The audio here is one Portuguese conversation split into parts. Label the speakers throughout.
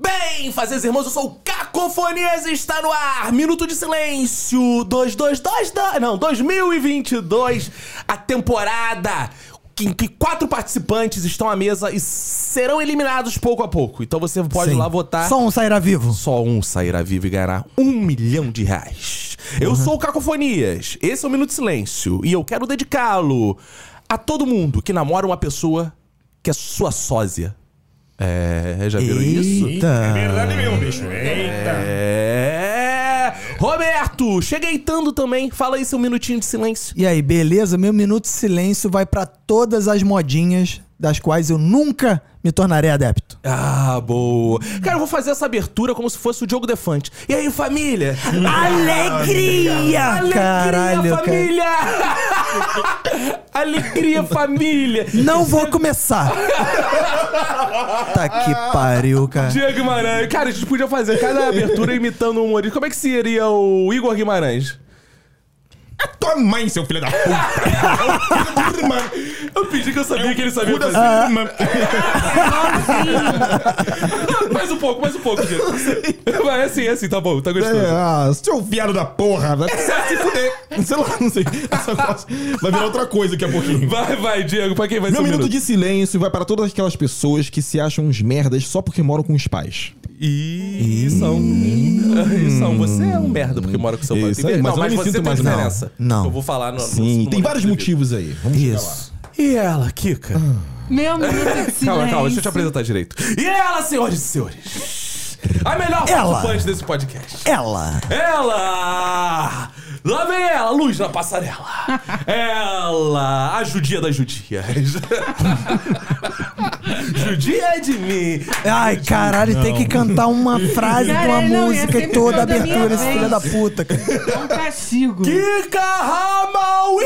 Speaker 1: Bem, fazeres irmãos, eu sou o Cacofonias e está no ar. Minuto de silêncio. 2222, da- não, 2022. A temporada em que quatro participantes estão à mesa e serão eliminados pouco a pouco. Então você pode ir lá votar.
Speaker 2: Só um sairá vivo.
Speaker 1: Só um sairá vivo e ganhará um milhão de reais. Eu sou o Cacofonias, esse é o Minuto de Silêncio, e eu quero dedicá-lo a todo mundo que namora uma pessoa que é sua sósia. É, já viram isso?
Speaker 3: É verdade mesmo, bicho. Eita.
Speaker 1: É. Roberto, chega eitando também. Fala aí seu minutinho de silêncio.
Speaker 2: E aí, beleza? Meu minuto de silêncio vai pra todas as modinhas das quais eu nunca me tornarei adepto.
Speaker 1: Ah, boa. Cara, eu vou fazer essa abertura como se fosse o Diogo Defante. E aí, família? Alegria! Alegria,
Speaker 2: Caralho, cara.
Speaker 1: família! Alegria, família!
Speaker 2: Não vou começar. tá que pariu, cara.
Speaker 1: Diego Guimarães. Cara, a gente podia fazer cada abertura imitando um humorista. Como é que seria o Igor Guimarães?
Speaker 3: Tua mãe, seu filho da puta.
Speaker 1: Eu pedi que eu sabia que ele sabia
Speaker 3: Cu da
Speaker 1: fazer.
Speaker 3: sua irmã.
Speaker 1: mais um pouco, mais um pouco, Diego. Vai, é assim, é assim, tá bom, tá gostoso.
Speaker 3: É, ah, seu viado da porra. Vai se fuder. Sei lá, não sei. Essa voz vai virar outra coisa daqui a pouquinho.
Speaker 1: Vai, vai, Diego, pra quem vai ser um
Speaker 3: Meu
Speaker 1: o
Speaker 3: um minuto de silêncio vai para todas aquelas pessoas que se acham uns merdas só porque moram com os pais.
Speaker 1: E são. E são. Você é um merda porque mora com seu pai.
Speaker 3: Isso aí, mas eu não me sinto mais mal.
Speaker 1: diferença.
Speaker 2: Não.
Speaker 1: Eu vou falar no. no-
Speaker 3: Sim,
Speaker 1: no
Speaker 3: tem
Speaker 1: momento
Speaker 3: vários Ah.
Speaker 1: da vida.
Speaker 3: motivos aí. Vamos chegar lá.
Speaker 2: Isso.
Speaker 1: E ela, Kika?
Speaker 4: Meu minuto de silêncio.
Speaker 1: Calma, calma, deixa eu te apresentar direito. E ela, senhoras e senhores? A melhor
Speaker 2: Ela.
Speaker 1: participante desse podcast.
Speaker 2: Ela.
Speaker 1: Ela! Lá vem ela, luz na passarela. ela, a judia das judias. judia é de mim.
Speaker 2: Ai, caralho, tem que cantar uma frase de uma
Speaker 4: Caralho, não, ia
Speaker 2: música e
Speaker 4: sempre
Speaker 2: toda a
Speaker 4: toda a minha
Speaker 2: abertura, esse
Speaker 4: vez.
Speaker 2: filho da puta, cara.
Speaker 4: É um castigo.
Speaker 1: Kika Ramaui!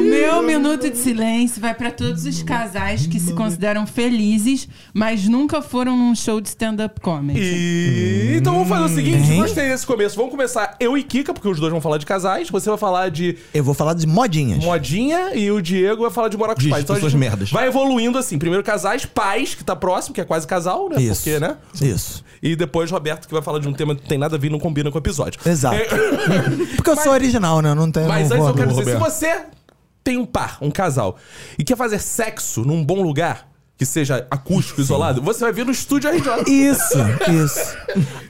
Speaker 4: O meu minuto de silêncio vai pra todos os casais que se consideram felizes, mas nunca foram num show de stand-up comedy.
Speaker 1: E... Então vamos fazer o seguinte,
Speaker 2: Hein?
Speaker 1: gostei desse começo. Vamos começar eu e Kika, porque os dois vão falar de casais. Você vai falar de
Speaker 2: Eu vou falar de modinhas.
Speaker 1: modinha e o Diego vai falar de morar com os
Speaker 3: De
Speaker 1: pais. Então a
Speaker 3: pessoas
Speaker 1: gente
Speaker 3: merdas.
Speaker 1: Vai evoluindo assim. Primeiro casais, pais, que tá próximo, que é quase casal, né?
Speaker 2: Isso.
Speaker 1: Porque, né?
Speaker 2: Isso.
Speaker 1: E depois Roberto, que vai falar de um tema que tem nada a ver e não combina com o episódio.
Speaker 2: Exato.
Speaker 1: É,
Speaker 2: Porque eu sou original, né? Eu Não tenho.
Speaker 1: Mas
Speaker 2: não
Speaker 1: antes
Speaker 2: vou
Speaker 1: eu quero
Speaker 2: abrir.
Speaker 1: dizer, se você tem um par, um casal, e quer fazer sexo num bom lugar, que seja acústico, isolado, você vai vir no estúdio RJ.
Speaker 2: Isso, isso.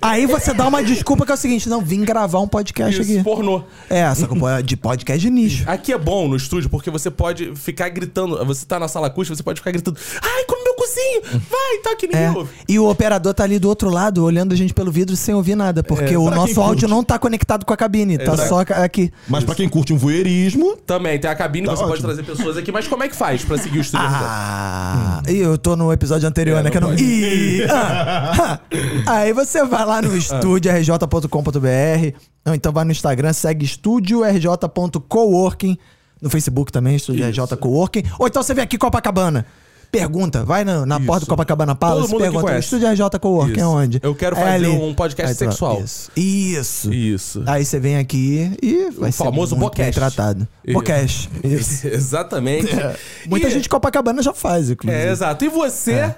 Speaker 2: Aí você dá uma desculpa que é o seguinte: não, vim gravar um podcast
Speaker 1: Isso,
Speaker 2: aqui.
Speaker 1: pornô.
Speaker 2: É, só que po- de podcast de nicho.
Speaker 1: Aqui é bom no estúdio porque você pode ficar gritando. Você tá na sala acústica, você pode ficar gritando. Ai, come meu cozinho! Vai, tá que ninguém
Speaker 2: É.
Speaker 1: ouve.
Speaker 2: E o operador tá ali do outro lado, olhando a gente pelo vidro sem ouvir nada, porque o
Speaker 3: É. pra quem
Speaker 2: nosso áudio
Speaker 3: curte. É.
Speaker 2: não tá conectado com a cabine, tá
Speaker 1: Exato.
Speaker 2: só ca- aqui.
Speaker 3: Mas pra quem curte um voyeurismo,
Speaker 1: Também, tem a cabine,
Speaker 3: Tá
Speaker 1: você pode
Speaker 3: ótimo.
Speaker 1: trazer pessoas aqui, mas como é que faz pra seguir o estúdio RJ?
Speaker 2: Ah, e eu tô no episódio anterior, né? Que eu não.
Speaker 1: Hum. pode.
Speaker 2: Ih, ah, ah. Aí você vai lá no estúdio rj.com.br, ou então vai no Instagram, segue estúdio rj.coworking, no Facebook também, estúdio rj coworking, ou então você vem aqui Copacabana. Pergunta, vai na, na porta do Copacabana Palace,
Speaker 1: mundo que
Speaker 2: pergunta,
Speaker 1: conhece.
Speaker 2: estúdio RJ Coworking
Speaker 1: Isso.
Speaker 2: é onde?
Speaker 1: Eu quero
Speaker 2: É
Speaker 1: fazer
Speaker 2: ali.
Speaker 1: um podcast
Speaker 2: Aí tu vai,
Speaker 1: sexual.
Speaker 2: Isso. Isso.
Speaker 1: Isso.
Speaker 2: Aí você vem aqui e vai ser
Speaker 1: famoso
Speaker 2: muito bem
Speaker 1: podcast.
Speaker 2: tratado.
Speaker 1: Isso.
Speaker 2: Podcast. Isso.
Speaker 1: Exatamente.
Speaker 2: É. Muita
Speaker 1: E-
Speaker 2: gente de Copacabana já faz, inclusive.
Speaker 1: É, exato. E você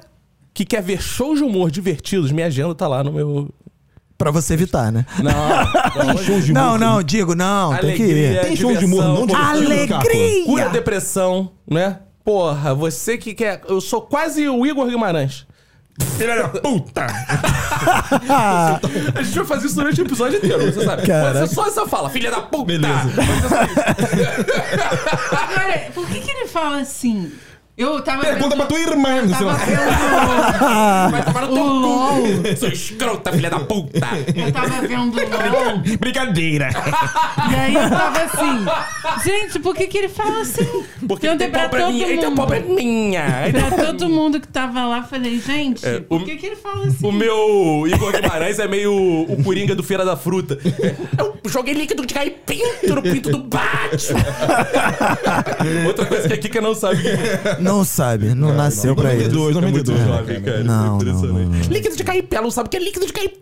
Speaker 1: que quer ver shows de humor divertidos, minha agenda tá lá no meu.
Speaker 2: Pra você evitar, né?
Speaker 1: Não, não.
Speaker 3: shows um de
Speaker 2: Não,
Speaker 3: humor-
Speaker 2: não, digo, não,
Speaker 1: Alegria,
Speaker 2: tem
Speaker 3: Tem show é de humor
Speaker 1: diversão,
Speaker 3: não divertido,
Speaker 2: Alegria!
Speaker 3: Capa?
Speaker 1: Cura a depressão, né? Porra, você que quer. Eu sou quase o Igor Guimarães.
Speaker 3: Filha da puta!
Speaker 1: A gente vai fazer isso durante o episódio inteiro, você sabe.
Speaker 2: Caraca.
Speaker 1: Mas é só essa fala, filha da puta!
Speaker 3: Beleza.
Speaker 1: Mas é só isso.
Speaker 4: Agora, por que, que ele fala assim? Eu tava.
Speaker 3: Pergunta pra tua irmã. sei
Speaker 4: Tava
Speaker 3: lá.
Speaker 4: vendo.
Speaker 1: Vai tomar no
Speaker 4: O LOL.
Speaker 1: teu cu! Sou escrota, filha da puta!
Speaker 4: Eu tava vendo LOL.
Speaker 3: Brincadeira.
Speaker 4: E aí eu tava assim, gente, por que, que ele fala assim?
Speaker 1: Porque
Speaker 4: eu
Speaker 1: tem um pau pra mim, então pau pra minha! Então
Speaker 4: Pra todo mundo que tava lá, falei, gente,
Speaker 1: É, o-
Speaker 4: por que, que ele fala assim?
Speaker 1: O meu Igor Guimarães é meio o Coringa do Feira da Fruta. Eu joguei líquido de pinto no pinto do Batman. Outra coisa que a Kika não sabe.
Speaker 2: Não Não sabe, não nasceu pra isso.
Speaker 3: 92, 92,
Speaker 2: É,
Speaker 3: jovem, cara.
Speaker 2: Não,
Speaker 3: Foi
Speaker 2: não,
Speaker 3: impressionante.
Speaker 2: não,
Speaker 1: Líquido de caipé, ela não sabe o que é líquido de caipinto.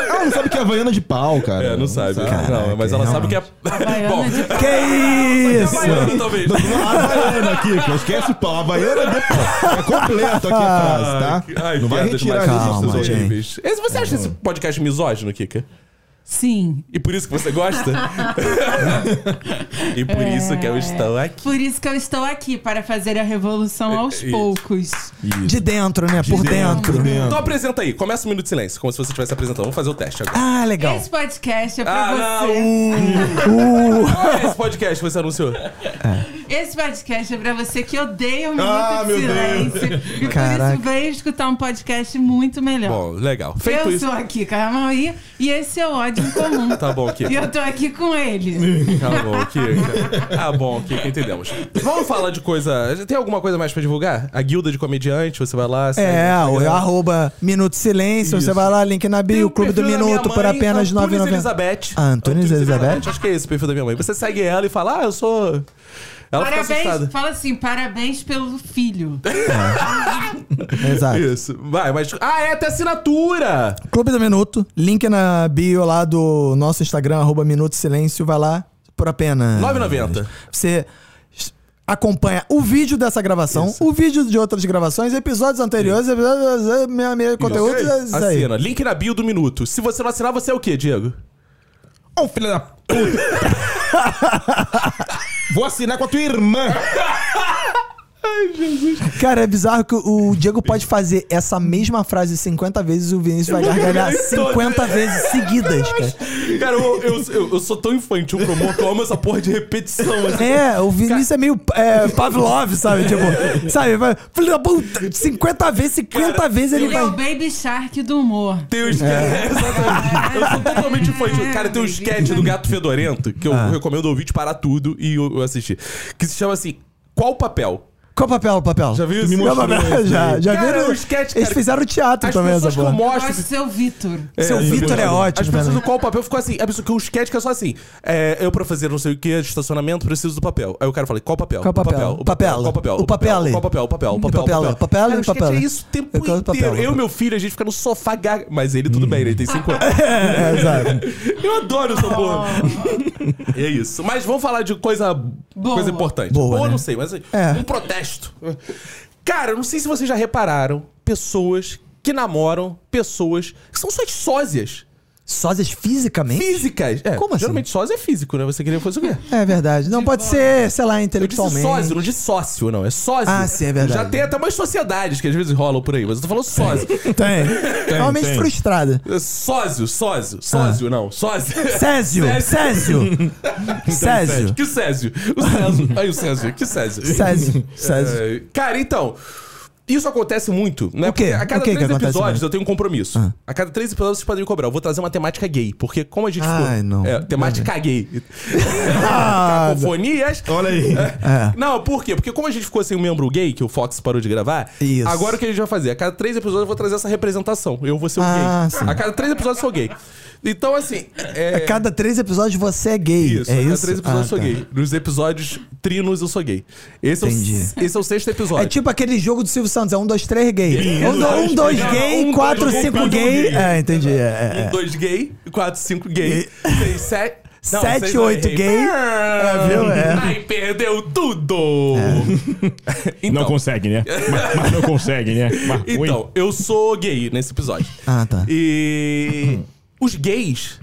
Speaker 3: Ela não sabe o que é Havaiana de pau, cara.
Speaker 1: É, não sabe. não,
Speaker 2: Caraca,
Speaker 1: mas ela sabe que é.
Speaker 4: Havaiana
Speaker 1: Bom,
Speaker 4: de
Speaker 2: Que isso?
Speaker 1: Havaiana, talvez.
Speaker 3: Não, Havaiana aqui, cara. Esquece o pau. Havaiana de pau. É completo aqui a frase, tá?
Speaker 1: Ai,
Speaker 3: não vai
Speaker 1: piadas
Speaker 3: retirar
Speaker 1: machistas
Speaker 2: isso,
Speaker 3: essas
Speaker 2: Calma,
Speaker 3: coisas.
Speaker 2: gente.
Speaker 1: horríveis. Esse- Você acha esse podcast misógino, Kika?
Speaker 4: Sim.
Speaker 1: E por isso que você gosta? e por isso que eu estou aqui.
Speaker 4: Por isso que eu estou aqui, para fazer a revolução aos
Speaker 1: É, Isso.
Speaker 4: poucos.
Speaker 2: De dentro, né? Por dentro.
Speaker 3: Por
Speaker 1: Então
Speaker 3: dentro.
Speaker 1: apresenta aí, começa um minuto de silêncio, como se você estivesse apresentando. Vamos fazer o teste agora.
Speaker 2: Ah, legal.
Speaker 4: Esse podcast é pra
Speaker 1: Ah,
Speaker 4: você.
Speaker 1: não!
Speaker 2: Uh,
Speaker 1: Qual é esse podcast que você anunciou?
Speaker 4: Esse podcast é pra você que odeia o Minuto
Speaker 3: Ah,
Speaker 4: de
Speaker 3: meu Deus.
Speaker 4: Silêncio. E por
Speaker 2: Caraca.
Speaker 4: isso veio escutar um podcast muito melhor.
Speaker 1: Bom, legal. Feito
Speaker 4: eu
Speaker 1: isso.
Speaker 4: sou aqui, Caramaria, e esse é o ódio em comum.
Speaker 1: Tá bom,
Speaker 4: E
Speaker 1: Kika.
Speaker 4: eu tô aqui com ele.
Speaker 1: Tá bom, Kika. Tá bom, Kika, entendemos. Vamos falar de coisa. Tem alguma coisa mais pra divulgar? A guilda de comediante, você vai lá. segue
Speaker 2: é,
Speaker 1: no
Speaker 2: o
Speaker 1: Instagram.
Speaker 2: arroba Minuto Silêncio. Você vai lá, link na
Speaker 1: Tem um
Speaker 2: bio, Clube do
Speaker 1: perfil da
Speaker 2: Minuto,
Speaker 1: minha
Speaker 2: por
Speaker 1: mãe, então,
Speaker 2: apenas R$
Speaker 1: Antunes
Speaker 2: 9,90.
Speaker 1: Elizabeth.
Speaker 2: Ah, Antunes Elizabeth?
Speaker 1: Acho que é esse o perfil da minha mãe. Você segue ela e fala, ah, eu sou... Ela fica assustada.
Speaker 4: Parabéns, fala assim, parabéns pelo filho.
Speaker 1: É
Speaker 2: Exato.
Speaker 1: Isso. Vai, mas... Ah, é até assinatura!
Speaker 2: Clube do Minuto, link na bio lá do nosso Instagram, arroba Minuto Silêncio, vai lá por apenas.
Speaker 1: 9,90.
Speaker 2: Você acompanha o vídeo dessa gravação, o vídeo de outras gravações, episódios anteriores, episódios, minha, minha conteúdo, é isso aí.
Speaker 1: Assina. Link na bio do Minuto. Se você não assinar, você é o quê, Diego?
Speaker 3: Ô, filho da puta. Vou assinar com a tua irmã.
Speaker 2: Cara, é bizarro que o Diego pode fazer essa mesma frase 50 vezes e o Vinícius vai gargalhar 50 vezes seguidas, cara.
Speaker 1: Cara, eu, eu, eu- eu sou tão infantil pro amor que eu amo essa porra de repetição. assim.
Speaker 2: É, o Vinícius é meio é, Pavlov, sabe? Tipo, sabe? Vai, filho da puta, 50 vezes, 50 vezes ele
Speaker 4: Ele é o
Speaker 2: vai.
Speaker 4: Baby Shark do humor.
Speaker 1: Tem um esquete. Exatamente. Eu sou totalmente infantil. Cara, tem um esquete do Gato Fedorento que eu recomendo ouvir de parar tudo e eu, eu assistir. Que se chama assim: Qual o papel?
Speaker 2: Qual papel, papel? Já
Speaker 3: viu isso? Me mostrou isso
Speaker 2: já,
Speaker 3: aí.
Speaker 2: já
Speaker 1: Cara,
Speaker 2: viram?
Speaker 1: o sketch,
Speaker 2: Eles
Speaker 1: é, cara,
Speaker 2: fizeram teatro
Speaker 1: As
Speaker 2: também, essa
Speaker 1: pessoas que eu
Speaker 2: porra.
Speaker 4: Eu
Speaker 1: mostro.
Speaker 4: acho seu Vitor.
Speaker 2: Seu
Speaker 1: É,
Speaker 2: Vitor é
Speaker 1: As
Speaker 2: ótimo,
Speaker 1: pessoas
Speaker 2: velho.
Speaker 1: do qual o papel ficou assim. É absurdo, que o sketch que é só assim. é, eu pra fazer não sei o que, estacionamento, preciso do papel. Aí o cara fala, qual papel?
Speaker 2: Qual
Speaker 1: o papel?
Speaker 2: papel?
Speaker 1: O papel?
Speaker 2: Papel.
Speaker 1: Qual papel?
Speaker 2: O papel.
Speaker 1: Qual papel? O papel? O papel?
Speaker 2: Papel,
Speaker 1: o
Speaker 2: papel,
Speaker 1: Cara, o sketch
Speaker 2: papel.
Speaker 1: é isso o tempo
Speaker 2: Eu quero
Speaker 1: inteiro.
Speaker 2: papel. Hum.
Speaker 1: Eu e meu filho, a gente fica no sofá gaga. Mas ele tudo bem, ele tem 5 anos.
Speaker 2: É, exato.
Speaker 1: Eu adoro essa porra. é isso. Mas vamos falar de coisa,
Speaker 4: Boa.
Speaker 1: coisa importante.
Speaker 2: Boa,
Speaker 1: Ou
Speaker 2: né?
Speaker 1: não sei, mas
Speaker 2: É.
Speaker 1: um protesto. Cara, eu não sei se vocês já repararam pessoas que namoram pessoas que são suas sósias.
Speaker 2: Sósias fisicamente?
Speaker 1: Físicas. É,
Speaker 2: Como assim?
Speaker 1: Geralmente sósia é físico, né? Você queria que fosse o quê?
Speaker 2: É verdade. Não, pode ser, sei lá,
Speaker 1: Eu disse
Speaker 2: intelectualmente.
Speaker 1: sósio, não disse sócio, não. É sósio.
Speaker 2: Ah, sim, é verdade.
Speaker 1: Já tem até umas sociedades que às vezes rolam por aí, mas eu tô falando sósio.
Speaker 2: Tem. Realmente
Speaker 3: tem.
Speaker 2: frustrada.
Speaker 1: sósio, sósio. Sósio, não. Sósio.
Speaker 2: Ah. Césio, Césio. Césio.
Speaker 1: Que Então, Césio? O Césio. Aí o Césio. Que Césio?
Speaker 2: Césio.
Speaker 1: É,
Speaker 2: Césio.
Speaker 1: cara, então. Isso acontece muito, né?
Speaker 2: O quê?
Speaker 1: Porque A cada
Speaker 2: O quê que
Speaker 1: três
Speaker 2: acontece Ah.
Speaker 1: episódios
Speaker 2: muito?
Speaker 1: eu tenho um compromisso. A cada três episódios vocês podem me cobrar. Eu vou trazer uma temática gay, porque como a gente
Speaker 2: Ai,
Speaker 1: ficou-
Speaker 2: não.
Speaker 1: É, temática gay.
Speaker 2: Ah,
Speaker 1: Cacofonias.
Speaker 3: Olha aí.
Speaker 2: É.
Speaker 1: Não, por quê? Porque como a gente ficou sem um membro gay, que o Fox parou de gravar,
Speaker 2: Isso.
Speaker 1: agora o que a gente vai fazer? A cada três episódios eu vou trazer essa representação. Eu vou ser um
Speaker 2: Ah,
Speaker 1: gay.
Speaker 2: sim.
Speaker 1: A cada três episódios eu sou gay. Então, assim. É...
Speaker 2: A cada três episódios você é gay.
Speaker 1: Isso,
Speaker 2: é
Speaker 1: a cada
Speaker 2: isso?
Speaker 1: três episódios eu
Speaker 2: Ah,
Speaker 1: sou
Speaker 2: tá.
Speaker 1: gay. Nos episódios trinos eu sou gay. Esse,
Speaker 2: Entendi.
Speaker 1: É, o, esse é o sexto episódio.
Speaker 2: É tipo aquele jogo do Silvio Santos, é um, dois, três gay.
Speaker 1: Isso.
Speaker 2: Um, do- um, dois
Speaker 1: Não,
Speaker 2: gay,
Speaker 1: um, dois
Speaker 2: quatro,
Speaker 1: gay,
Speaker 2: cinco
Speaker 1: quatro,
Speaker 2: gay.
Speaker 1: gay.
Speaker 2: É, entendi. é, é, é.
Speaker 1: Um, dois gay, quatro, cinco gay, seis, sete. não,
Speaker 2: Sete,
Speaker 1: seis, não,
Speaker 2: oito
Speaker 1: errei.
Speaker 2: gay.
Speaker 1: Ah,
Speaker 2: É, viu? É.
Speaker 1: Ai, perdeu tudo!
Speaker 3: Não consegue, né? Mas, mas não consegue, né? Mas,
Speaker 1: Então,
Speaker 3: oi.
Speaker 1: eu sou gay nesse episódio.
Speaker 2: Ah, tá.
Speaker 1: E os gays,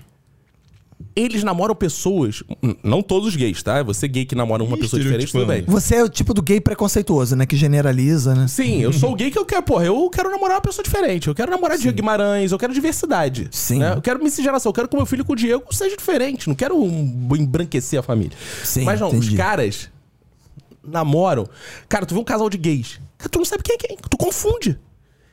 Speaker 1: eles namoram pessoas. n- Não todos os gays, tá? Você gay que namora uma
Speaker 3: Ih,
Speaker 1: pessoa diferente, tudo bem.
Speaker 3: estereotipando.
Speaker 2: Você é o tipo do gay preconceituoso, né? Que generaliza, né?
Speaker 1: Sim, eu sou o gay que eu quero, porra, eu quero namorar uma pessoa diferente. Eu quero namorar Diego Guimarães, eu quero diversidade.
Speaker 2: Sim.
Speaker 1: né? Eu quero miscigenação, eu quero que meu filho com o Diego seja diferente. Não quero um- embranquecer a família.
Speaker 2: Sim,
Speaker 1: Mas não, os
Speaker 2: entendi.
Speaker 1: caras namoram. Cara, tu vê um casal de gays. Cara, tu não sabe quem é quem. Tu confunde.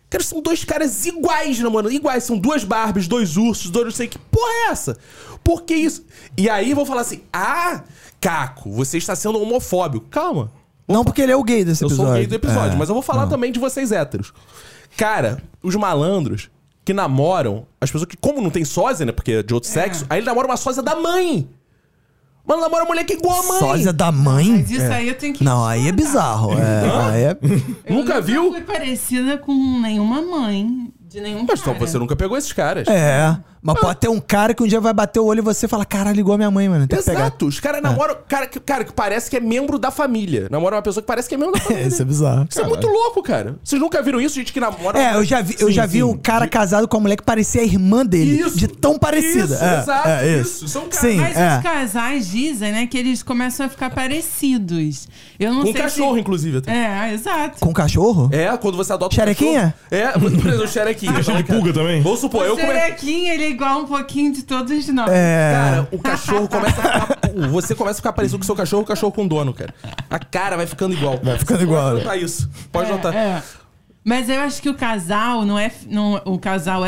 Speaker 1: Cara, são dois caras iguais, namorando. Iguais. São duas Barbies, dois ursos, dois não sei que. Porra é essa? Por que isso? E aí vão falar assim: ah, Caco, você está sendo homofóbico. Calma.
Speaker 2: Não porque ele é o gay desse
Speaker 1: Eu
Speaker 2: episódio.
Speaker 1: sou o gay do episódio,
Speaker 2: É.
Speaker 1: mas eu vou falar também de vocês héteros. Cara, os malandros que
Speaker 4: É.
Speaker 1: namoram, as pessoas que, como não tem sósia, né? Porque é de outro sexo, aí ele namora uma sósia da mãe. Mano, namora mulher que é igual a mãe.
Speaker 2: Sósia da mãe?
Speaker 4: Mas isso aí eu tenho que.
Speaker 2: Não, aí é bizarro. É, aí é...
Speaker 4: Eu
Speaker 1: Nunca viu?
Speaker 4: fui parecida com nenhuma mãe de nenhum
Speaker 1: Mas então
Speaker 4: cara.
Speaker 1: você nunca pegou esses caras.
Speaker 2: É, mas pode ter um cara que um dia vai bater o olho e você fala, caralho, igual a minha mãe, mano. Tem que pegar. É.
Speaker 1: Exato, os caras namoram. Cara, que, cara que parece que é membro da família. Namora uma pessoa que parece que é membro da família.
Speaker 2: Isso é bizarro.
Speaker 1: Isso é muito louco, cara. Vocês nunca viram isso? Gente que namora.
Speaker 2: É, eu já vi, eu
Speaker 3: Sim,
Speaker 2: já vi
Speaker 3: sim.
Speaker 2: um cara casado com uma mulher que parecia a irmã dele.
Speaker 1: Isso,
Speaker 2: de tão parecida.
Speaker 1: isso,
Speaker 2: é,
Speaker 1: exato,
Speaker 2: é,
Speaker 1: isso. São caras-
Speaker 2: Sim,
Speaker 4: Mas
Speaker 2: é.
Speaker 4: os casais dizem, né, que eles começam a ficar parecidos. Eu não
Speaker 1: Com um
Speaker 4: sei.
Speaker 1: cachorro, inclusive.
Speaker 4: Se...
Speaker 1: até.
Speaker 4: É, exato.
Speaker 2: Com cachorro?
Speaker 1: É, quando você adota um
Speaker 2: Xerequinha?
Speaker 1: cachorro- É, por exemplo, o xerequinha.
Speaker 3: Cachorro de
Speaker 1: Cara,
Speaker 3: pulga também?
Speaker 1: Vamos supor, eu
Speaker 4: o
Speaker 1: come...
Speaker 4: xerequinho, ele é igual um pouquinho de todos nós.
Speaker 2: É.
Speaker 1: Cara, o cachorro começa a ficar... Você começa a ficar parecido com o seu cachorro, o cachorro com o dono, cara. A cara vai ficando igual. Vai
Speaker 2: ficando igual.
Speaker 1: Pode notar isso. Pode
Speaker 4: É,
Speaker 1: notar.
Speaker 4: é. Mas eu acho que o casal não é não- o casal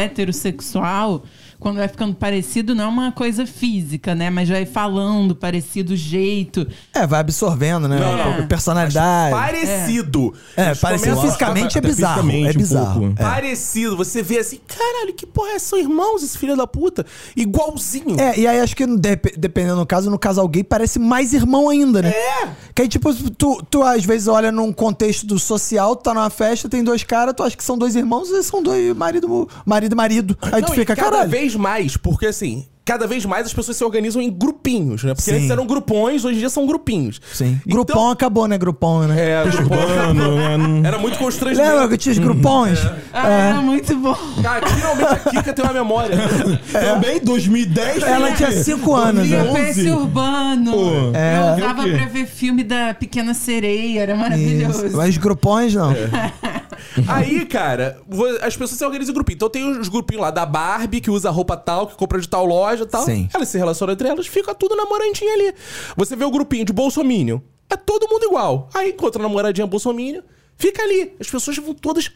Speaker 4: heterossexual quando vai ficando parecido não é uma coisa física, né? Mas vai falando parecido o jeito.
Speaker 2: É, vai absorvendo, né?
Speaker 1: Não,
Speaker 2: Um pouco
Speaker 4: não.
Speaker 2: de Personalidade.
Speaker 1: Parecido.
Speaker 2: É,
Speaker 1: Eles
Speaker 2: parecido
Speaker 1: começam a-
Speaker 2: fisicamente é bizarro.
Speaker 3: fisicamente
Speaker 2: é
Speaker 3: um
Speaker 2: bizarro.
Speaker 3: pouco.
Speaker 1: Parecido. Você vê assim, caralho, que porra é? São irmãos, esse filho da puta. Igualzinho.
Speaker 2: É. É, e aí acho que no- dep- dependendo do caso, no casal gay parece mais irmão ainda, né?
Speaker 1: É.
Speaker 2: Que aí, tipo, tu, tu às vezes olha num contexto do social, tu tá numa festa, tem dois caras, tu acha que são dois irmãos, e são dois marido, marido e marido. Aí
Speaker 1: Não,
Speaker 2: tu
Speaker 1: e
Speaker 2: fica,
Speaker 1: cada
Speaker 2: caralho.
Speaker 1: vez mais, porque assim, cada vez mais as pessoas se organizam em grupinhos, né? Porque
Speaker 2: Sim.
Speaker 1: antes eram grupões, hoje em dia são grupinhos.
Speaker 2: Sim.
Speaker 1: Então-
Speaker 2: Grupão acabou, né? Grupão, né?
Speaker 1: É, grupão.
Speaker 3: Mano, mano.
Speaker 1: Era muito constrangedor.
Speaker 2: Lembra que tinha os grupões?
Speaker 1: É.
Speaker 4: Ah, era muito bom.
Speaker 1: Cara, finalmente a Kika tem uma memória.
Speaker 3: Também 2010.
Speaker 2: Ela
Speaker 3: né?
Speaker 2: tinha cinco anos, né?
Speaker 4: Tinha Pense Urbano.
Speaker 3: Pô.
Speaker 4: Eu
Speaker 2: É.
Speaker 4: usava
Speaker 3: É o quê?
Speaker 4: pra ver filme da Pequena Sereia, era
Speaker 2: Isso.
Speaker 4: maravilhoso.
Speaker 2: Mas grupões não.
Speaker 1: Aí, cara, vo- as pessoas se organizam em grupinho. Então tem os grupinhos lá da Barbie, que usa roupa tal, que compra de tal loja e tal.
Speaker 2: Sim.
Speaker 1: Elas se relacionam entre elas, fica tudo namorantinho ali. Você vê o grupinho de Bolsominion, é todo mundo igual. Aí encontra a namoradinha Bolsominion, fica ali. As pessoas vão todas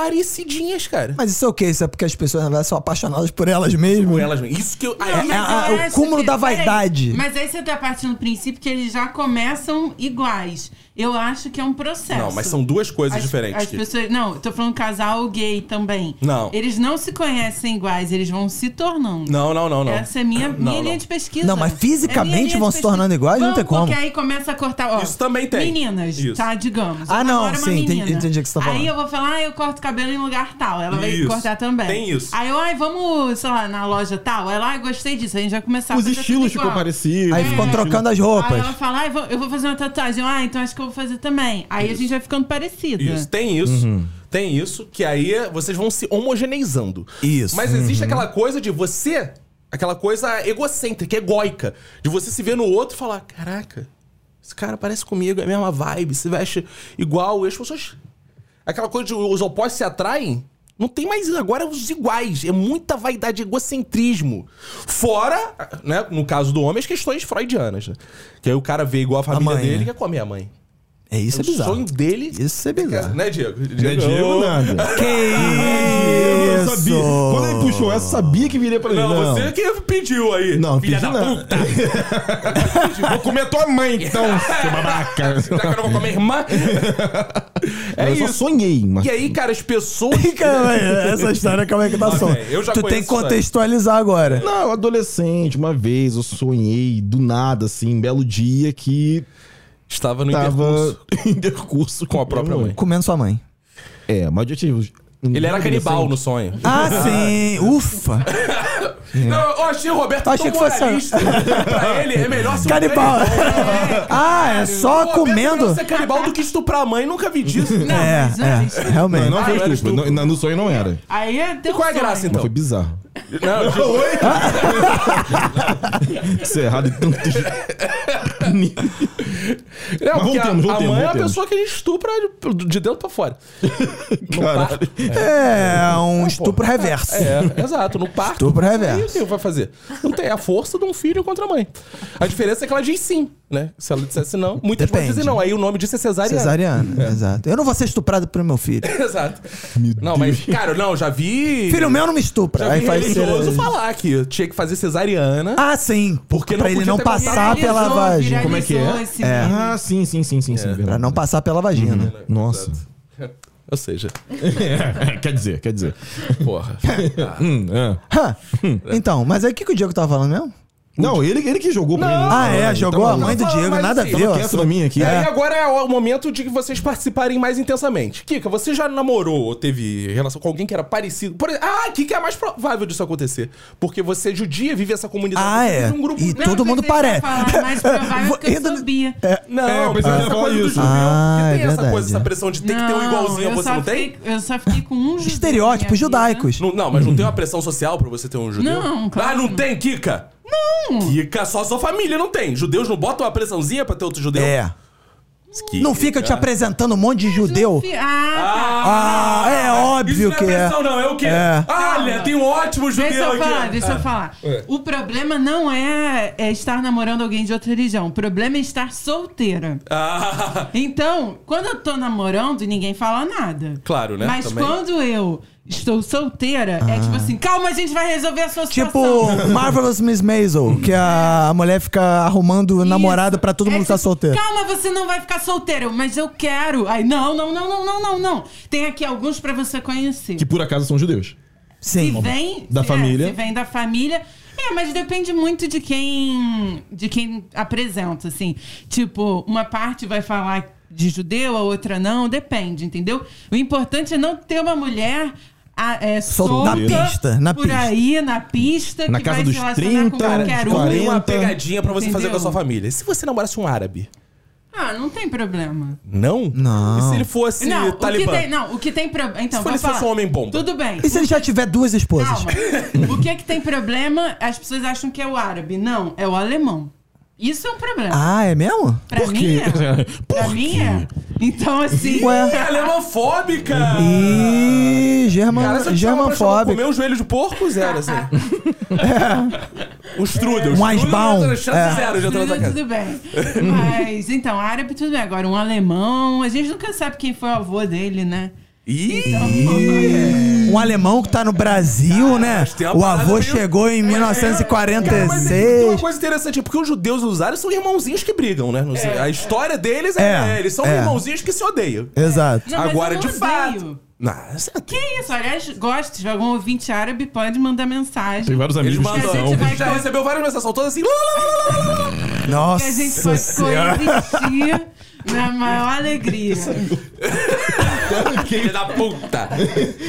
Speaker 1: parecidinhas, cara.
Speaker 2: Mas isso é o quê? Isso é porque as pessoas na verdade são apaixonadas por elas mesmas?
Speaker 1: Com elas mesmo. Isso que eu.
Speaker 4: Não, é
Speaker 1: Aí,
Speaker 4: mas
Speaker 2: a-
Speaker 4: eu
Speaker 2: o
Speaker 4: acho
Speaker 2: cúmulo da vaidade.
Speaker 4: Peraí, mas aí você tá partindo do princípio que eles já começam iguais. Eu acho que é um processo.
Speaker 1: Não, mas são duas coisas
Speaker 4: As-
Speaker 1: diferentes.
Speaker 4: As pessoas, não, eu tô falando casal gay também.
Speaker 1: Não.
Speaker 4: Eles não se conhecem iguais, eles vão se tornando.
Speaker 1: Não, não, não, não.
Speaker 4: Essa é minha, minha
Speaker 1: não.
Speaker 4: linha de pesquisa.
Speaker 2: Não, mas
Speaker 4: É
Speaker 2: fisicamente
Speaker 4: minha linha
Speaker 2: vão
Speaker 4: de
Speaker 2: se
Speaker 4: pesquisa.
Speaker 2: tornando iguais? Não
Speaker 4: Vão,
Speaker 2: tem como.
Speaker 4: Porque aí começa a cortar. ó,
Speaker 1: Isso também tem.
Speaker 4: Meninas,
Speaker 1: Isso.
Speaker 4: tá? Digamos.
Speaker 2: Ah,
Speaker 4: Eu
Speaker 2: não,
Speaker 4: namoro uma
Speaker 2: sim, entendi-
Speaker 4: menina.
Speaker 2: entendi o que você tá falando.
Speaker 4: Aí eu vou falar, ah, eu corto cabelo em lugar tal. Ela vai
Speaker 1: Isso.
Speaker 4: cortar também.
Speaker 1: Tem isso.
Speaker 4: Aí eu, ai, vamos, sei lá, na loja tal. Ela, ai, gostei disso. A gente vai começar
Speaker 3: Os
Speaker 4: fazer tudo
Speaker 3: estilos
Speaker 4: igual.
Speaker 3: ficam parecidos.
Speaker 2: Aí ficam trocando as
Speaker 4: Aí
Speaker 2: roupas.
Speaker 4: ela fala, ah, eu vou- eu vou fazer uma tatuagem. Eu, Ah, então acho que eu vou fazer também. Aí a gente vai ficando parecida.
Speaker 1: Isso, tem isso.
Speaker 2: Uhum.
Speaker 1: Tem isso, que aí vocês vão se homogeneizando.
Speaker 2: Isso. Uhum.
Speaker 1: Mas existe aquela coisa de você, aquela coisa egocêntrica, egóica, de você se ver no outro e falar: caraca, esse cara parece comigo, é a mesma vibe, se veste igual. E as pessoas. Aquela coisa de os opostos se atraem. Não tem mais agora os iguais. É muita vaidade, egocentrismo. Fora, né, no caso do homem, as questões freudianas, né? Que aí o cara vê igual a família
Speaker 2: mãe,
Speaker 1: dele e
Speaker 2: né?
Speaker 1: quer comer a mãe.
Speaker 2: É isso é
Speaker 1: O sonho
Speaker 2: bizarro.
Speaker 1: dele
Speaker 2: Isso é bizarro.
Speaker 1: né, Diego?
Speaker 3: Não é Diego nada.
Speaker 2: Que
Speaker 3: Ah, Eu sabia. Quando ele
Speaker 2: isso?
Speaker 3: puxou essa, sabia que viria pra ele.
Speaker 1: Não,
Speaker 3: Não,
Speaker 1: você que pediu aí.
Speaker 3: Não,
Speaker 1: filha
Speaker 3: pedi
Speaker 1: da
Speaker 3: não.
Speaker 1: puta.
Speaker 3: Vou comer tua mãe, então, seu babaca.
Speaker 1: Já que eu não vou comer irmã.
Speaker 3: É eu só sonhei, mas.
Speaker 1: E aí, cara, as pessoas.
Speaker 2: Calma aí, é, essa história como é que tá
Speaker 1: Ok,
Speaker 2: som?
Speaker 1: eu já
Speaker 2: Tu tem que
Speaker 1: conheço,
Speaker 2: contextualizar agora.
Speaker 3: Não, adolescente, uma vez eu sonhei do nada, assim, um belo dia que
Speaker 1: Estava no
Speaker 3: tava
Speaker 1: intercurso.
Speaker 3: em intercurso
Speaker 1: Com a própria mãe.
Speaker 2: Comendo sua mãe.
Speaker 3: É, mas eu um tinha.
Speaker 1: Ele era canibal no sonho.
Speaker 2: Ah, sim. Ufa.
Speaker 1: Ah, Não, eu achei o Roberto
Speaker 2: Achei
Speaker 1: tão
Speaker 2: que fosse-
Speaker 1: moralista. pra ele, é melhor ser um
Speaker 2: Canibal. Ah, é
Speaker 1: O
Speaker 2: só
Speaker 1: Roberto é melhor
Speaker 2: comendo?
Speaker 1: ser canibal do que estuprar a mãe, nunca vi disso.
Speaker 4: Não,
Speaker 2: É,
Speaker 4: mas, gente,
Speaker 2: é, realmente.
Speaker 3: Não, não foi
Speaker 1: Ah, era
Speaker 3: estúpido.
Speaker 1: estúpido.
Speaker 3: No, no sonho não era.
Speaker 4: Aí é deu
Speaker 1: Qual é a
Speaker 4: sonho.
Speaker 1: graça,
Speaker 3: Mas
Speaker 1: então?
Speaker 3: foi bizarro.
Speaker 1: Não, tipo,
Speaker 3: Isso é errado em tantos.
Speaker 1: não, porque
Speaker 3: Mas
Speaker 1: a,
Speaker 3: voltemos,
Speaker 1: a
Speaker 3: voltemos,
Speaker 1: mãe é a
Speaker 3: voltemos.
Speaker 1: pessoa que a gente estupra de, de dentro pra fora. No
Speaker 3: Caralho.
Speaker 1: parto.
Speaker 2: É um estupro reverso.
Speaker 1: É, exato. No parto.
Speaker 2: Estupro reverso.
Speaker 1: aí O que vai fazer? Não tem a força de um filho contra a mãe. A diferença é que ela diz sim, né? Se ela dissesse não, muitas
Speaker 2: Depende.
Speaker 1: pessoas dizem não. Aí o nome disso é cesariana.
Speaker 2: Cesariana, exato. Eu não vou ser estuprado pelo meu filho.
Speaker 1: Exato.
Speaker 3: Meu
Speaker 1: não, mas, cara, não, já vi.
Speaker 2: Filho meu não me estupra.
Speaker 1: É. já
Speaker 2: Aí
Speaker 1: vi
Speaker 2: faz
Speaker 1: religioso
Speaker 2: ser-
Speaker 1: falar que tinha que fazer cesariana.
Speaker 2: Ah, sim.
Speaker 1: Porque
Speaker 2: Porque
Speaker 1: não
Speaker 2: pra ele
Speaker 1: podia
Speaker 2: não
Speaker 1: ter
Speaker 2: passar
Speaker 1: contato.
Speaker 2: pela
Speaker 4: Viralizou,
Speaker 2: vagina.
Speaker 3: Como é que é?
Speaker 4: viralizou esse meme.
Speaker 3: Ah, sim, sim, sim, sim, sim. é
Speaker 2: Pra
Speaker 3: verdade.
Speaker 2: não passar
Speaker 1: Hum,
Speaker 2: pela vagina.
Speaker 3: Nossa.
Speaker 1: Ou seja,
Speaker 3: É, quer dizer, quer dizer.
Speaker 1: porra. Ah,
Speaker 3: Hum, é.
Speaker 1: Hum.
Speaker 2: Hã. Então, mas aí o que, que o Diego tava falando mesmo?
Speaker 3: Não, ele, ele tá que jogou pra mim.
Speaker 2: Ah, é, jogou a mãe do
Speaker 1: Não,
Speaker 2: Diego,
Speaker 1: mas
Speaker 2: nada a
Speaker 1: assim,
Speaker 2: ver. ó.
Speaker 3: Tava quieto da minha aqui.
Speaker 1: E aí agora é o momento de que vocês participarem mais intensamente. Kika, você já namorou ou teve relação com alguém que era parecido? Por exemplo, ah, Kika é mais provável disso acontecer. Porque você é judia, vive essa comunidade.
Speaker 2: Ah,
Speaker 1: você
Speaker 2: é.
Speaker 1: vive Um grupo...
Speaker 2: E
Speaker 4: Não,
Speaker 2: todo
Speaker 4: eu
Speaker 2: mundo
Speaker 4: pensei que
Speaker 2: parece.
Speaker 4: ia falar mais provável que eu
Speaker 2: Ainda-
Speaker 4: sabia.
Speaker 1: Não,
Speaker 3: É,
Speaker 1: mas
Speaker 3: eu pensei que
Speaker 1: essa
Speaker 3: era
Speaker 1: coisa do
Speaker 3: isso.
Speaker 1: judeu.
Speaker 2: Ah,
Speaker 1: que
Speaker 2: é
Speaker 1: tem essa
Speaker 2: verdade.
Speaker 1: coisa, essa pressão de tem que ter um igualzinho,
Speaker 4: eu
Speaker 1: você
Speaker 4: só
Speaker 1: não tem?
Speaker 4: fiquei- Eu só fiquei com um judeu
Speaker 2: Estereótipos
Speaker 4: na minha vida.
Speaker 2: judaicos.
Speaker 1: Não, não, mas não tem uma pressão social pra você ter um judeu?
Speaker 4: Não, claro
Speaker 1: Ah, não
Speaker 4: que não.
Speaker 1: tem, Kika? Não. Kika, só sua família não tem. Judeus não botam uma pressãozinha pra ter outro judeu?
Speaker 2: É.
Speaker 1: Kika.
Speaker 2: Não fica te apresentando um monte de
Speaker 4: Não
Speaker 2: judeu.
Speaker 4: fi- Ah,
Speaker 2: Ah,
Speaker 4: tá.
Speaker 2: é
Speaker 1: Isso
Speaker 2: óbvio
Speaker 1: não é
Speaker 2: que é.
Speaker 1: pressão, não. É o quê?
Speaker 2: É.
Speaker 1: Olha, tem um ótimo judeu
Speaker 4: Deixa eu
Speaker 1: aqui. É.
Speaker 4: falar, deixa eu falar. O problema não é, é estar namorando alguém de outra religião. O problema é estar solteira.
Speaker 1: Ah,
Speaker 4: Então, quando eu tô namorando, ninguém fala nada.
Speaker 1: Claro, né?
Speaker 4: Mas
Speaker 1: Também.
Speaker 4: quando eu estou solteira, é tipo assim, calma, a gente vai resolver a sua
Speaker 2: Ah. Tipo
Speaker 4: situação.
Speaker 2: Marvelous Miss Maisel, que a mulher fica arrumando namorada pra todo
Speaker 4: É
Speaker 2: mundo que tá
Speaker 4: tipo,
Speaker 2: solteiro.
Speaker 4: Calma, você não vai ficar solteiro, mas eu quero. Aí, não, não, não, não, não, não, não. Tem aqui alguns pra você conhecer.
Speaker 3: Que por acaso são judeus.
Speaker 4: Se
Speaker 2: Sim.
Speaker 4: vem
Speaker 3: Da
Speaker 4: se- é,
Speaker 3: família.
Speaker 4: se vem da família. É, mas depende muito de quem de quem apresenta, assim. Tipo, uma parte vai falar de judeu, a outra não, depende, entendeu? O importante é não ter uma mulher ah, é,
Speaker 2: Sol-
Speaker 4: solta
Speaker 2: na pista, na
Speaker 4: por
Speaker 2: pista.
Speaker 4: aí, na pista,
Speaker 3: Na
Speaker 4: que
Speaker 3: casa
Speaker 4: vai
Speaker 3: dos
Speaker 4: se relacionar
Speaker 3: 30,
Speaker 4: com qualquer um.
Speaker 1: Tem uma
Speaker 3: 40.
Speaker 1: pegadinha pra você fazer
Speaker 4: Entendeu?
Speaker 1: com a sua família. E se você namorasse um árabe?
Speaker 4: Ah, não tem problema.
Speaker 1: Não?
Speaker 2: Não.
Speaker 1: E se ele fosse
Speaker 4: não, o que
Speaker 1: talibã?
Speaker 4: tem, não, o que tem problema. Então,
Speaker 1: Se ele
Speaker 4: vou
Speaker 1: fosse
Speaker 4: falar.
Speaker 1: um homem bomba?
Speaker 4: Tudo bem.
Speaker 2: E se
Speaker 3: é
Speaker 2: ele já tiver duas esposas?
Speaker 4: Calma. o que é que tem problema? As pessoas acham que é o árabe. Não, é o alemão. Isso é um problema.
Speaker 2: Ah, é mesmo?
Speaker 4: pra
Speaker 3: por
Speaker 4: mim
Speaker 3: quê?
Speaker 4: é.
Speaker 3: Por
Speaker 4: Pra
Speaker 3: quê?
Speaker 4: mim é. Então, assim.
Speaker 1: É
Speaker 2: Ué.
Speaker 1: alemofóbica!
Speaker 2: Ih, é german,
Speaker 1: Cara, se eu te chamar pra chamar-
Speaker 2: germanfóbico.
Speaker 1: comer um joelho de porco, zero, assim. Um strudel.
Speaker 2: Um
Speaker 1: strudel,
Speaker 2: Eisbaum,
Speaker 1: chance
Speaker 2: é.
Speaker 1: zero de entrar na
Speaker 4: Tudo,
Speaker 1: casa.
Speaker 4: tudo bem. Mas, então, árabe, tudo bem. Agora, um alemão, a gente nunca sabe quem foi o avô dele, né?
Speaker 2: Um alemão que tá no Brasil, né?
Speaker 1: mas tem uma
Speaker 2: O
Speaker 1: parada
Speaker 2: avô
Speaker 1: meio-
Speaker 2: chegou em
Speaker 1: Cara, mas tem uma
Speaker 2: 1946.
Speaker 1: coisa interessante, é porque os judeus e os árabes são irmãozinhos que brigam, né? Não sei, A história deles é,
Speaker 2: É,
Speaker 1: eles são
Speaker 2: é.
Speaker 1: irmãozinhos que se odeiam.
Speaker 2: Exato.
Speaker 4: Não, mas
Speaker 1: Agora,
Speaker 4: eu
Speaker 1: de
Speaker 4: não odeio.
Speaker 1: fato.
Speaker 2: é
Speaker 1: Nossa,
Speaker 4: Que isso? Aliás, gosto de algum ouvinte árabe, pode mandar mensagem.
Speaker 3: Tem vários
Speaker 1: eles
Speaker 3: amigos que
Speaker 1: mandam.
Speaker 4: a
Speaker 1: A
Speaker 4: gente
Speaker 3: são.
Speaker 1: gente
Speaker 4: vai-
Speaker 1: já recebeu várias mensagens, são todas assim. lá, lá, lá, lá, lá, lá.
Speaker 4: que a gente
Speaker 2: Nossa
Speaker 4: pode
Speaker 2: senhora.
Speaker 4: coexistir na maior alegria.
Speaker 1: Filho da puta!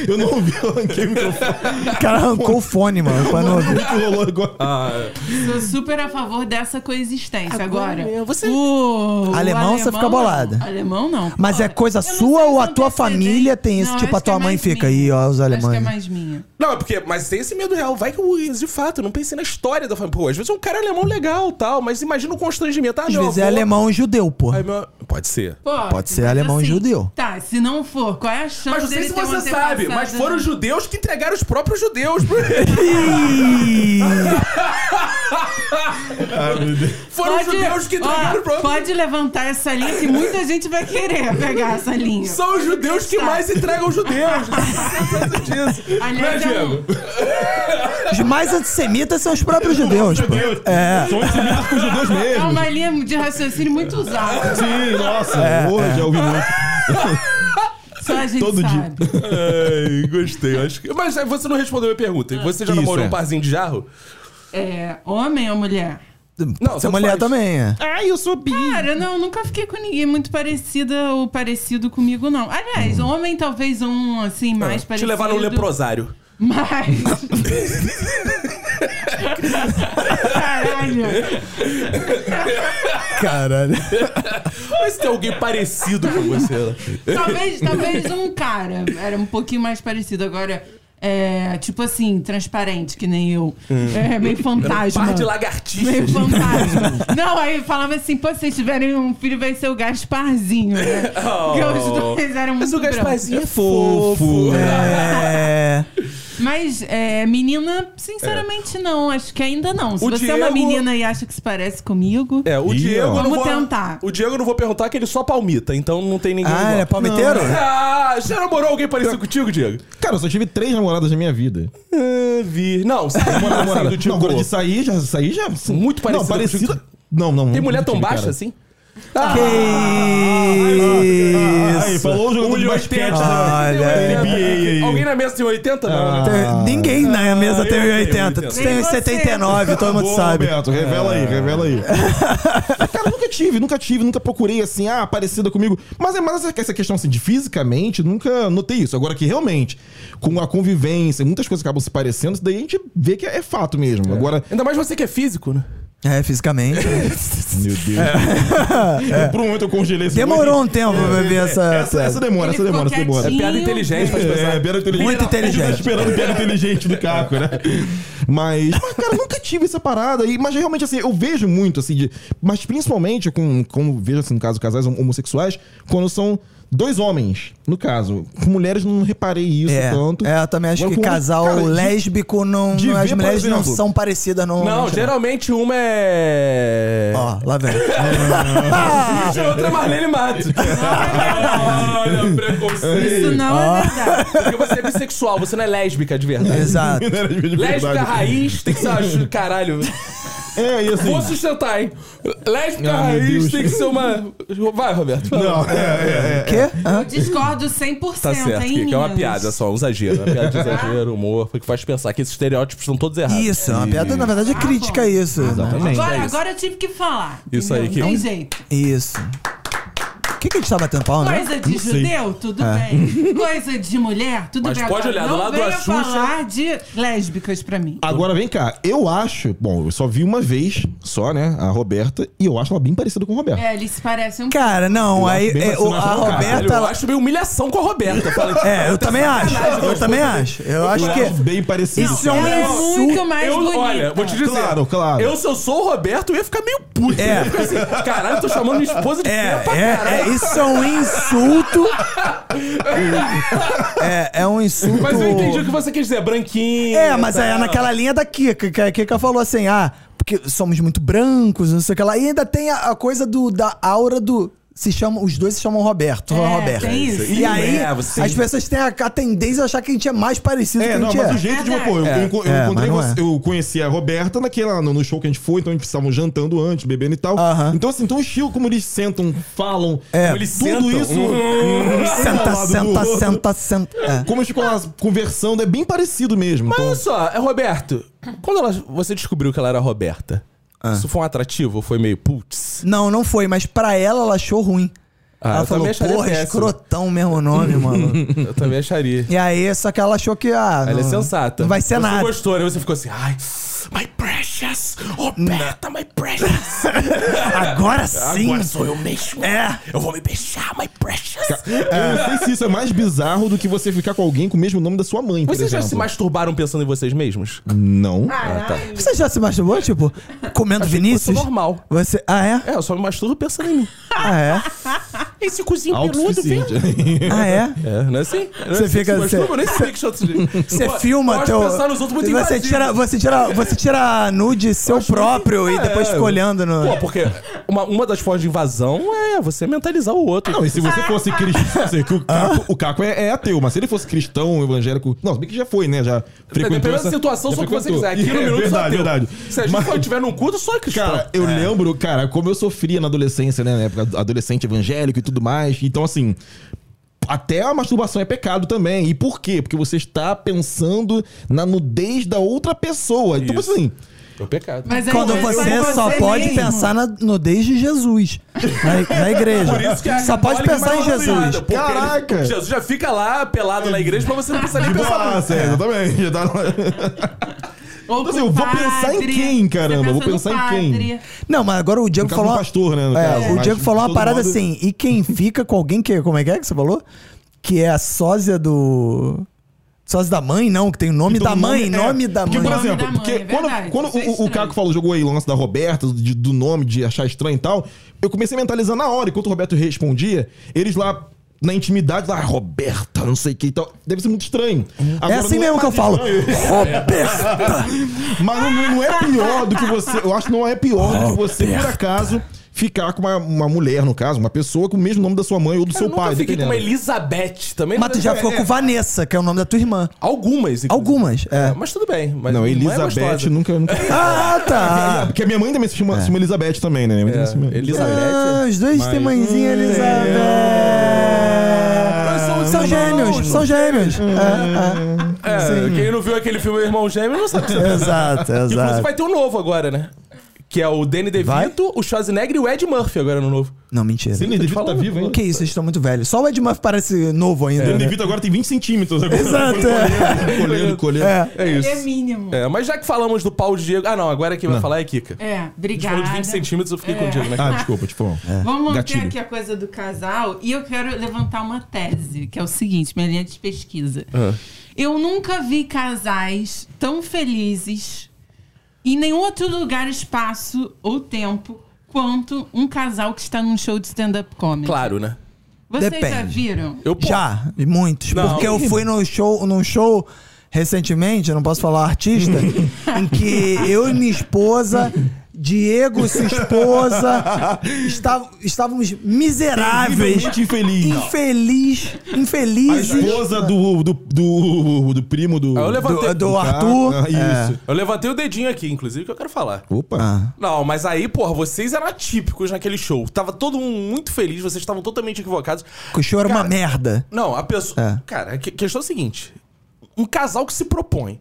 Speaker 3: Eu não ouvi, eu arranquei o microfone.
Speaker 2: O cara arrancou o fone, mano, pra não ouvir.
Speaker 3: que rolou agora.
Speaker 4: Sou super a favor dessa coexistência. Agora,
Speaker 1: é meu, você-
Speaker 4: o, o
Speaker 2: Alemão, você fica bolada.
Speaker 4: não. Alemão não.
Speaker 2: Mas é coisa
Speaker 4: não
Speaker 2: sua
Speaker 4: sei
Speaker 2: ou a
Speaker 4: se
Speaker 2: tua
Speaker 4: antecedente-
Speaker 2: família tem isso?
Speaker 4: Não,
Speaker 2: Tipo,
Speaker 4: acho
Speaker 2: a tua
Speaker 4: que é
Speaker 2: mãe
Speaker 4: mais
Speaker 2: fica
Speaker 4: minha.
Speaker 2: aí, ó, os
Speaker 4: Acho que é
Speaker 2: alemães.
Speaker 4: mais minha.
Speaker 1: Não, é porque. Mas tem esse medo real. Vai que o de fato, eu não pensei na história da família. Pô, às vezes é um cara alemão legal tal, mas imagina o constrangimento. Ah,
Speaker 2: Às
Speaker 1: meu
Speaker 2: vezes é
Speaker 1: avô-
Speaker 2: alemão e judeu, pô.
Speaker 1: Aí meu- Pode ser.
Speaker 2: Pode ser alemão
Speaker 4: e
Speaker 2: judeu.
Speaker 4: Tá, se não for, qual é a chance
Speaker 1: Mas não sei
Speaker 4: dele
Speaker 1: se
Speaker 4: ter um né?
Speaker 1: você sabe, mas
Speaker 4: antepassado?
Speaker 1: foram os judeus que entregaram os próprios judeus. pro-
Speaker 2: Ih!
Speaker 1: foram os judeus que entregaram os
Speaker 4: ó,
Speaker 1: próprios.
Speaker 4: Pode levantar essa linha que muita gente vai querer pegar essa linha. Tá.
Speaker 1: São os judeus que mais entregam os judeus.
Speaker 4: Aliás,
Speaker 1: Né,
Speaker 4: é um-
Speaker 2: Os mais antissemitas são os próprios judeus, pô. É.
Speaker 3: São antissemitas com os judeus
Speaker 4: é
Speaker 3: mesmo.
Speaker 4: uma linha de raciocínio muito usada.
Speaker 3: Sim, nossa.
Speaker 2: É,
Speaker 3: hoje é eu ouvi muito.
Speaker 4: Só a gente
Speaker 3: Todo dia.
Speaker 4: sabe.
Speaker 1: Ai, gostei. Acho que... Mas é, você não respondeu a minha pergunta. Você já
Speaker 3: Isso,
Speaker 1: namorou
Speaker 3: é.
Speaker 1: um parzinho de jarro?
Speaker 4: É, homem ou mulher?
Speaker 2: Não,
Speaker 1: tanto
Speaker 2: Hum, ser mulher
Speaker 1: faz.
Speaker 2: também, é.
Speaker 3: Ai, eu sou bi.
Speaker 4: Cara, não, nunca fiquei com ninguém muito parecida ou parecido comigo, não. Aliás, homem talvez um, assim, mais
Speaker 1: Uhum. É, Te
Speaker 4: parecido.
Speaker 1: levaram no leprosário.
Speaker 4: Mas... Caralho.
Speaker 2: Caralho.
Speaker 1: Mas tem alguém parecido com você. né?
Speaker 4: Talvez, talvez um cara era um pouquinho mais parecido. Agora, é, tipo assim, transparente, que nem eu. É, meio
Speaker 3: Tá,
Speaker 4: fantasma.
Speaker 1: Hum. um Par de
Speaker 4: Meio
Speaker 1: lagartixas.
Speaker 4: fantasma. Não, aí falava assim, pô, se vocês tiverem um filho, vai ser o Gasparzinho, né? Porque os dois
Speaker 1: Oh.
Speaker 4: eram muito
Speaker 1: Mas o
Speaker 4: brancos.
Speaker 1: Gasparzinho é fofo.
Speaker 2: É.
Speaker 4: Mas é, menina, sinceramente não, acho que ainda não. Se
Speaker 1: É. O
Speaker 4: você é uma
Speaker 1: Diego-
Speaker 4: menina e acha que se parece comigo,
Speaker 1: É, o
Speaker 3: Ih,
Speaker 1: Diego.
Speaker 3: ó.
Speaker 1: eu não
Speaker 4: Vamos
Speaker 1: vou-
Speaker 4: tentar.
Speaker 1: O Diego eu não vou perguntar que ele só palmita, então não tem ninguém.
Speaker 2: Ah,
Speaker 1: igual.
Speaker 2: ele é palmiteiro?
Speaker 1: Ah, já namorou alguém parecido contigo, Diego?
Speaker 3: Cara, eu só tive três namoradas na minha vida. É,
Speaker 1: Ah, vi. Não, você tem uma
Speaker 3: Uma
Speaker 1: namorada
Speaker 3: namorada.
Speaker 1: do tipo.
Speaker 3: Não, agora de sair, já sair já.
Speaker 1: Muito parecida
Speaker 3: Não, parecida.
Speaker 1: contigo.
Speaker 3: Não, não.
Speaker 1: Tem
Speaker 3: nunca
Speaker 1: mulher tão
Speaker 3: tive,
Speaker 1: baixa
Speaker 3: cara.
Speaker 1: assim? Ah,
Speaker 2: Que
Speaker 3: Aí,
Speaker 2: isso.
Speaker 3: falou o jogador Um de
Speaker 1: 1,80.
Speaker 3: basquete né? da
Speaker 2: Olha.
Speaker 1: né? Tem um
Speaker 3: NBA aí. Ah.
Speaker 1: Alguém na mesa tem 80? Não, né?
Speaker 2: Tem- Ninguém na mesa tem
Speaker 3: eu tenho
Speaker 2: 80. Tu
Speaker 3: 80.
Speaker 2: tem
Speaker 4: Nem você.
Speaker 2: 79, todo mundo
Speaker 3: Boa,
Speaker 2: sabe. É.
Speaker 3: Roberto, revela aí, revela aí. Cara, nunca tive, nunca tive, nunca procurei assim, ah, parecida comigo. Mas é mais essa- essa questão assim, de fisicamente, nunca notei isso. Agora que realmente, com a convivência, muitas coisas acabam se parecendo, isso daí a gente vê que é é fato mesmo. Agora,
Speaker 1: Ainda mais você que é físico, né?
Speaker 2: É, fisicamente.
Speaker 3: meu Deus. Por um momento eu congelei esse
Speaker 2: É. Demorou
Speaker 3: momento.
Speaker 2: um tempo pra ver essa.
Speaker 3: Essa, essa demora,
Speaker 4: Ele
Speaker 3: essa demora, essa
Speaker 4: ficou
Speaker 3: demora.
Speaker 4: quietinho.
Speaker 1: É Piada inteligente, faz pensar.
Speaker 3: É, piada inteligente.
Speaker 2: Muito
Speaker 3: A gente
Speaker 2: inteligente.
Speaker 3: tá esperando piada inteligente do Caco, né? Mas, mas, cara, nunca tive essa parada. E, mas realmente, assim, eu vejo muito, assim, de- mas principalmente com, como vejo, assim, no caso, casais hom- homossexuais, quando são dois homens, no caso. Com mulheres, não reparei isso
Speaker 2: É,
Speaker 3: tanto.
Speaker 2: é, eu também acho
Speaker 3: Agora,
Speaker 2: que
Speaker 3: com homem,
Speaker 2: casal
Speaker 3: cara, de-
Speaker 2: lésbico não.
Speaker 3: de
Speaker 2: não- as
Speaker 3: ver, por
Speaker 2: mulheres não
Speaker 3: exemplo.
Speaker 2: são parecidas, não.
Speaker 1: Não, geralmente uma é.
Speaker 2: Ó, lá vem.
Speaker 1: E a outra é Marlene Matos. Olha, preconceito.
Speaker 4: Isso não
Speaker 1: Ah.
Speaker 4: é verdade.
Speaker 1: Porque você é bissexual, você não é lésbica de verdade.
Speaker 2: Exato.
Speaker 3: de
Speaker 1: Lésbica
Speaker 3: verdade.
Speaker 1: raiz tem que ser. uma- Caralho.
Speaker 3: É, e assim.
Speaker 1: Vou sustentar, hein? Lésbica
Speaker 3: Ah, meu
Speaker 1: raiz
Speaker 3: Deus.
Speaker 1: tem que ser uma. Vai, Roberto. vai.
Speaker 3: Não, é, é, é.
Speaker 2: Quê? Hã?
Speaker 4: Eu discordo 100%,
Speaker 1: Tá certo,
Speaker 4: hein,
Speaker 1: que, que é uma
Speaker 4: meninas?
Speaker 1: piada só, um exagero. Uma
Speaker 2: Tá.
Speaker 1: piada de exagero, humor, foi que faz pensar que esses estereótipos estão todos errados.
Speaker 2: Isso, é uma piada, na verdade, é
Speaker 4: Ah,
Speaker 2: crítica a
Speaker 4: bom.
Speaker 2: isso. né?
Speaker 1: Exatamente.
Speaker 4: Agora,
Speaker 1: É isso.
Speaker 4: agora eu tive que falar.
Speaker 1: Isso aí,
Speaker 4: entendeu? Não
Speaker 1: que-
Speaker 4: tem jeito.
Speaker 2: Isso. O que, que a gente tá batendo pau, né?
Speaker 4: Coisa de
Speaker 3: sei.
Speaker 4: judeu, tudo bem. Coisa de mulher, tudo
Speaker 1: É. Mas
Speaker 4: bem.
Speaker 1: pode
Speaker 4: Agora,
Speaker 1: olhar, do
Speaker 4: não
Speaker 1: lado da
Speaker 4: venha
Speaker 1: Xuxa-
Speaker 4: falar de lésbicas pra mim.
Speaker 3: Agora vem cá, eu acho. Bom, eu só vi uma vez, só, né? A Roberta, e eu acho ela bem parecida com a Roberta.
Speaker 4: É, eles se parecem um
Speaker 2: Cara, não, aí
Speaker 3: bem
Speaker 2: é,
Speaker 3: mais
Speaker 2: o-
Speaker 3: mais
Speaker 2: a
Speaker 3: bom, caralho.
Speaker 1: Caralho,
Speaker 2: Roberta.
Speaker 1: eu
Speaker 2: ela-
Speaker 1: acho meio humilhação com a Roberta. tá Falei,
Speaker 2: É, eu também acho. Eu também acho. Eu acho
Speaker 3: Eu
Speaker 2: que.
Speaker 3: bem parecida.
Speaker 2: Isso é um
Speaker 4: Ela é muito
Speaker 2: insulto.
Speaker 4: mais
Speaker 1: eu,
Speaker 4: bonita.
Speaker 1: olha, vou te dizer.
Speaker 3: Claro, claro.
Speaker 1: Eu, se eu sou o Roberto, eu ia ficar meio puto.
Speaker 2: É.
Speaker 1: Eu ia ficar assim, caralho, tô chamando minha esposa de
Speaker 2: É,
Speaker 1: feia pra
Speaker 2: é, é,
Speaker 1: caralho.
Speaker 2: isso é um insulto. É, é um insulto.
Speaker 1: Mas eu entendi o que você quis dizer, branquinho.
Speaker 2: É, mas é
Speaker 1: tal.
Speaker 2: naquela linha da Kika, que a Kika falou assim, ah, porque somos muito brancos, não sei o que lá. E ainda tem a, a coisa do, da aura do... Se chama, os dois se chamam Roberto.
Speaker 4: É,
Speaker 2: Roberto.
Speaker 4: tem isso.
Speaker 2: E aí,
Speaker 1: É, você-
Speaker 2: as pessoas têm a, a tendência a achar que a gente é mais parecido que
Speaker 3: É,
Speaker 2: a
Speaker 3: não,
Speaker 2: gente
Speaker 3: mas
Speaker 2: é.
Speaker 3: o jeito de uma. Pô, eu,
Speaker 1: É.
Speaker 3: eu enco- eu
Speaker 2: É,
Speaker 3: encontrei
Speaker 2: mas não
Speaker 3: você- eu conheci a Roberta naquela, no, no show que a gente foi, então eles estavam jantando antes, bebendo e tal.
Speaker 2: Aham.
Speaker 3: Então, assim, então o estilo como eles sentam, falam,
Speaker 2: É.
Speaker 3: como eles tudo
Speaker 1: sentam.
Speaker 3: isso.
Speaker 1: Uhum.
Speaker 3: um
Speaker 1: é
Speaker 2: Senta,
Speaker 3: ao lado do
Speaker 2: senta,
Speaker 3: outro.
Speaker 2: senta, senta. É.
Speaker 3: Como eles ficam lá conversando, é bem parecido mesmo.
Speaker 1: Mas olha
Speaker 3: então,
Speaker 1: só, é, Roberto, quando ela- você descobriu que ela era Roberta,
Speaker 2: Ah.
Speaker 1: isso foi um atrativo? Foi meio putz?
Speaker 2: Não, não foi, mas pra ela, ela achou ruim.
Speaker 1: Ah, eu
Speaker 2: ela falou,
Speaker 1: também acharia
Speaker 2: porra,
Speaker 1: péssimo."
Speaker 2: escrotão mesmo o nome, mano.
Speaker 1: Eu também acharia.
Speaker 2: E aí, só que ela achou que, ah...
Speaker 1: Ela é
Speaker 2: não-
Speaker 1: sensata.
Speaker 2: Não vai ser
Speaker 1: você
Speaker 2: nada.
Speaker 1: gostou, né? Você ficou assim, ai, my precious, Roberta, my precious.
Speaker 2: Agora sim.
Speaker 1: Agora sou eu mesmo.
Speaker 2: É.
Speaker 1: Eu vou me beijar, my precious.
Speaker 3: eu não sei se isso é mais bizarro do que você ficar com alguém com o mesmo nome da sua mãe. por
Speaker 1: Vocês já Ah,
Speaker 3: exemplo.
Speaker 1: se masturbaram pensando em vocês mesmos?
Speaker 3: Não.
Speaker 1: tá.
Speaker 2: Você já se masturbou, tipo, comendo Vinícius?
Speaker 1: fosse é normal.
Speaker 2: Você. Ah, é?
Speaker 1: É, eu só me masturbo pensando em mim.
Speaker 2: Ah, é?
Speaker 1: Esse cozinho
Speaker 3: Autossuficiente.
Speaker 2: Ah, é?
Speaker 1: É, não é assim? Não é
Speaker 2: Você
Speaker 1: assim
Speaker 2: fica-
Speaker 1: que se masturba,
Speaker 2: você-
Speaker 1: eu nem sabia que isso outro
Speaker 2: Você filma teu.
Speaker 1: pensar nos outros muito
Speaker 2: você,
Speaker 1: invasivo.
Speaker 2: tira, você, tira, você tira nude seu próprio e
Speaker 1: Ah,
Speaker 2: depois
Speaker 1: é.
Speaker 2: fica olhando no.
Speaker 1: Pô, porque uma, uma das formas de invasão é você mentalizar o outro.
Speaker 3: Não, e se você fosse cristão. assim, que o Caco, o Caco é, é ateu, mas se ele fosse cristão, evangélico. Não, se bem que já foi, né? Já frequentou.
Speaker 1: Dependendo
Speaker 3: essa-
Speaker 1: da situação,
Speaker 3: já
Speaker 1: só o que você
Speaker 3: frequentou.
Speaker 1: quiser. Aqui no
Speaker 3: É,
Speaker 1: Minuto só
Speaker 3: Verdade,
Speaker 1: teu.
Speaker 3: verdade.
Speaker 1: Se a gente
Speaker 3: Mas-
Speaker 1: for tiver num culto, só cristão. É.
Speaker 3: Cara, eu lembro, cara, como eu sofria na adolescência, né? Na época adolescente evangélico e tudo mais. Então, assim. Até a masturbação é pecado também. E por quê? Porque você está pensando na nudez da outra pessoa. Então,
Speaker 1: Isso.
Speaker 3: assim.
Speaker 1: É um pecado.
Speaker 4: Mas aí
Speaker 2: Quando
Speaker 4: é
Speaker 2: você
Speaker 4: com
Speaker 2: só
Speaker 4: você
Speaker 2: pode
Speaker 4: mesmo.
Speaker 2: pensar na nudez de Jesus. Na, na igreja.
Speaker 1: é
Speaker 2: só pode pensar em Jesus.
Speaker 3: Caraca!
Speaker 1: Caraca! Jesus já fica lá pelado na igreja pra você não precisar nem pensar muito.
Speaker 3: Nossa, é, exatamente. Já tá
Speaker 4: Ou
Speaker 3: Então,
Speaker 4: com
Speaker 3: assim, eu vou pensar em
Speaker 4: padre.
Speaker 3: quem, caramba? Eu vou
Speaker 4: Você
Speaker 3: pensar em
Speaker 4: pensa no
Speaker 3: quem?
Speaker 4: padre.
Speaker 2: Não, mas agora o Diego
Speaker 3: caso,
Speaker 2: falou.
Speaker 3: um pastor, né, no
Speaker 2: é,
Speaker 3: caso,
Speaker 2: o
Speaker 3: mas
Speaker 2: Diego falou uma
Speaker 3: todo
Speaker 2: parada
Speaker 3: mundo-
Speaker 2: assim. E quem fica com alguém que. Como é que é que você falou? Que é a sósia do. Sósia da mãe, não, que tem o nome
Speaker 3: Então,
Speaker 2: da
Speaker 3: o
Speaker 2: mãe,
Speaker 3: é,
Speaker 2: nome da
Speaker 3: porque,
Speaker 2: mãe.
Speaker 3: Por
Speaker 4: Nome
Speaker 3: exemplo,
Speaker 4: da mãe,
Speaker 3: porque
Speaker 4: é
Speaker 3: quando,
Speaker 4: verdade,
Speaker 3: quando
Speaker 4: isso é
Speaker 3: o, o
Speaker 4: estranho.
Speaker 3: Caco falou, jogou aí o lance da Roberta, de- do nome, de achar estranho e tal, eu comecei a mentalizar na hora, enquanto o Roberto respondia, eles lá. Na intimidade, lá, ah, Roberta, não sei o que e tal. Deve ser muito estranho. Agora,
Speaker 2: é assim
Speaker 3: não
Speaker 2: mesmo que eu
Speaker 3: mais
Speaker 2: falo.
Speaker 3: estranho.
Speaker 2: Roberta!
Speaker 3: Mas não, não é pior do que você. Eu acho que não é pior do que você, por acaso, ficar com uma, uma mulher, no caso, uma pessoa com o mesmo nome da sua mãe ou do
Speaker 1: É. Eu
Speaker 3: seu
Speaker 1: nunca
Speaker 3: pai.
Speaker 1: fiquei com uma
Speaker 3: dependendo.
Speaker 1: Elizabeth também.
Speaker 2: Mas tu
Speaker 1: não-
Speaker 2: já
Speaker 1: é,
Speaker 2: ficou
Speaker 1: é,
Speaker 2: com Vanessa, que é o nome da tua irmã.
Speaker 1: Algumas. inclusive.
Speaker 2: Algumas, é.
Speaker 1: Mas tudo bem. Mas
Speaker 3: Não,
Speaker 1: é
Speaker 3: Elizabeth
Speaker 1: gostosa.
Speaker 3: nunca. nunca...
Speaker 2: Ah, tá.
Speaker 3: Porque a minha mãe também se chama, se chama Elizabeth também, né? Minha mãe também se chama-
Speaker 1: É, Elizabeth.
Speaker 2: Ah, os dois têm mãezinha,
Speaker 1: Nós
Speaker 2: Elizabeth.
Speaker 1: somos
Speaker 2: São
Speaker 1: irmãos,
Speaker 2: gêmeos, são gêmeos. É,
Speaker 1: É, quem não viu aquele filme Irmão Gêmeo não sabe.
Speaker 2: é. Exato,
Speaker 1: Inclusive
Speaker 2: exato.
Speaker 1: vai ter um novo agora, né? Que é o Danny
Speaker 2: Vai?
Speaker 1: DeVito, o Schwarzenegger e o Ed Murphy agora no novo.
Speaker 2: Não, mentira.
Speaker 3: Danny DeVito tá vivo, hein? É,
Speaker 2: Que isso, vocês estão muito velhos. Só o Ed Murphy parece novo ainda.
Speaker 3: Danny
Speaker 2: né?
Speaker 3: DeVito agora tem 20 centímetros agora.
Speaker 2: Exato,
Speaker 3: Colhendo, colhendo, colhendo.
Speaker 2: É.
Speaker 1: É
Speaker 4: Ele
Speaker 1: isso.
Speaker 4: é mínimo.
Speaker 1: É, mas já que falamos do Paulo Diego. Ah, não, agora quem vai falar é Kika. A gente
Speaker 4: É,
Speaker 1: falou
Speaker 4: obrigada.
Speaker 1: de 20 centímetros, eu fiquei com o Diego, né?
Speaker 3: Ah, desculpa, tipo.
Speaker 4: Vamos manter
Speaker 3: Gatilho.
Speaker 4: aqui a coisa do casal e eu quero levantar uma tese, que é o seguinte, minha linha de pesquisa. Eu nunca vi casais tão felizes em nenhum outro lugar, espaço ou tempo quanto um casal que está num show de stand-up comedy.
Speaker 1: Claro, né?
Speaker 4: Vocês já
Speaker 2: Depende.
Speaker 4: viram?
Speaker 1: Eu, pô,
Speaker 2: Já, e muitos.
Speaker 1: Não.
Speaker 2: Porque eu fui no show, num show recentemente, eu não posso falar artista, em que eu e minha esposa, Diego e sua esposa, está- estávamos miseráveis.
Speaker 3: Terrivelmente infeliz.
Speaker 2: Infeliz,
Speaker 3: A
Speaker 2: infelizes.
Speaker 3: esposa do, do, do, do primo do.
Speaker 1: Ah, eu levo-
Speaker 2: Do, do
Speaker 3: cara.
Speaker 2: Arthur. É.
Speaker 3: Ah, isso.
Speaker 1: eu levantei o dedinho aqui, inclusive, que eu quero falar.
Speaker 3: Opa.
Speaker 2: Ah.
Speaker 1: Não, mas aí, porra, vocês eram atípicos naquele show. Tava todo mundo muito feliz, vocês estavam totalmente equivocados.
Speaker 2: É, o show era uma merda.
Speaker 1: Não, a pessoa.
Speaker 2: É.
Speaker 1: Cara, a que- questão é a seguinte: um casal que se propõe.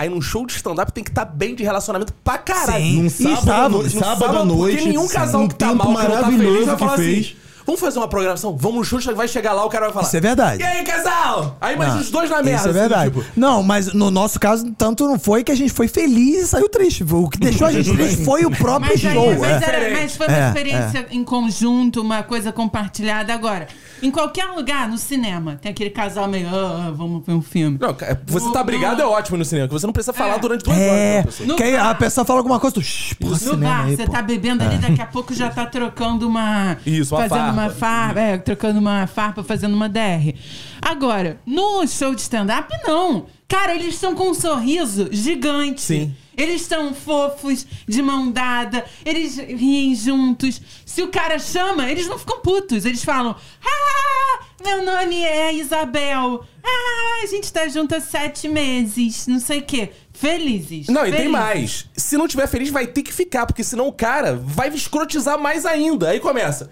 Speaker 1: Aí num show de stand-up tem que estar bem de relacionamento pra caralho.
Speaker 2: Sim.
Speaker 3: Num
Speaker 2: E
Speaker 3: sábado, à
Speaker 2: sábado,
Speaker 3: noite,
Speaker 2: no
Speaker 3: num sábado, à noite.
Speaker 1: Porque nenhum casal
Speaker 3: um
Speaker 1: que tá
Speaker 3: tempo
Speaker 1: mal, que não tá feliz,
Speaker 3: maravilhoso
Speaker 1: vai falar
Speaker 3: que fez.
Speaker 1: assim... Vamos fazer uma programação? Vamos no show, vai chegar lá, o cara vai falar...
Speaker 2: Isso é verdade.
Speaker 1: E aí, casal? Aí mais
Speaker 2: Não,
Speaker 1: os dois na merda.
Speaker 2: Isso é
Speaker 1: assim,
Speaker 2: verdade.
Speaker 1: tipo,
Speaker 2: Não, mas no nosso caso, tanto não foi que a gente foi feliz e saiu triste. O que deixou a gente triste foi o próprio
Speaker 4: Mas, aí-
Speaker 2: show.
Speaker 4: mas
Speaker 2: é.
Speaker 4: era- mas foi uma
Speaker 2: É,
Speaker 4: experiência em conjunto, uma coisa compartilhada. Agora, em qualquer lugar, no cinema, tem aquele casal meio, "Ah, ah, vamos ver um filme.
Speaker 1: Não, cara, você
Speaker 4: No-
Speaker 1: tá brigado
Speaker 4: no-
Speaker 1: é ótimo no cinema, que você não precisa falar
Speaker 4: É.
Speaker 1: durante duas horas.
Speaker 2: É,
Speaker 1: né, com a pessoa.
Speaker 4: No
Speaker 2: que aí
Speaker 4: bar.
Speaker 2: a pessoa fala alguma coisa, tu... "Shh,
Speaker 1: Tipo,
Speaker 2: Pô,
Speaker 4: No
Speaker 2: cinema
Speaker 4: bar,
Speaker 2: aí,
Speaker 4: você
Speaker 2: pô."
Speaker 4: tá bebendo ali, daqui a pouco já tá trocando uma.
Speaker 1: É. Isso, uma
Speaker 4: Fazendo
Speaker 1: farpa.
Speaker 4: uma farpa. É, trocando uma farpa, fazendo uma DR. Agora, no show de stand-up, não. Cara, eles estão com um sorriso gigante.
Speaker 1: Sim.
Speaker 4: Eles estão fofos, de mão dada, eles riem juntos. Se o cara chama, eles não ficam putos. Eles falam: Ah, meu nome é Isabel. Ah, a gente tá junto há sete meses. Não sei o quê. Felizes.
Speaker 1: Não, e tem
Speaker 4: felizes.
Speaker 1: mais. Se não tiver feliz, vai ter que ficar, porque senão o cara vai escrotizar mais ainda. Aí começa.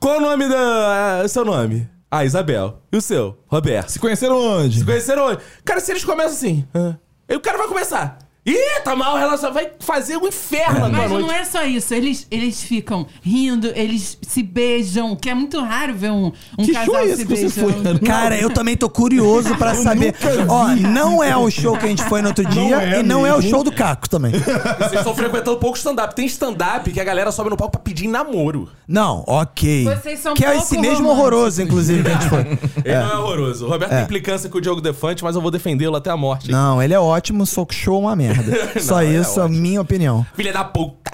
Speaker 1: Qual o nome da. ah, Seu nome? Ah, Isabel. E o seu? Roberto.
Speaker 3: Se conheceram onde?
Speaker 1: Conheceram onde? Cara, se eles começam assim. ah, Aí o cara vai começar. Ih, tá mal relacionado. Vai fazer um inferno na tua
Speaker 4: Mas não
Speaker 1: noite.
Speaker 4: é só isso. Eles, eles ficam rindo, eles se beijam, que é muito raro ver um, um
Speaker 3: Que show
Speaker 4: casal
Speaker 3: é
Speaker 4: se
Speaker 3: esse que você foi?
Speaker 4: beijando.
Speaker 2: então, Cara, eu também tô curioso pra saber. Ó, não é o show que a gente foi no outro dia
Speaker 3: é
Speaker 2: e não é o
Speaker 3: mesmo.
Speaker 2: show do Caco também.
Speaker 4: é
Speaker 1: Vocês estão frequentando pouco stand-up. Tem stand-up que a galera sobe no palco pra pedir namoro.
Speaker 2: Não, ok.
Speaker 4: Vocês são
Speaker 2: que é
Speaker 4: pouco
Speaker 2: esse mesmo
Speaker 4: românticos.
Speaker 2: horroroso, inclusive, que a gente foi.
Speaker 1: Ele não é horroroso. O Roberto tem implicância com o Diogo Defante, mas eu vou defendê-lo até a morte.
Speaker 2: Não, ele é ótimo, só que show é uma merda. Só
Speaker 1: Não, ele é
Speaker 2: isso, é a minha opinião.
Speaker 1: Filha da puta.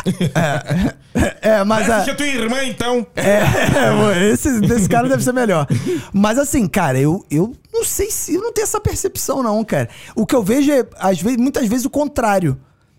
Speaker 2: É, mas a,
Speaker 3: Assiste a tua irmã, então.
Speaker 2: É, mano, esse desse cara deve ser melhor. Mas assim, cara, eu, eu não sei se eu não tenho essa percepção, não, cara. O que eu vejo é, às vezes, muitas vezes, o contrário.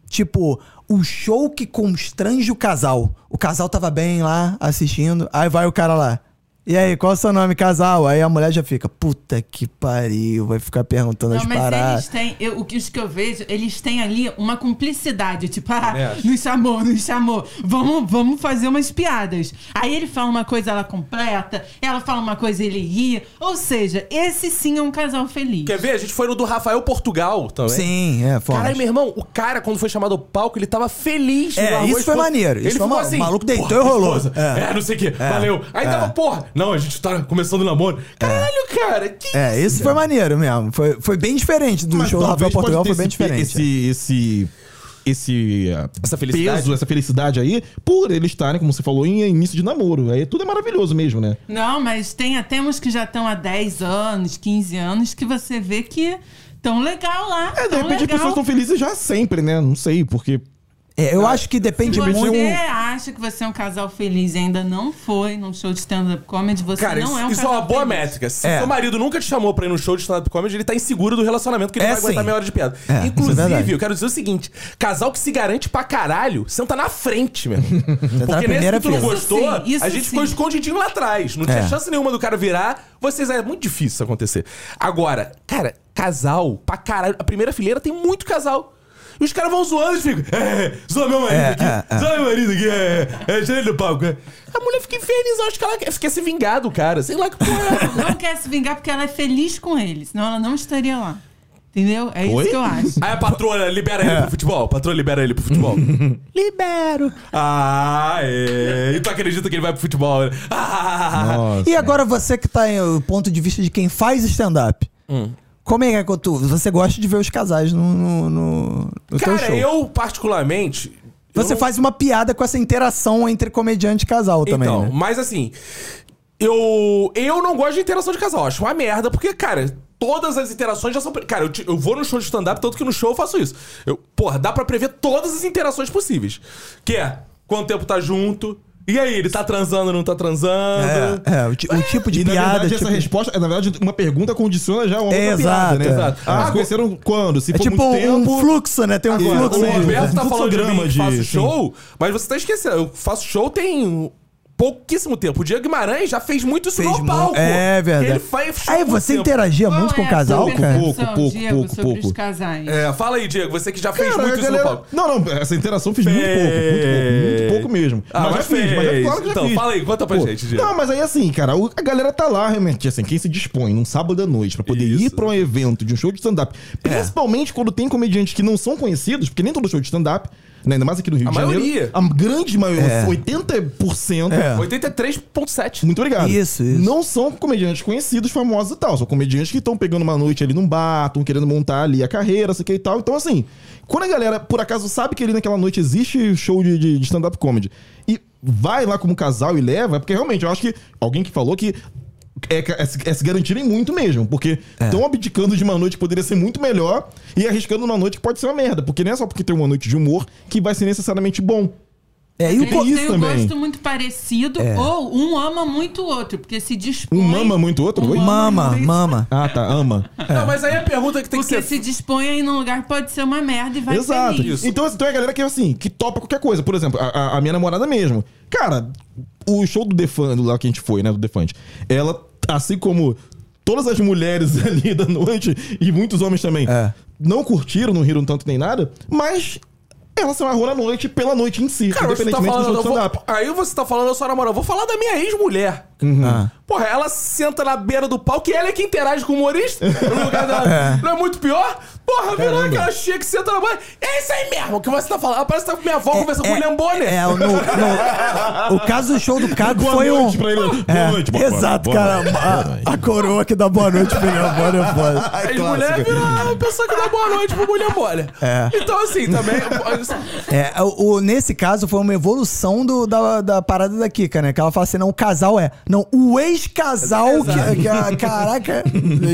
Speaker 2: Tipo, o show que constrange o casal. O casal tava bem lá assistindo, aí vai o cara lá. E aí, qual é o seu nome, casal? Aí a mulher já fica, puta que pariu, vai ficar perguntando
Speaker 4: Não,
Speaker 2: as
Speaker 4: mas é
Speaker 2: paradas.
Speaker 4: eles têm, eu, o que- os que eu vejo, eles têm ali uma cumplicidade, tipo, ah,
Speaker 1: Também acho.
Speaker 4: nos chamou, nos chamou, vamos, vamos fazer umas piadas. Aí ele fala uma coisa, ela completa, ela fala uma coisa, ele ri. Ou seja, esse sim é um casal feliz.
Speaker 1: Quer ver? A gente foi no do Rafael Portugal também.
Speaker 2: Sim, é, foda.
Speaker 1: Caralho, meu irmão, o cara, quando foi chamado ao palco, ele tava feliz.
Speaker 2: É,
Speaker 1: no arroz
Speaker 2: isso foi
Speaker 1: todo.
Speaker 2: maneiro, isso
Speaker 1: Ele
Speaker 2: foi
Speaker 1: ficou
Speaker 2: ma-
Speaker 1: assim.
Speaker 2: o maluco deitou
Speaker 1: porra,
Speaker 2: e rolou.
Speaker 1: esposa, É.
Speaker 2: É.
Speaker 1: não sei o quê. Valeu. Aí tava, porra, não, a gente tá começando o namoro. Caralho, cara, que
Speaker 2: É,
Speaker 1: isso?
Speaker 2: esse foi maneiro mesmo. Foi, foi bem diferente do show do
Speaker 3: talvez
Speaker 2: Rafael
Speaker 3: pode
Speaker 2: Portugal,
Speaker 3: ter
Speaker 2: foi bem
Speaker 3: esse pe-
Speaker 2: diferente.
Speaker 3: Esse, esse, esse, ah,
Speaker 1: Essa felicidade.
Speaker 3: peso, essa felicidade aí, por eles estarem, como você falou, em início de namoro. Aí tudo é maravilhoso mesmo, né?
Speaker 4: Não, mas tem até uns que já estão há 10 anos, 15 anos, que você vê que tão legal lá.
Speaker 3: É, de repente
Speaker 4: tão
Speaker 3: as
Speaker 4: Ah, legal.
Speaker 3: pessoas estão felizes já sempre, né? Não sei, porque.
Speaker 2: É, eu acho que depende
Speaker 4: Se
Speaker 2: muito.
Speaker 1: um-
Speaker 4: você acha que você é um casal feliz e ainda não foi num show de stand-up comedy, você
Speaker 1: Cara,
Speaker 4: não
Speaker 1: isso,
Speaker 4: é um
Speaker 1: isso é
Speaker 4: casal
Speaker 1: uma boa
Speaker 4: feliz.
Speaker 1: métrica. Se
Speaker 2: É.
Speaker 1: seu marido nunca te chamou pra ir no show de stand-up comedy, ele tá inseguro do relacionamento que ele
Speaker 2: É,
Speaker 1: não vai aguentar
Speaker 2: sim.
Speaker 1: meia hora de piada.
Speaker 2: É, isso é
Speaker 1: Inclusive,
Speaker 2: verdade.
Speaker 1: eu quero dizer o seguinte: casal que se garante pra caralho, senta na frente, meu. irmão.
Speaker 2: tá na
Speaker 1: Porque nesse
Speaker 2: primeira
Speaker 1: que tu não
Speaker 2: fila.
Speaker 1: gostou,
Speaker 4: Isso sim, isso
Speaker 1: a gente
Speaker 4: sim.
Speaker 1: ficou escondidinho lá atrás. Não tinha
Speaker 2: É.
Speaker 1: chance nenhuma do cara virar. Vocês é muito difícil isso acontecer. Agora, cara, casal pra caralho. A primeira fileira tem muito casal. E os caras vão zoando e ficam. É, zoa meu marido
Speaker 2: É,
Speaker 1: aqui.
Speaker 2: é, é.
Speaker 1: Zoa meu marido aqui. É, é, é, tira ele do palco. é." A mulher fica infernizada. Acho que ela quer, quer se vingar do cara. Sei lá que porra. é.
Speaker 4: Não quer se vingar porque ela é feliz com ele, senão ela não estaria lá. Entendeu? É
Speaker 1: Oi?
Speaker 4: isso que eu acho.
Speaker 1: Aí a patroa libera ele pro futebol. A patroa libera ele pro futebol. Libero. Ah, é. E tu acredita que ele vai pro futebol? né? Ah,
Speaker 3: Nossa.
Speaker 2: E agora você que tá em o ponto de vista de quem faz stand-up.
Speaker 1: Hum.
Speaker 2: Como é que é tu, você gosta de ver os casais no, no, no- no teu
Speaker 1: Cara,
Speaker 2: show?
Speaker 1: eu particularmente. eu
Speaker 2: Você
Speaker 1: não-
Speaker 2: faz uma piada com essa interação entre comediante e casal também,
Speaker 1: Então,
Speaker 2: né?
Speaker 1: mas assim. Eu, eu não gosto de interação de casal. Acho uma merda, porque, cara. Todas as interações já são. pre- Cara, eu, te- eu vou no show de stand-up, tanto que no show eu faço isso. Eu, porra, dá pra prever todas as interações possíveis. Que é quanto tempo tá junto. E aí, ele tá transando ou não tá transando?
Speaker 2: É, é, o, ti- o tipo de
Speaker 3: E, na
Speaker 2: piada.
Speaker 3: verdade,
Speaker 2: tipo-
Speaker 3: essa resposta, é, na verdade, uma pergunta condiciona já uma outra
Speaker 2: Exato,
Speaker 3: piada, né?
Speaker 2: é.
Speaker 3: Exato. Ah, se conheceram quando? Se
Speaker 2: é
Speaker 3: for
Speaker 2: tipo
Speaker 3: muito
Speaker 2: um
Speaker 3: tempo...
Speaker 2: fluxo, né? Tem um
Speaker 3: Agora,
Speaker 2: fluxo.
Speaker 1: O
Speaker 3: Sim,
Speaker 2: aí.
Speaker 1: Roberto tá
Speaker 3: um
Speaker 1: falando de mim que
Speaker 3: fluxograma
Speaker 1: faço
Speaker 3: de-
Speaker 1: show, mas você tá esquecendo. Eu faço show tem pouquíssimo tempo. O Diego Guimarães já fez muito isso
Speaker 2: Fez
Speaker 1: no
Speaker 2: mu-
Speaker 1: palco.
Speaker 2: É verdade.
Speaker 1: Ele faz show
Speaker 2: Aí
Speaker 1: por
Speaker 2: você
Speaker 1: tempo.
Speaker 2: interagia
Speaker 4: Qual
Speaker 2: muito com
Speaker 4: é
Speaker 2: o
Speaker 4: a
Speaker 2: casal,
Speaker 4: sua
Speaker 2: cara?
Speaker 4: percepção,
Speaker 3: Pouco, pouco,
Speaker 4: Diego,
Speaker 3: pouco,
Speaker 4: sobre
Speaker 3: pouco.
Speaker 4: os casais.
Speaker 1: É, fala aí, Diego. Você que já fez
Speaker 3: Cara,
Speaker 1: muito
Speaker 3: a
Speaker 1: isso no
Speaker 3: galera-
Speaker 1: palco.
Speaker 3: Não, não, essa interação eu fiz muito pouco, muito pouco, muito pouco mesmo.
Speaker 1: Ah, mas fez. Então, fala aí, conta pra
Speaker 3: Pô,
Speaker 1: gente, Diego.
Speaker 3: Não, mas aí assim, cara, o- a galera tá lá realmente, assim, quem se dispõe num sábado à noite pra poder
Speaker 1: Isso. É.
Speaker 3: ir pra um evento de um show de stand-up, principalmente quando tem comediantes que não são conhecidos, porque nem todo show de stand-up, né, ainda mais aqui no Rio
Speaker 1: A
Speaker 3: de
Speaker 1: maioria.
Speaker 3: Janeiro, a grande maioria,
Speaker 2: É.
Speaker 3: 80%,
Speaker 2: É.
Speaker 1: 83.7.
Speaker 3: muito obrigado.
Speaker 2: Isso, isso.
Speaker 3: Não são comediantes conhecidos, famosos e tal. São comediantes que estão pegando uma noite ali num bar, estão querendo montar ali a carreira, sei o que e tal. Então, assim, quando a galera, por acaso, sabe que ali naquela noite existe show de, de- de stand-up comedy e vai lá como casal e leva, é porque realmente eu acho que alguém que falou que. É, ca- é se- é se garantirem muito mesmo, porque estão abdicando de uma noite que poderia ser muito melhor e arriscando uma noite que pode ser uma merda, porque não é só porque tem uma noite de humor que vai ser necessariamente bom.
Speaker 2: É, e o
Speaker 4: Eles
Speaker 2: co-
Speaker 3: isso
Speaker 4: têm um
Speaker 3: também.
Speaker 4: gosto muito parecido,
Speaker 2: É.
Speaker 4: ou um ama muito o outro, porque se dispõe.
Speaker 3: Um mama muito o outro, oi?
Speaker 2: Mama, mama.
Speaker 3: Ah, tá, ama.
Speaker 2: É.
Speaker 1: Não, mas aí a pergunta que tem
Speaker 4: Porque
Speaker 1: que ser.
Speaker 4: se dispõe aí num lugar pode ser uma merda e vai
Speaker 3: Exato.
Speaker 4: feliz.
Speaker 3: Então, assim, então é a galera que, assim, que topa qualquer coisa. Por exemplo, a, a- a minha namorada mesmo. Cara, o show do Defante, lá que a gente foi, né, do Defante, ela, assim como todas as mulheres ali da noite e muitos homens também,
Speaker 2: É.
Speaker 3: não curtiram, não riram tanto nem nada, mas ela se amarrou na noite pela noite em si,
Speaker 1: Cara, você tá
Speaker 3: independentemente do
Speaker 1: falando.
Speaker 3: show
Speaker 1: eu
Speaker 3: de stand-up.
Speaker 1: Vou, aí você tá falando, eu sou namorada. Eu vou falar da minha ex-mulher.
Speaker 2: Ah.
Speaker 1: Porra, ela senta na beira do palco e ela é que interage com o humorista. no lugar dela. Não é muito pior? Porra, virou aquela chia que senta na banha. É isso aí mesmo que você tá falando. Parece que tá com minha avó conversando com o William Bonner.
Speaker 2: é, no- no- o caso do show do Caco
Speaker 3: Boa
Speaker 2: foi
Speaker 3: noite
Speaker 2: um.
Speaker 3: pra ele.
Speaker 2: É,
Speaker 3: Boa noite, boa-
Speaker 2: Exato,
Speaker 3: boa- boa
Speaker 2: cara.
Speaker 3: noite,
Speaker 2: a-
Speaker 3: boa noite.
Speaker 2: a, coroa que dá boa noite pro William Bonner é foda.
Speaker 1: As mulheres viram a pessoa que dá boa noite pro William Bonner.
Speaker 2: É.
Speaker 1: Então, assim, também.
Speaker 2: É, o, o- nesse caso foi uma evolução do- da, da parada da Kika, né? Que ela fala assim: não, o casal é. Não, o
Speaker 1: É
Speaker 2: ex-casal que, que a- Caraca,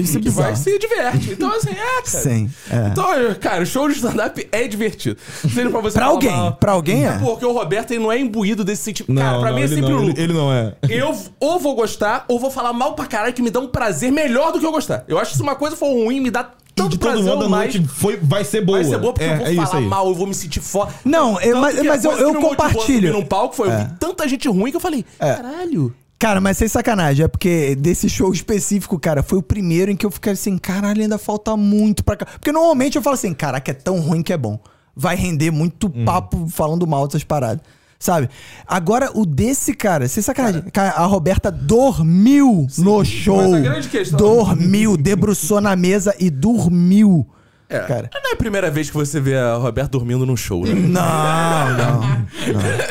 Speaker 2: isso é
Speaker 1: Que vai
Speaker 2: bizarro.
Speaker 1: se diverte. Então, assim, é, cara.
Speaker 2: Sim, é.
Speaker 1: Então, cara, o show de stand-up é divertido. Seja pra você
Speaker 2: Pra
Speaker 1: falar
Speaker 2: alguém, pra alguém é.
Speaker 1: Porque o Roberto ele não é imbuído desse sentido. cara, pra mim é
Speaker 3: ele
Speaker 1: sempre
Speaker 3: não,
Speaker 1: o
Speaker 3: ele-
Speaker 1: lucro.
Speaker 3: Ele não é.
Speaker 1: Eu ou vou gostar, ou vou falar mal pra caralho, que me dá um prazer melhor do que eu gostar. Eu acho que se uma coisa for ruim, me dá
Speaker 3: E
Speaker 1: tanto
Speaker 3: de todo
Speaker 1: prazer
Speaker 3: mundo
Speaker 1: ou
Speaker 3: a
Speaker 1: mais.
Speaker 3: noite foi, vai ser boa.
Speaker 1: Vai ser boa porque
Speaker 3: é,
Speaker 1: eu vou
Speaker 3: é isso
Speaker 1: falar
Speaker 3: aí. É,
Speaker 1: mal, eu vou me sentir foda.
Speaker 2: Não, eu-
Speaker 1: Tanto
Speaker 2: mas-
Speaker 1: que a
Speaker 2: mas eu-
Speaker 1: coisa que
Speaker 2: eu
Speaker 1: me motivou a
Speaker 2: compartilho.
Speaker 1: subir num palco foi eu
Speaker 2: É.
Speaker 1: vi tanta gente ruim que eu falei,
Speaker 3: É.
Speaker 1: caralho.
Speaker 2: Cara, mas sem sacanagem, é porque desse show específico, cara, foi o primeiro em que eu fiquei assim, caralho, ainda falta muito pra cá. Porque normalmente eu falo assim, caraca, é tão ruim que é bom. Vai render muito
Speaker 1: Uhum.
Speaker 2: papo falando mal dessas paradas. Sabe? Agora, o desse, cara, sem sacanagem. Cara, a Roberta dormiu no show.
Speaker 1: mas a grande questão-
Speaker 2: Dormiu, debruçou na mesa e dormiu.
Speaker 1: É.
Speaker 2: Cara.
Speaker 1: Não é a primeira vez que você vê a Roberta dormindo num show, né?
Speaker 2: Não, não.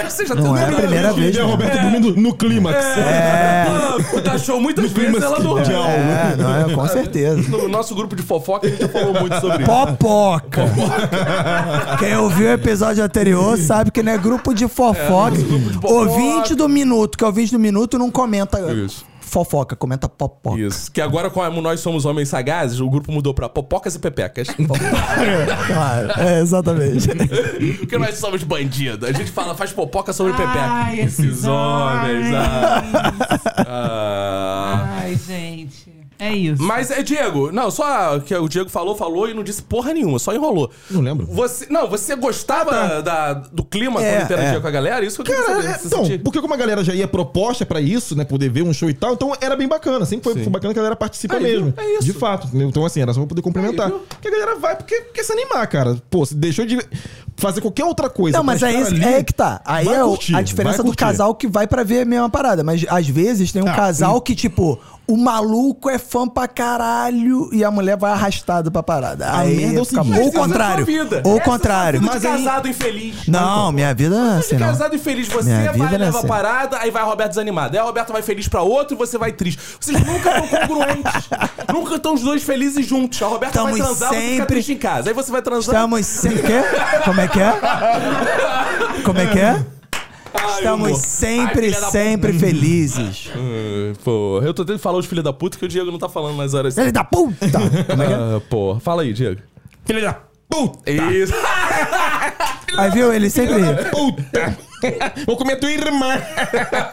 Speaker 1: você já
Speaker 2: Não é a primeira
Speaker 3: Gente,
Speaker 2: vez.
Speaker 3: a
Speaker 2: Não.
Speaker 3: Roberta dormindo no clímax.
Speaker 1: É. Tá show muitas vezes ela
Speaker 3: de
Speaker 1: dormiu.
Speaker 3: aula.
Speaker 2: É, não, é, com certeza.
Speaker 1: No nosso grupo de fofoca, a gente já falou muito sobre isso.
Speaker 2: Popoca. Quem ouviu o episódio anterior sabe que não é grupo de fofoca.
Speaker 1: grupo de fofoca.
Speaker 2: Ouvinte do minuto, que é ouvinte do minuto, não comenta
Speaker 1: Isso.
Speaker 2: fofoca, comenta popoca.
Speaker 1: Isso. Que agora, como nós somos homens sagazes, o grupo mudou pra popocas e pepecas.
Speaker 2: Claro, é, exatamente.
Speaker 1: Porque nós somos bandidos. A gente fala, faz popoca sobre
Speaker 4: Ai,
Speaker 1: pepeca.
Speaker 4: esses homens.
Speaker 1: ah. Ah.
Speaker 4: Ai, gente. É isso.
Speaker 1: Mas é Diego, não, só que o Diego falou, falou e não disse porra nenhuma, só enrolou.
Speaker 3: Não lembro. Tá.
Speaker 1: Você, não, você gostava da, do clima
Speaker 2: É,
Speaker 1: quando interagia
Speaker 2: é.
Speaker 1: com a galera? Isso que eu queria
Speaker 3: Cara,
Speaker 1: saber.
Speaker 3: é,
Speaker 1: Você
Speaker 3: então,
Speaker 1: sentia-
Speaker 3: porque como a galera já ia proposta pra isso, né? Poder ver um show e tal, então era bem bacana. Sempre foi, foi bacana que a galera participa
Speaker 1: Aí,
Speaker 3: mesmo.
Speaker 1: viu? É isso.
Speaker 3: De fato, entendeu? Então, assim, era só pra poder complementar.
Speaker 1: Aí, viu?
Speaker 3: porque a galera vai porque quer se animar, cara. Pô, se deixou de fazer qualquer outra coisa.
Speaker 2: Não, mas
Speaker 3: pra
Speaker 2: é,
Speaker 3: estar
Speaker 2: isso,
Speaker 3: ali,
Speaker 2: é que tá. Aí
Speaker 3: vai
Speaker 2: é o-
Speaker 3: curtir,
Speaker 2: a
Speaker 3: vai
Speaker 2: diferença do
Speaker 3: curtir.
Speaker 2: casal que vai pra ver a mesma parada. Mas às vezes tem um
Speaker 3: Ah,
Speaker 2: casal que, tipo, o maluco é fã pra caralho e a mulher vai arrastada pra parada.
Speaker 3: A
Speaker 2: Aí
Speaker 3: merda é o
Speaker 2: fica-
Speaker 3: seguinte,
Speaker 2: Ou o
Speaker 1: essa é a
Speaker 2: contrário.
Speaker 1: sua vida.
Speaker 2: Ou
Speaker 1: Essa é
Speaker 2: o
Speaker 1: a
Speaker 2: contrário.
Speaker 1: Vida de
Speaker 3: Mas aí-
Speaker 1: casado infeliz.
Speaker 2: Não, minha vida é assim,
Speaker 1: de
Speaker 2: não.
Speaker 1: casado infeliz, você
Speaker 2: Minha vida
Speaker 1: vai
Speaker 2: não é
Speaker 1: leva a
Speaker 2: assim.
Speaker 1: parada, aí vai Roberto desanimado. Aí o Roberto vai feliz pra outro e você vai triste. Vocês nunca estão congruentes. nunca estão os dois felizes juntos. A Roberta vai
Speaker 2: Estamos
Speaker 1: transar, você fica
Speaker 2: sempre-
Speaker 1: triste em casa. Aí você vai transar.
Speaker 2: Estamos sempre. Quê? Como é que é? Como é que é?
Speaker 1: Ai,
Speaker 2: Estamos
Speaker 1: amor. Ai,
Speaker 2: sempre,
Speaker 1: filha da
Speaker 2: sempre felizes.
Speaker 1: Hum, Porra, eu tô tentando falar os filhos da puta que o Diego não tá falando nas horas.
Speaker 2: Filho da puta! é?
Speaker 1: Ah, porra, fala aí, Diego.
Speaker 3: Filha da puta!
Speaker 1: Isso.
Speaker 2: Aí viu, ele sempre.
Speaker 3: Puta! Vou comer tua irmã!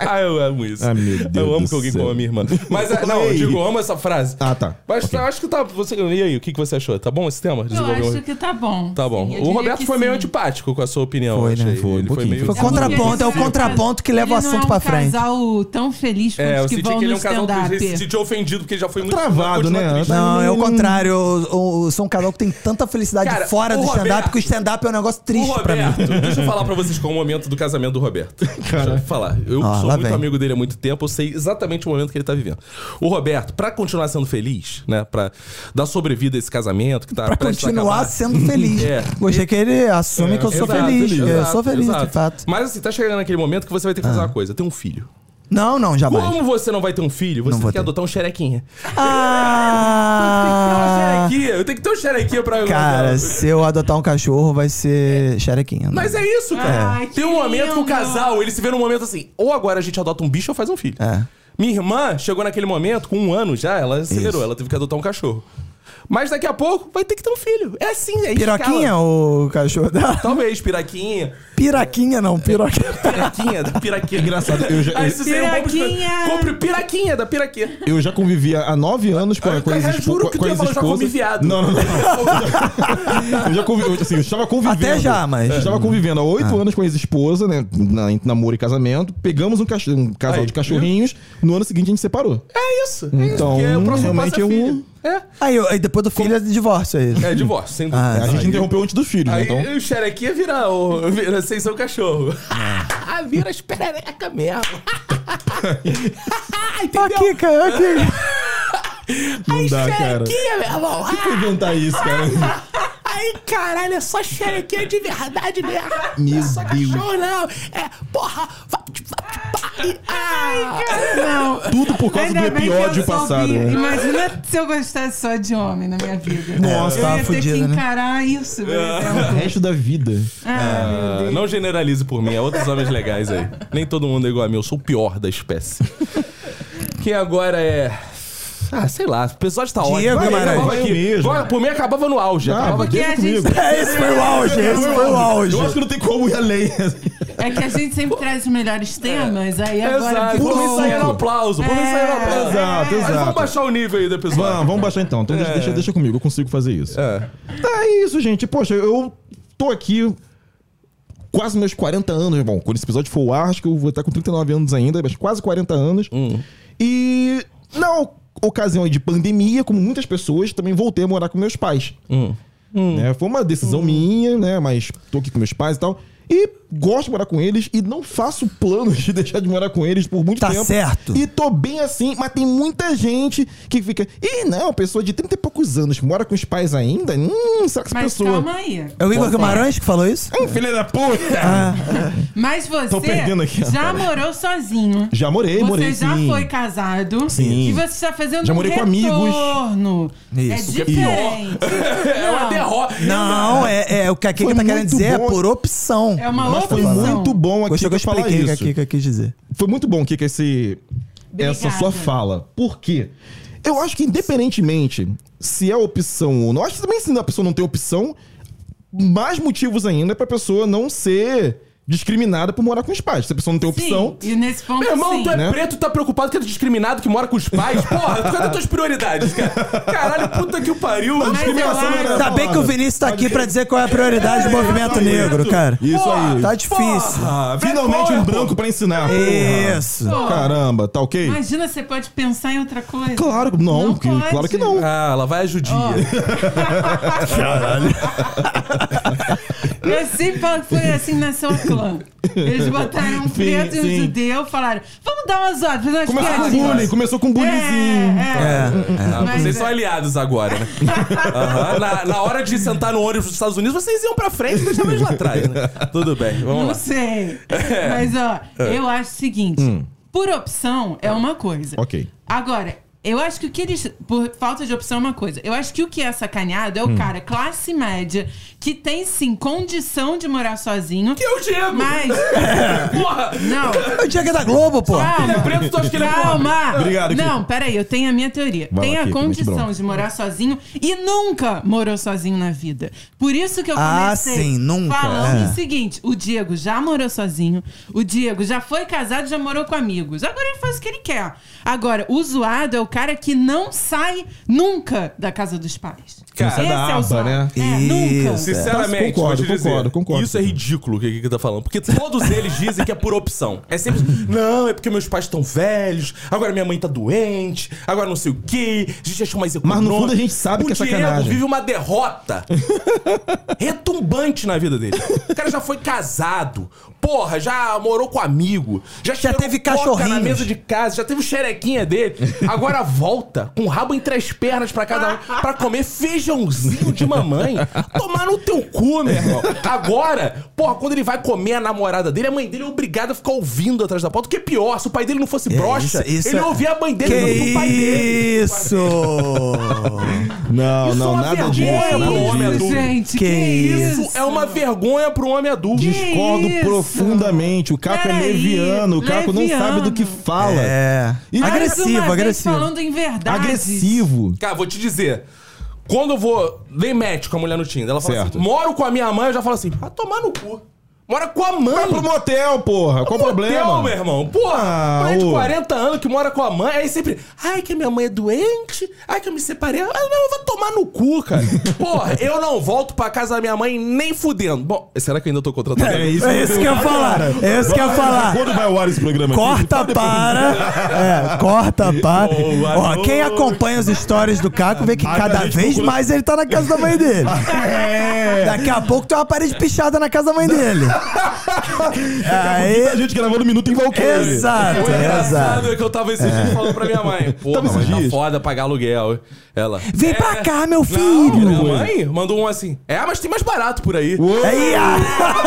Speaker 1: Ah, eu amo isso.
Speaker 3: Ah, meu Deus
Speaker 1: eu amo
Speaker 3: do
Speaker 1: que alguém
Speaker 3: céu.
Speaker 1: coma a minha irmã. Mas, é, não, eu
Speaker 3: Ei.
Speaker 1: digo, eu amo essa frase.
Speaker 3: Ah, tá.
Speaker 1: Mas
Speaker 3: Ok.
Speaker 1: eu acho que tá. Você, e aí, o que, que você achou? Tá bom esse tema?
Speaker 4: Eu
Speaker 1: Desenvolveu
Speaker 4: acho que tá bom.
Speaker 1: Tá bom.
Speaker 4: Sim, eu
Speaker 1: o
Speaker 4: diria
Speaker 1: Roberto
Speaker 4: que
Speaker 1: foi meio
Speaker 4: sim.
Speaker 1: antipático com a sua opinião.
Speaker 3: Foi,
Speaker 1: eu
Speaker 3: né?
Speaker 1: achei.
Speaker 3: Foi, um
Speaker 1: Ele foi
Speaker 3: pouquinho.
Speaker 1: meio. assim.
Speaker 2: Foi
Speaker 4: É porque
Speaker 2: Contraponto, é o
Speaker 4: ele não
Speaker 2: contraponto que leva o
Speaker 4: ele não
Speaker 2: assunto
Speaker 4: é um
Speaker 2: pra frente.
Speaker 4: casal tão feliz quanto
Speaker 1: É, eu
Speaker 4: os que
Speaker 1: senti
Speaker 4: vão
Speaker 1: que ele é
Speaker 4: no
Speaker 1: um casal
Speaker 4: stand-up.
Speaker 1: que se sentiu ofendido porque já foi muito.
Speaker 3: Travado,
Speaker 1: continua
Speaker 3: né?
Speaker 1: triste.
Speaker 2: Não, é o contrário. Eu, eu- eu sou um casal que tem tanta felicidade
Speaker 1: Cara,
Speaker 2: fora
Speaker 1: o
Speaker 2: do stand-up
Speaker 1: Roberto-
Speaker 2: que o stand-up é um negócio
Speaker 1: O
Speaker 2: triste pra mim.
Speaker 1: Roberto, deixa eu falar pra vocês qual é o momento do casamento do Roberto. Deixa eu falar. Eu
Speaker 2: Ah,
Speaker 1: sou
Speaker 2: lá
Speaker 1: muito
Speaker 2: vem.
Speaker 1: amigo dele há muito tempo, eu sei exatamente o momento que ele tá vivendo. O Roberto, pra continuar sendo feliz, né? Pra dar sobrevida a esse casamento que tá
Speaker 2: Pra
Speaker 1: prestes a
Speaker 2: continuar
Speaker 1: acabar.
Speaker 2: sendo feliz.
Speaker 1: É.
Speaker 2: Gostei que ele assume que eu sou
Speaker 1: Exato,
Speaker 2: feliz.
Speaker 1: exato,
Speaker 2: eu sou feliz,
Speaker 1: exato.
Speaker 2: de fato. Ah.
Speaker 1: Mas assim, tá chegando naquele momento que você vai ter que fazer uma coisa: ter um filho.
Speaker 2: Não, não, jamais.
Speaker 1: Como você não vai ter um filho, você
Speaker 2: Não
Speaker 1: tem
Speaker 2: vou
Speaker 1: que
Speaker 2: ter.
Speaker 1: adotar um xerequinha.
Speaker 2: Ah!
Speaker 1: Tem que ter uma xerequinha. Eu tenho que ter um xerequinha pra.
Speaker 2: Cara, se eu adotar um cachorro, vai ser xerequinha. né?
Speaker 1: Mas é isso, cara.
Speaker 4: Ai,
Speaker 1: Tem um
Speaker 4: que
Speaker 1: momento que o
Speaker 4: lindo.
Speaker 1: casal, ele se vê num momento assim, ou agora a gente adota um bicho ou faz um filho.
Speaker 2: É.
Speaker 1: Minha irmã chegou naquele momento, com um ano já, ela acelerou,
Speaker 2: Isso.
Speaker 1: ela teve que adotar um cachorro. Mas daqui a pouco vai ter que ter um filho. É assim, é
Speaker 2: Piroquinha
Speaker 1: escala.
Speaker 2: ou cachorro dela?
Speaker 1: Talvez, piraquinha.
Speaker 2: Piraquinha não, piroquinha.
Speaker 1: Piraquinha da piraquinha. Ah,
Speaker 3: Engraçado, eu já-
Speaker 1: Aí, se você não compra-
Speaker 4: Piraquinha.
Speaker 1: Compre piraquinha da piraquinha.
Speaker 3: Eu já convivia há nove anos com,
Speaker 1: Eu
Speaker 3: com as
Speaker 1: juro
Speaker 3: espo-
Speaker 1: que
Speaker 3: com
Speaker 1: tu ia
Speaker 3: as
Speaker 1: falar, já comi
Speaker 3: esposas.
Speaker 1: viado.
Speaker 3: Não, não, não. Eu já convivi, assim, eu estava convivendo.
Speaker 2: Até já, mas- Ah.
Speaker 3: Eu estava convivendo há oito anos com a ex-esposa, né? Na, entre namoro e casamento. Pegamos um, cach- um casal
Speaker 1: Aí,
Speaker 3: de cachorrinhos. No ano seguinte a gente separou.
Speaker 1: É isso. é isso,
Speaker 3: Então,
Speaker 1: porque o próximo
Speaker 3: realmente
Speaker 1: passo é
Speaker 3: eu-
Speaker 1: filho. É.
Speaker 2: Aí, eu- aí depois do filho é divórcio aí.
Speaker 1: É divórcio, sem dúvida.
Speaker 2: Ah,
Speaker 3: A gente
Speaker 1: Aí-
Speaker 3: interrompeu antes dos filhos, né?
Speaker 1: Aí
Speaker 3: Então.
Speaker 1: o xerequinha vira, o, vira sem seu cachorro. Ah, vira as perereca mesmo.
Speaker 2: Aqui, cara, aqui.
Speaker 3: Não dá, cara.
Speaker 1: Xerequinha, meu irmão. Ah,
Speaker 3: Quem foi inventar isso, cara?
Speaker 1: Ai, caralho, é só xerequinha de verdade mesmo.
Speaker 3: Meu
Speaker 1: é só
Speaker 3: Deus.
Speaker 1: cachorro, não. É, porra. vap, vap, tipo, pá, e- Ah.
Speaker 4: Não.
Speaker 3: Tudo por causa
Speaker 4: Ainda
Speaker 3: do
Speaker 4: bem que eu
Speaker 3: episódio
Speaker 4: só
Speaker 3: passado.
Speaker 4: vi-
Speaker 3: né?
Speaker 4: Imagina se eu gostasse só de homem na minha vida.
Speaker 2: Nossa,
Speaker 4: eu
Speaker 2: tava
Speaker 4: ia ter que
Speaker 2: fudido, né?
Speaker 4: encarar isso, por
Speaker 1: É.
Speaker 3: O
Speaker 4: exemplo.
Speaker 3: resto da vida.
Speaker 4: Ah, meu Deus.
Speaker 1: Não generalize por mim, é outros homens legais aí. Nem todo mundo é igual a mim, eu sou o pior da espécie. Quem agora é. Ah, sei lá, o episódio tá ótimo.
Speaker 2: Diego
Speaker 1: Vai,
Speaker 2: Guimarães.
Speaker 1: acabava
Speaker 3: Eu
Speaker 1: aqui.
Speaker 3: mesmo. Ah,
Speaker 1: Vai, Por mim acabava no auge. acabava aqui.
Speaker 4: Ah, porque a
Speaker 3: comigo.
Speaker 4: gente-
Speaker 2: É, esse foi o auge, esse foi o auge.
Speaker 3: Eu acho que não tem como ir além.
Speaker 4: É que a gente sempre traz os melhores temas, aí agora
Speaker 1: É. Exato.
Speaker 4: ficou-
Speaker 1: Vamos ensaiar no aplauso. Vamos
Speaker 4: É.
Speaker 1: ensaiar no aplauso.
Speaker 3: Exato,
Speaker 1: Mas vamos
Speaker 3: exato.
Speaker 1: baixar o nível aí do episódio.
Speaker 3: Vamos, vamos baixar então. Então deixa,
Speaker 2: É.
Speaker 3: deixa, deixa comigo, eu consigo fazer isso.
Speaker 1: É.
Speaker 3: Tá, é isso, gente. Poxa, eu tô aqui quase meus 40 anos. Bom, quando esse episódio for ao ar, acho que eu vou estar com 39 anos ainda, mas quase 40 anos.
Speaker 2: Hum.
Speaker 3: E na o- ocasião aí de pandemia, como muitas pessoas, também voltei a morar com meus pais.
Speaker 2: Hum.
Speaker 3: Né? Foi uma decisão minha, né? Mas tô aqui com meus pais e tal. E gosto de morar com eles e não faço planos de deixar de morar com eles por muito
Speaker 2: Tá
Speaker 3: tempo.
Speaker 2: certo.
Speaker 3: E tô bem assim, mas tem muita gente que fica. Ih, não, pessoa de 30 e poucos anos que mora com os pais ainda? Hum, será que essa
Speaker 4: Mas
Speaker 3: pessoa.
Speaker 4: calma aí.
Speaker 2: É o Igor Guimarães que falou isso?
Speaker 3: Hum, filha da puta!
Speaker 4: Mas você
Speaker 3: perdendo aqui, ó.
Speaker 4: já morou sozinho.
Speaker 3: Já morei,
Speaker 4: você
Speaker 3: morei.
Speaker 4: já
Speaker 3: sim.
Speaker 4: foi casado.
Speaker 3: Sim.
Speaker 4: E você está fazendo
Speaker 3: Já morei
Speaker 4: um
Speaker 3: com amigos.
Speaker 4: retorno.
Speaker 2: Isso,
Speaker 4: É
Speaker 1: que é pior.
Speaker 4: diferente.
Speaker 1: É uma
Speaker 4: Não,
Speaker 1: derrota.
Speaker 2: Não, é, é o que a Kika
Speaker 3: Foi
Speaker 2: tá querendo
Speaker 3: muito
Speaker 2: dizer
Speaker 3: bom.
Speaker 2: é por opção.
Speaker 4: É uma
Speaker 3: Mas foi
Speaker 4: opção.
Speaker 3: muito bom aqui
Speaker 2: Gostei que eu
Speaker 3: falar
Speaker 2: expliquei o que a
Speaker 3: isso.
Speaker 2: Kika quis dizer.
Speaker 3: Foi muito bom, Kika, esse. essa
Speaker 4: Obrigada.
Speaker 3: sua fala. Por quê? Eu acho que independentemente se é opção ou não, acho que também se a pessoa não tem opção, mais motivos ainda pra pessoa não ser discriminada por morar com os pais. Se a pessoa não tem opção,
Speaker 4: Sim, e nesse ponto,
Speaker 1: Meu irmão,
Speaker 4: sim.
Speaker 1: tu é
Speaker 3: né?
Speaker 1: preto, tá preocupado que é discriminado, que mora com os pais. Porra, cadê as tuas prioridades, cara? Caralho, puta que o pariu.
Speaker 4: Mas
Speaker 3: discriminação
Speaker 4: eu
Speaker 3: não é
Speaker 4: acho-
Speaker 3: era
Speaker 2: Ainda bem que o Vinícius tá aqui pra dizer qual é a prioridade do movimento negro, cara.
Speaker 3: Isso
Speaker 1: Porra,
Speaker 3: aí.
Speaker 2: Tá difícil.
Speaker 1: Porra,
Speaker 3: Finalmente
Speaker 1: Black Power,
Speaker 3: um branco pra ensinar. porra.
Speaker 2: Isso.
Speaker 4: Pô,
Speaker 3: Caramba, tá ok?
Speaker 4: Imagina, você pode pensar em outra coisa.
Speaker 3: Claro, não,
Speaker 4: Não
Speaker 3: que-
Speaker 4: pode.
Speaker 3: claro que não.
Speaker 1: Ah, lá vai a judia.
Speaker 4: Eu sempre falo que foi assim na sua clã. Eles botaram um
Speaker 3: Sim,
Speaker 4: preto e um
Speaker 3: sim.
Speaker 4: judeu, falaram, vamos dar umas horas, fazer umas
Speaker 3: Começou com
Speaker 4: piadinhas."
Speaker 3: bullying, começou com bullyingzinho.
Speaker 4: É, é.
Speaker 1: Ah,
Speaker 4: Mas
Speaker 1: vocês
Speaker 4: é-
Speaker 1: são aliados agora, né? Aham, na, na hora de sentar no ônibus dos Estados Unidos, vocês iam pra frente e deixavam eles lá atrás, né? Tudo bem, vamos
Speaker 4: Não
Speaker 1: lá.
Speaker 4: sei.
Speaker 3: É.
Speaker 4: Mas, ó, eu acho o seguinte: por opção é uma coisa.
Speaker 3: Hum. Ok.
Speaker 4: Agora, eu acho que o que eles. Por falta de opção é uma coisa. Eu acho que o que é sacaneado é o cara classe média que tem, sim, condição de morar sozinho.
Speaker 1: Que é o Diego!
Speaker 4: Mas.
Speaker 1: Porra!
Speaker 4: Não.
Speaker 2: O Diego é da Globo, pô.
Speaker 1: Ele é preto, tu acha que ele é pobre?
Speaker 4: Calma!
Speaker 3: Obrigado,
Speaker 4: Não, peraí, eu tenho a minha teoria.
Speaker 3: Vai lá,
Speaker 4: tem a
Speaker 3: Kiko, mete
Speaker 4: condição
Speaker 3: bronca.
Speaker 4: de morar sozinho e nunca morou sozinho na vida. Por isso que eu
Speaker 2: Ah,
Speaker 4: comecei
Speaker 2: sim, nunca,
Speaker 4: falando
Speaker 2: é.
Speaker 4: o seguinte: o Diego já morou sozinho, o Diego já foi casado, já morou com amigos. Agora ele faz o que ele quer. Agora, o zoado é o cara que não sai nunca da casa dos pais.
Speaker 1: Cara,
Speaker 4: Esse
Speaker 3: da
Speaker 4: é o
Speaker 3: aba,
Speaker 4: zoado.
Speaker 3: né?
Speaker 4: É, nunca.
Speaker 2: Isso.
Speaker 1: Sinceramente,
Speaker 3: Tá, Concordo,
Speaker 1: vou te dizer,
Speaker 3: concordo, concordo.
Speaker 1: isso é ridículo o que o Kiki tá falando. Porque todos eles dizem que é por opção. É sempre, não, é porque meus pais estão velhos, agora minha mãe tá doente, agora não sei o quê, a gente achou mais
Speaker 3: no
Speaker 1: econômico.
Speaker 3: fundo a gente sabe
Speaker 1: o
Speaker 3: que é
Speaker 1: Diego
Speaker 3: sacanagem.
Speaker 1: vive uma derrota retumbante na vida dele. O cara já foi casado, porra, já morou com amigo, já, cheirou
Speaker 2: teve
Speaker 1: coca na
Speaker 2: cachorrinhos.
Speaker 1: mesa de casa, já teve o xerequinha dele. Agora volta com o rabo entre as pernas pra cada um pra comer feijãozinho de mamãe. Tomar no teu cu, meu irmão. Agora, porra, quando ele vai comer a namorada dele, a mãe dele é obrigada a ficar ouvindo atrás da porta. O que é pior, se o pai dele não fosse
Speaker 2: É,
Speaker 1: broxa,
Speaker 2: isso- isso
Speaker 1: ele
Speaker 2: é-
Speaker 1: ouvia a mãe dele dando pro
Speaker 2: Que
Speaker 1: pai dele.
Speaker 2: isso!
Speaker 3: Não,
Speaker 1: Isso é
Speaker 3: não,
Speaker 1: uma
Speaker 3: nada
Speaker 1: vergonha
Speaker 3: disso.
Speaker 1: pro
Speaker 3: Nada disso.
Speaker 1: homem adulto.
Speaker 4: gente.
Speaker 2: Que
Speaker 4: Que,
Speaker 2: isso?
Speaker 4: isso?
Speaker 1: Isso é uma vergonha pro homem adulto.
Speaker 3: Discordo
Speaker 4: isso?
Speaker 3: profundamente. O Caco é
Speaker 4: Peraí,
Speaker 3: leviano, o Caco não
Speaker 4: leviano.
Speaker 3: sabe do que fala.
Speaker 2: É.
Speaker 3: E-
Speaker 4: Mais uma
Speaker 2: Agressivo,
Speaker 4: vez
Speaker 2: agressivo.
Speaker 4: falando em verdade.
Speaker 3: Agressivo.
Speaker 1: Cara, vou te dizer. Quando eu vou, dei match com a mulher no Tinder, ela fala
Speaker 3: Certo.
Speaker 1: assim, moro com a minha mãe, eu já falo assim, ah, tomar no cu. Mora com a mãe.
Speaker 3: Vai pro motel, porra. Qual o problema?
Speaker 1: Hotel, meu irmão. Porra,
Speaker 3: Ah,
Speaker 1: mulher de
Speaker 3: ô.
Speaker 1: 40 anos que mora com a mãe, aí sempre. Ai, que minha mãe é doente. Ai, que eu me separei. Ah, não, eu vou tomar no cu, cara. Porra, eu não volto pra casa da minha mãe nem fudendo. Bom, será que eu ainda tô contratado?
Speaker 3: É isso,
Speaker 2: É isso que eu ia falar. É isso que eu ia falar.
Speaker 3: Quando vai ao ar esse programa aqui?
Speaker 2: Corta para. É, corta para.
Speaker 3: Boa
Speaker 2: Ó, quem
Speaker 3: noite.
Speaker 2: acompanha as histórias do Caco vê que
Speaker 3: Ah,
Speaker 2: cada
Speaker 3: a gente
Speaker 2: vez
Speaker 3: procura-
Speaker 2: mais ele tá na casa da mãe dele.
Speaker 3: É.
Speaker 2: Daqui a pouco tem uma parede pichada na casa da mãe dele.
Speaker 3: A tá
Speaker 2: Aí.
Speaker 3: gente gravando Minuto em Valkyrie.
Speaker 1: O
Speaker 2: Exato, exato.
Speaker 1: engraçado é que eu tava esses dias falando pra minha mãe. Porra,
Speaker 3: Tava esses
Speaker 1: mas tá
Speaker 3: dias?
Speaker 1: foda pagar aluguel. Ela.
Speaker 2: Vem
Speaker 1: "É,
Speaker 2: pra cá, meu
Speaker 1: Não,
Speaker 2: filho.
Speaker 1: minha mãe mandou um assim. É, mas tem mais barato por aí.
Speaker 3: Uou.
Speaker 2: Aí,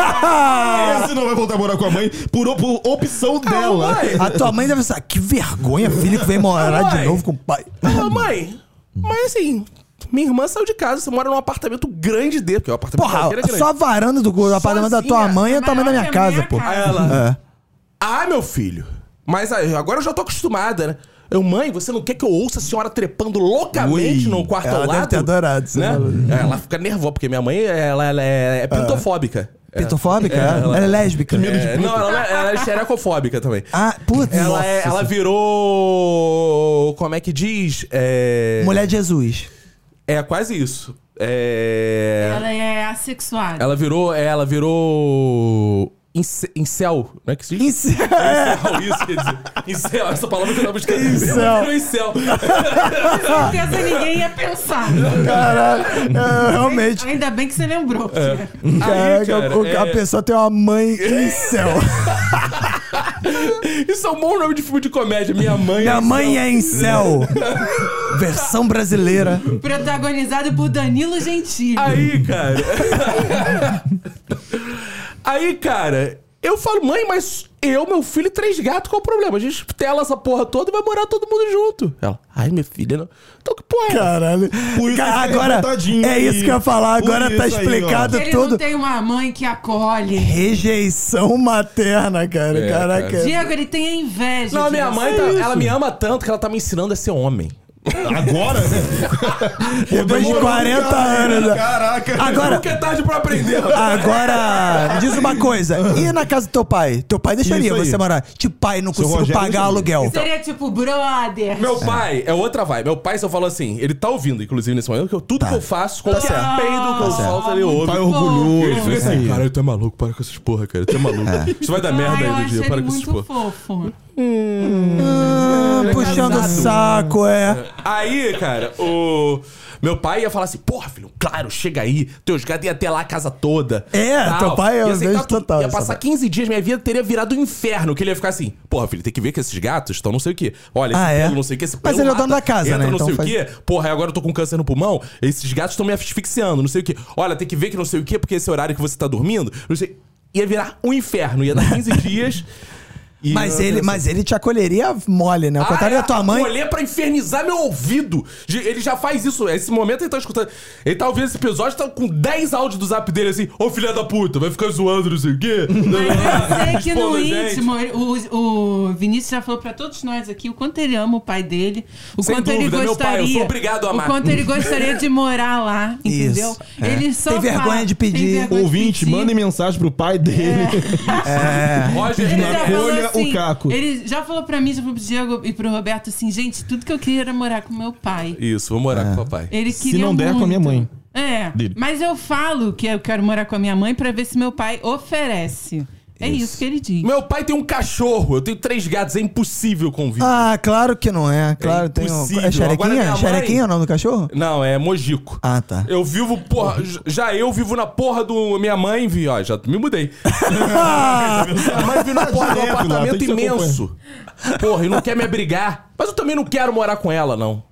Speaker 2: ah.
Speaker 3: Esse não vai voltar a morar com a mãe por, por opção
Speaker 1: Ô,
Speaker 3: dela.
Speaker 1: mãe.
Speaker 2: A tua mãe deve pensar, que vergonha, filho que vem morar de
Speaker 1: Mãe.
Speaker 2: novo com o pai.
Speaker 1: Ô, mãe, mas assim, minha irmã saiu de casa. Você mora num apartamento grande dele, porque o apartamento
Speaker 2: Porra,
Speaker 1: daqui era grande.
Speaker 2: só a varanda do do apartamento da tua
Speaker 1: Sozinha.
Speaker 2: mãe é o tamanho da minha
Speaker 4: Maior que a
Speaker 2: casa,
Speaker 4: minha
Speaker 2: pô.
Speaker 4: casa.
Speaker 1: Aí ela.
Speaker 2: É.
Speaker 1: Ah, meu filho. Mas aí, agora eu já tô acostumada, né? Eu, mãe, você não quer que eu ouça a senhora trepando loucamente
Speaker 3: Ui.
Speaker 1: num quarto
Speaker 2: Ela
Speaker 1: ao
Speaker 2: deve
Speaker 1: lado?
Speaker 2: ter adorado, você
Speaker 1: né?
Speaker 2: falou.
Speaker 1: Ela fica nervosa, porque minha mãe ela, ela é,
Speaker 2: Ah.
Speaker 1: é pintofóbica. É.
Speaker 2: Pintofóbica? É,
Speaker 1: ela-
Speaker 2: ela é lésbica.
Speaker 1: É, não, ela, ela é xerecofóbica também.
Speaker 2: Ah, putz.
Speaker 1: Ela, é-
Speaker 2: Nossa,
Speaker 1: ela virou. Como é que diz? É,
Speaker 2: Mulher de Jesus.
Speaker 1: é quase isso. É.
Speaker 4: Ela é assexuada.
Speaker 1: Ela virou. é, Ela virou. ince- Incel, não é que se diz?
Speaker 2: Isso-
Speaker 1: Incel, isso quer dizer. Incel, essa palavra que eu tava buscando.
Speaker 2: Incel.
Speaker 1: Ela virou Incel. é
Speaker 4: Com certeza ninguém ia pensar.
Speaker 2: Caralho, é, realmente.
Speaker 4: Ainda bem que você lembrou.
Speaker 1: É.
Speaker 4: Tia.
Speaker 1: Aí,
Speaker 2: Caraca, o-
Speaker 1: cara,
Speaker 2: a
Speaker 1: é-
Speaker 2: pessoa tem uma mãe em céu.
Speaker 1: Isso é um bom nome de filme de comédia. Minha mãe
Speaker 2: Minha
Speaker 1: Incel.
Speaker 2: mãe é em céu. Versão brasileira.
Speaker 4: Protagonizado por Danilo Gentili.
Speaker 1: Aí, cara. Aí, cara, eu falo, mãe, mas Eu, meu filho e três gatos, qual o problema? A gente tela essa porra toda e vai morar todo mundo junto. Ela, ai, minha filha, não. Então que porra é essa?
Speaker 2: Caralho.
Speaker 3: Por isso
Speaker 2: Cara,
Speaker 3: que você é
Speaker 2: agora,
Speaker 3: botadinho
Speaker 2: é
Speaker 3: aí.
Speaker 2: isso que eu ia falar.
Speaker 3: Por
Speaker 2: Agora tá
Speaker 3: isso aí, ó.
Speaker 2: explicado
Speaker 4: Ele
Speaker 2: tudo.
Speaker 4: não tem uma mãe que acolhe.
Speaker 2: Rejeição materna, cara.
Speaker 1: É,
Speaker 2: Caraca.
Speaker 1: cara.
Speaker 4: Diego, ele tem a inveja.
Speaker 1: Não,
Speaker 4: de
Speaker 1: minha
Speaker 4: você.
Speaker 2: é
Speaker 1: mãe, tá- ela me ama tanto que ela tá me ensinando a ser homem.
Speaker 3: Agora? né?
Speaker 2: Depois de
Speaker 3: Demorou,
Speaker 2: 40
Speaker 3: cara.
Speaker 2: anos. né?
Speaker 3: Caraca.
Speaker 2: Agora,
Speaker 1: Nunca é tarde pra aprender.
Speaker 2: agora, me diz uma coisa. E na casa do teu pai? Teu pai deixaria
Speaker 3: Isso aí.
Speaker 2: você morar. Tipo, pai, não consigo
Speaker 3: Rogério
Speaker 2: pagar
Speaker 3: deixaria.
Speaker 2: aluguel.
Speaker 4: Seria tipo brother.
Speaker 1: Meu pai é outra vibe. Meu pai só falou assim, ele tá ouvindo, inclusive, nesse momento, que eu- tudo que eu faço, qualquer
Speaker 4: certo.
Speaker 1: peido que eu
Speaker 4: Tá
Speaker 1: solto, ele ouve.
Speaker 3: Pai
Speaker 1: Ele
Speaker 3: orgulhoso.
Speaker 1: fica
Speaker 3: Isso aí.
Speaker 1: assim, caralho, tu é maluco, para com essas porra, cara. Tu é maluco. Isso vai dar merda
Speaker 4: Ai, eu
Speaker 1: aí no
Speaker 4: acho
Speaker 1: dia, para
Speaker 4: ele
Speaker 1: com essas
Speaker 4: muito
Speaker 1: porra.
Speaker 4: fofo.
Speaker 2: Ah,
Speaker 1: Ele é
Speaker 2: puxando o
Speaker 1: casado.
Speaker 2: saco, é.
Speaker 1: Aí, cara, o. Meu pai ia falar assim: porra, filho, claro, chega aí, teus gatos iam até lá a casa toda.
Speaker 2: É, teu pai é
Speaker 1: Ia
Speaker 2: um
Speaker 1: aceitar
Speaker 2: beijo
Speaker 1: tudo.
Speaker 2: total,
Speaker 1: Ia
Speaker 2: essa
Speaker 1: passar
Speaker 2: parte.
Speaker 1: 15 dias, minha vida teria virado um inferno, que ele ia ficar assim: porra, filho, tem que ver que esses gatos estão não sei o quê. Olha, esse
Speaker 2: Ah, é?
Speaker 1: pelo não sei o quê, esse
Speaker 2: Mas
Speaker 1: pelo
Speaker 2: ele é o
Speaker 1: mata,
Speaker 2: dono da casa,
Speaker 1: entra
Speaker 2: né?
Speaker 1: não
Speaker 2: Então
Speaker 1: sei
Speaker 2: faz-
Speaker 1: o quê, porra, agora eu tô com câncer no pulmão, esses gatos estão me asfixiando, não sei o quê. Olha, tem que ver que não sei o quê, porque esse horário que você tá dormindo, não sei. Ia virar um inferno, ia dar 15 dias. e-
Speaker 2: Mas ele, mas ele te acolheria mole, né? Ao contrário
Speaker 1: é,
Speaker 2: da tua mãe.
Speaker 1: Olhei pra infernizar meu ouvido. De- Ele já faz isso. Esse momento ele tá escutando. Ele tá ouvindo esse episódio, tá com 10 áudios do zap dele assim, ô filha da puta, vai ficar zoando, não sei o quê.
Speaker 2: é
Speaker 4: Mas eu sei que no
Speaker 1: Expondo a gente.
Speaker 4: íntimo, o, o Vinícius já falou pra todos nós aqui o quanto ele ama o pai dele, o
Speaker 1: Sem
Speaker 4: quanto
Speaker 1: dúvida,
Speaker 4: ele
Speaker 1: meu pai, eu
Speaker 4: gostaria.
Speaker 1: sou obrigado a amar.
Speaker 4: O quanto ele gostaria de morar lá, entendeu?
Speaker 2: Isso,
Speaker 3: é.
Speaker 4: Ele só
Speaker 2: Tem vergonha
Speaker 4: fala-
Speaker 2: de pedir.
Speaker 4: tem vergonha de
Speaker 3: Ouvinte,
Speaker 4: pedir.
Speaker 3: mandem mensagem pro pai dele.
Speaker 4: É,
Speaker 2: é.
Speaker 1: Roger,
Speaker 4: Ele
Speaker 3: na
Speaker 2: tá
Speaker 4: já,
Speaker 1: Matheus,
Speaker 4: falou
Speaker 3: bolha,
Speaker 4: assim,
Speaker 3: o Caco.
Speaker 4: ele já falou pra mim, já falou pro Diego e pro Roberto assim, gente, tudo que eu queria era morar com meu pai.
Speaker 1: Isso, vou morar com o papai.
Speaker 2: É.
Speaker 4: Ele
Speaker 3: Se
Speaker 4: queria
Speaker 3: não der, com a minha
Speaker 4: muito.
Speaker 3: mãe.
Speaker 4: É,
Speaker 3: Dele.
Speaker 4: mas eu falo que eu quero morar com a minha mãe pra ver se meu pai oferece. É isso, que ele diz.
Speaker 1: Meu pai tem um cachorro, eu tenho três gatos, é impossível conviver.
Speaker 2: Ah, claro que não é. Claro, tem um.
Speaker 1: impossível.
Speaker 2: É
Speaker 1: Agora minha
Speaker 2: xerequinha?
Speaker 1: mãe-
Speaker 2: Xerequinha é o nome do cachorro?
Speaker 1: Não, é Mojico.
Speaker 2: Ah, tá.
Speaker 1: Eu vivo, porra. Já eu vivo na porra do. Minha mãe, vi, ó, já me mudei. minha mãe vive na Tá porra do Ah,
Speaker 2: Tá
Speaker 3: Direto lá,
Speaker 1: apartamento
Speaker 3: tem que te
Speaker 1: imenso. Porra, e não quer me abrigar. Mas eu também não quero morar com ela, não.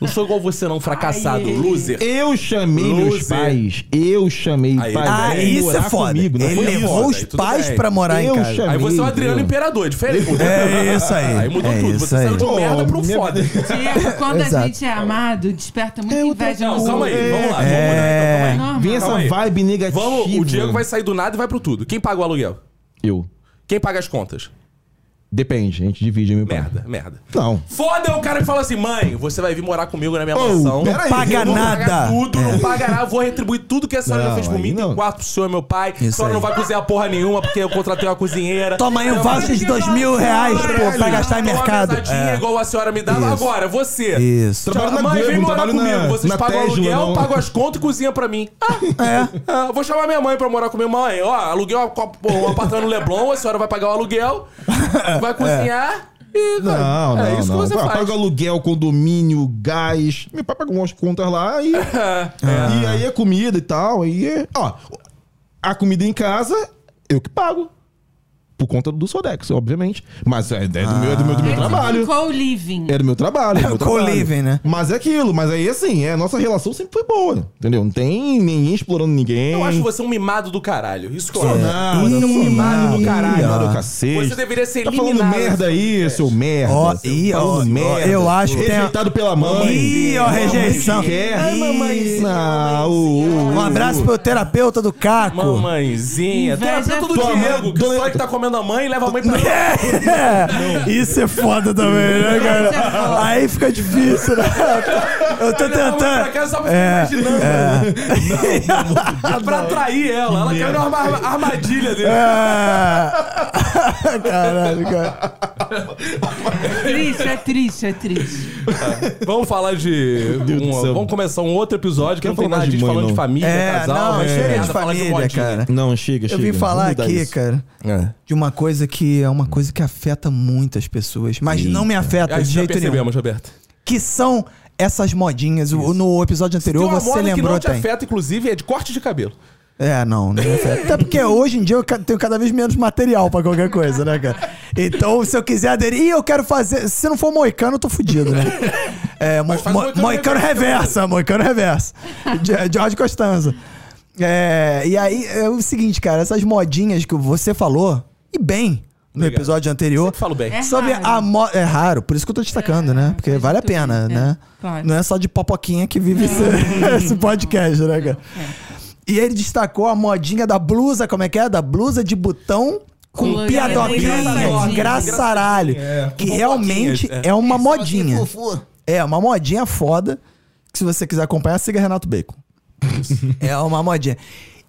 Speaker 1: Não sou igual você, não, fracassado,
Speaker 4: Ai.
Speaker 2: é
Speaker 1: loser.
Speaker 3: Eu chamei meus
Speaker 1: Loser.
Speaker 3: pais. Eu chamei
Speaker 1: é. Aí,
Speaker 3: pais.
Speaker 2: Ah,
Speaker 3: pra
Speaker 2: isso é
Speaker 3: morar
Speaker 2: foda.
Speaker 3: comigo, não
Speaker 2: ele
Speaker 3: foi isso.
Speaker 2: levou
Speaker 1: foda,
Speaker 2: os
Speaker 1: aí tudo
Speaker 2: pais
Speaker 1: bem.
Speaker 2: pra morar em
Speaker 3: Eu
Speaker 2: casa.
Speaker 3: chamei.
Speaker 1: Aí você é o Adriano
Speaker 3: Deus.
Speaker 1: Imperador, é diferente.
Speaker 2: É isso aí.
Speaker 1: Aí mudou
Speaker 2: é
Speaker 1: tudo.
Speaker 2: Isso
Speaker 1: Você
Speaker 2: aí.
Speaker 1: saiu de um
Speaker 3: Pô,
Speaker 1: merda pro
Speaker 3: minha-
Speaker 1: foda.
Speaker 4: Diego, quando a
Speaker 2: Exato.
Speaker 4: gente é amado, desperta muita inveja
Speaker 1: Não,
Speaker 4: no
Speaker 1: calma aí, vamos lá. Vamos mudar, então, calma aí.
Speaker 4: Normal.
Speaker 3: Vem essa
Speaker 1: Calma aí.
Speaker 3: vibe
Speaker 2: é
Speaker 3: negativa.
Speaker 1: Vamos, o Diego vai sair do nada e vai pro tudo. Quem paga o aluguel?
Speaker 3: Eu.
Speaker 1: Quem paga as contas?
Speaker 3: Depende, a gente divide, meu pai.
Speaker 1: Merda, merda.
Speaker 3: Não.
Speaker 1: Foda é o cara que fala assim, mãe, você vai vir morar comigo na minha
Speaker 3: Oh,
Speaker 1: mansão.
Speaker 3: peraí,
Speaker 2: Paga
Speaker 3: eu vou
Speaker 1: Pagar
Speaker 2: nada.
Speaker 1: tudo, não paga nada, É. vou retribuir tudo que a senhora já
Speaker 3: Não,
Speaker 1: fez por
Speaker 3: aí
Speaker 1: mim. Tem
Speaker 3: não.
Speaker 1: quarto pro senhor, meu pai. a senhora não vai cozinhar porra nenhuma porque eu contratei uma cozinheira.
Speaker 2: Toma aí um
Speaker 1: Eu-
Speaker 2: voucher de dois mil reais, pô, pra gastar em
Speaker 1: Uma
Speaker 2: mercado.
Speaker 1: mesadinha igual a senhora me dava.
Speaker 2: Isso.
Speaker 1: Agora, você.
Speaker 2: Isso.
Speaker 3: É. Trabalho na
Speaker 1: mãe,
Speaker 3: Globo,
Speaker 1: vem morar
Speaker 3: trabalho
Speaker 1: comigo.
Speaker 3: na-
Speaker 1: Vocês
Speaker 3: na
Speaker 1: pagam o
Speaker 3: Tesla,
Speaker 1: aluguel,
Speaker 3: não.
Speaker 1: pagam as contas e cozinha pra mim. Ah,
Speaker 2: É.
Speaker 1: ah, vou chamar minha mãe pra morar comigo. Mãe, ó, aluguei uma co- um apartamento no Leblon, a senhora vai pagar o aluguel, vai cozinhar e...
Speaker 3: É. Não, não,
Speaker 1: é isso
Speaker 3: não.
Speaker 1: que você
Speaker 3: Pá,
Speaker 1: faz.
Speaker 3: Paga aluguel, condomínio, gás. Meu pai paga umas contas lá e... E aí é comida e tal. Aí é... Ó, a comida em casa, eu que pago. Por conta do Sodex, obviamente. Mas é, é do, meu, é do meu, do meu
Speaker 1: Ah.
Speaker 4: É tipo
Speaker 3: trabalho.
Speaker 4: um co-living.
Speaker 3: É do meu trabalho. É do meu trabalho.
Speaker 2: co-living, né?
Speaker 3: Mas é aquilo. Mas aí, assim, é, a nossa relação sempre foi boa. Entendeu? Não tem ninguém explorando ninguém.
Speaker 1: Eu acho você um mimado do caralho. Isso que eu
Speaker 3: Sou
Speaker 1: acho.
Speaker 3: não,
Speaker 1: você é
Speaker 3: não
Speaker 1: um
Speaker 3: sou
Speaker 1: mimado do
Speaker 3: não.
Speaker 1: caralho.
Speaker 3: Mimado do cacete.
Speaker 1: Você deveria ser
Speaker 3: Tá falando
Speaker 1: eliminado. assim,
Speaker 3: merda aí, seu merda.
Speaker 2: Ó,
Speaker 3: seu
Speaker 2: ih,
Speaker 3: falando
Speaker 2: ó, eu acho que tem-
Speaker 3: Rejeitado pela mãe.
Speaker 2: Ih, ó,
Speaker 3: Mamãe
Speaker 2: rejeição.
Speaker 3: quer.
Speaker 2: Ai, mamãezinha,
Speaker 3: Não, ô, ô,
Speaker 2: Um
Speaker 3: ô.
Speaker 2: abraço pro terapeuta do Caco.
Speaker 1: Mamãezinha.
Speaker 4: Inveja
Speaker 1: Terapeuta do
Speaker 3: tua
Speaker 1: Diego,
Speaker 3: mãe-
Speaker 1: que só que tá comendo a mãe e leva a mãe pra lá.
Speaker 2: É, isso é foda também, né,
Speaker 4: Isso é foda.
Speaker 2: cara? Aí fica difícil, né? Eu
Speaker 1: Leva a
Speaker 2: tô
Speaker 1: mãe pra
Speaker 2: tentando. É,
Speaker 1: casa só pra ficar imaginando. pra atrair ela. Ela caiu numa arma- armadilha dele.
Speaker 2: É. Caralho, cara.
Speaker 4: É triste, é triste, é triste.
Speaker 1: Vamos falar de.
Speaker 3: Deus do
Speaker 1: um-
Speaker 3: céu.
Speaker 1: vamos começar um outro episódio que
Speaker 3: Quero
Speaker 1: não tem
Speaker 3: falar
Speaker 1: nada
Speaker 3: de
Speaker 1: disso
Speaker 3: mãe,
Speaker 1: falando de
Speaker 3: não.
Speaker 1: família,
Speaker 2: É,
Speaker 1: casal.
Speaker 2: não,
Speaker 1: é,
Speaker 2: chega de
Speaker 1: nada, falar
Speaker 2: família,
Speaker 1: modinha.
Speaker 2: cara.
Speaker 3: Não, chega,
Speaker 2: Eu
Speaker 3: chega.
Speaker 2: vim falar
Speaker 3: Vamos mudar
Speaker 2: aqui,
Speaker 3: isso.
Speaker 2: cara,
Speaker 1: É.
Speaker 2: de uma coisa que é uma coisa que afeta muitas pessoas, mas não me afeta
Speaker 1: A
Speaker 2: de
Speaker 1: gente já
Speaker 2: jeito nenhum.
Speaker 1: percebemos, Roberto.
Speaker 2: Que são essas modinhas. O- No episódio
Speaker 1: Tem
Speaker 2: anterior
Speaker 1: uma
Speaker 2: você
Speaker 1: moda que
Speaker 2: lembrou,
Speaker 1: não te
Speaker 2: tem.
Speaker 1: afeta, inclusive, é de corte de cabelo.
Speaker 2: É, não, não me afeta. Até porque hoje em dia eu ca- tenho cada vez menos material pra qualquer coisa, né, cara? Então, se eu quiser aderir, Ih, eu quero fazer. Se não for moicano, eu tô fudido, né? É, mo-
Speaker 1: faz
Speaker 2: mo-
Speaker 1: moicano
Speaker 2: moicano,
Speaker 1: reverso, né,
Speaker 2: reversa, moicano reversa. De- Jorge Costanza. É, e aí é o seguinte, cara, essas modinhas que você falou, e bem, no episódio anterior.
Speaker 1: Sempre falo bem.
Speaker 4: É
Speaker 2: sobre
Speaker 4: raro. É,
Speaker 2: a mo... É raro, por isso que eu tô destacando, né? Porque
Speaker 4: faz
Speaker 2: vale a
Speaker 4: muito bem,
Speaker 2: pena,
Speaker 4: é,
Speaker 2: né?
Speaker 4: claro. É.
Speaker 2: Não é só de popoquinha que vive esse, esse podcast, né, cara? E ele destacou a modinha da blusa, como é que é? Da blusa de botão com
Speaker 4: Colorida,
Speaker 2: piadoquinha,
Speaker 4: engraçadinha.
Speaker 2: engraçaralho.
Speaker 3: É,
Speaker 2: que
Speaker 1: com
Speaker 2: realmente
Speaker 1: boboquinhas, é.
Speaker 2: é uma modinha. É, uma modinha foda. Que se você quiser acompanhar, siga Renato Bacon. é uma modinha.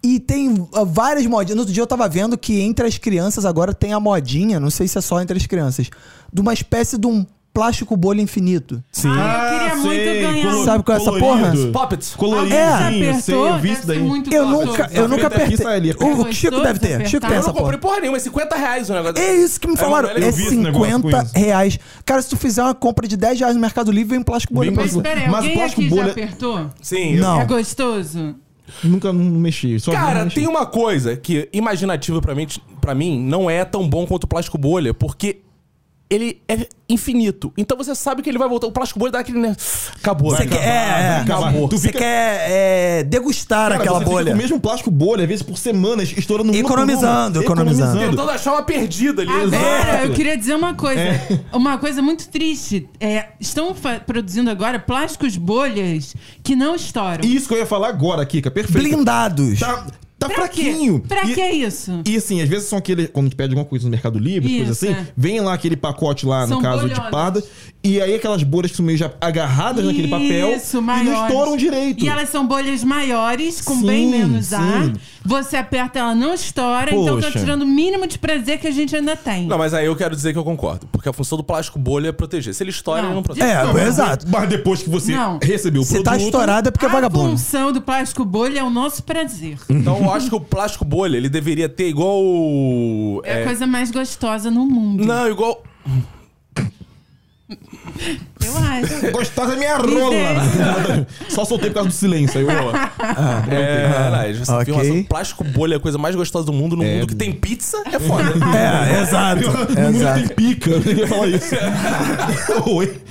Speaker 2: E tem ah, várias modinhas. No outro dia eu tava vendo que entre as crianças agora tem a modinha, não sei se é só entre as crianças, de uma espécie de um plástico bolha infinito.
Speaker 1: Sim.
Speaker 4: Ah, eu queria muito ganhar.
Speaker 2: Sabe qual é essa porra?
Speaker 1: Poppets.
Speaker 3: Colorido,
Speaker 4: Alguém
Speaker 3: é.
Speaker 4: se
Speaker 3: sei, eu
Speaker 4: apertou,
Speaker 3: vi
Speaker 4: deve
Speaker 3: isso daí.
Speaker 4: ser muito
Speaker 2: Eu
Speaker 4: gostoso.
Speaker 2: nunca, eu
Speaker 3: Aperta
Speaker 2: nunca
Speaker 3: aqui,
Speaker 2: apertei.
Speaker 3: sai ali.
Speaker 2: O Chico
Speaker 4: Gostoso né?
Speaker 2: deve ter.
Speaker 4: apertar.
Speaker 2: Chico tem
Speaker 4: Eu
Speaker 1: Eu
Speaker 2: essa
Speaker 1: não comprei
Speaker 2: porra.
Speaker 1: porra nenhuma, é 50 reais o negócio.
Speaker 2: É isso que me
Speaker 1: Aí
Speaker 2: falaram.
Speaker 1: eu olho e
Speaker 2: É
Speaker 1: eu vi
Speaker 3: esse negócio com
Speaker 2: 50
Speaker 3: isso.
Speaker 2: reais. Cara, se tu fizer uma compra de 10 reais no Mercado Livre, vem um plástico bolha
Speaker 3: Bem
Speaker 4: Mas
Speaker 2: infinito.
Speaker 3: mais-
Speaker 4: peraí,
Speaker 3: Mas
Speaker 4: alguém
Speaker 3: plástico
Speaker 4: aqui
Speaker 3: bolha-
Speaker 4: já apertou?
Speaker 1: Sim. eu-
Speaker 2: Não.
Speaker 4: É gostoso?
Speaker 3: Nunca não mexi. Só vi, não
Speaker 1: Cara,
Speaker 3: mexi.
Speaker 1: tem uma coisa que imaginativa pra mim, pra mim não é tão bom quanto o plástico bolha, porque ele é infinito. Então você sabe que ele vai voltar. O plástico bolha dá aquele. Né? Acabou.
Speaker 2: Você
Speaker 1: né?
Speaker 2: quer, é, é,
Speaker 3: acabar.
Speaker 2: acabou.
Speaker 3: Tu
Speaker 2: Você
Speaker 3: fica-
Speaker 2: quer é, degustar
Speaker 3: Cara,
Speaker 2: aquela
Speaker 3: você fica
Speaker 2: bolha.
Speaker 3: com o mesmo plástico bolha, às vezes por semanas, estourando uma por
Speaker 2: Economizando,
Speaker 3: uma.
Speaker 2: economizando.
Speaker 1: Tentando achar uma perdida ali.
Speaker 4: Agora,
Speaker 3: Exato.
Speaker 4: eu queria dizer uma coisa.
Speaker 3: É.
Speaker 4: Uma coisa muito triste. É, estão fa- produzindo agora plásticos bolhas que não estouram.
Speaker 3: E isso que eu ia falar agora, Kika, perfeito.
Speaker 2: Blindados.
Speaker 3: Tá, tá
Speaker 4: Pra quê?
Speaker 3: fraquinho.
Speaker 4: Pra
Speaker 3: E-
Speaker 4: que isso?
Speaker 3: E assim, às vezes são aqueles. Quando a gente pede alguma coisa no Mercado Livre,
Speaker 4: Isso,
Speaker 3: coisa assim,
Speaker 4: é.
Speaker 3: vem lá aquele pacote lá, no
Speaker 4: São
Speaker 3: caso, de
Speaker 4: bolhonas.
Speaker 3: parda. E aí aquelas bolhas que são meio já agarradas naquele papel e não estouram direito.
Speaker 4: E elas são bolhas maiores, com
Speaker 3: Sim,
Speaker 4: bem menos ar.
Speaker 3: sim.
Speaker 4: Você aperta, ela não estoura. Então tá
Speaker 3: Poxa.
Speaker 4: tirando o mínimo de prazer que a gente ainda tem.
Speaker 1: Não, mas aí eu quero dizer que eu concordo. Porque a função do plástico bolha é proteger. Se ele estoura,
Speaker 4: Não.
Speaker 1: ele não protege.
Speaker 2: É,
Speaker 3: Não, mas-
Speaker 2: exato.
Speaker 3: Mas depois que você
Speaker 4: Não.
Speaker 3: recebeu o
Speaker 2: Se
Speaker 3: produto.
Speaker 2: tá estourado é porque é
Speaker 1: um
Speaker 4: a
Speaker 2: vagabundo.
Speaker 4: função do plástico bolha é o nosso prazer.
Speaker 1: Então eu acho que o plástico bolha, ele deveria ter igual. o-
Speaker 4: É a
Speaker 1: é,
Speaker 4: coisa mais gostosa no mundo.
Speaker 1: Não, igual.
Speaker 4: Eu acho.
Speaker 3: Gostosa é minha rola! Só soltei por causa do silêncio. Aí eu,
Speaker 4: Ah,
Speaker 1: É, caralho, você
Speaker 2: Ok.
Speaker 1: viu uma- plástico bolha é a coisa mais gostosa do mundo. No mundo que tem pizza, é foda.
Speaker 2: É, exato.
Speaker 3: No mundo
Speaker 2: exato.
Speaker 3: tem pica. Eu ia falar isso. Oi.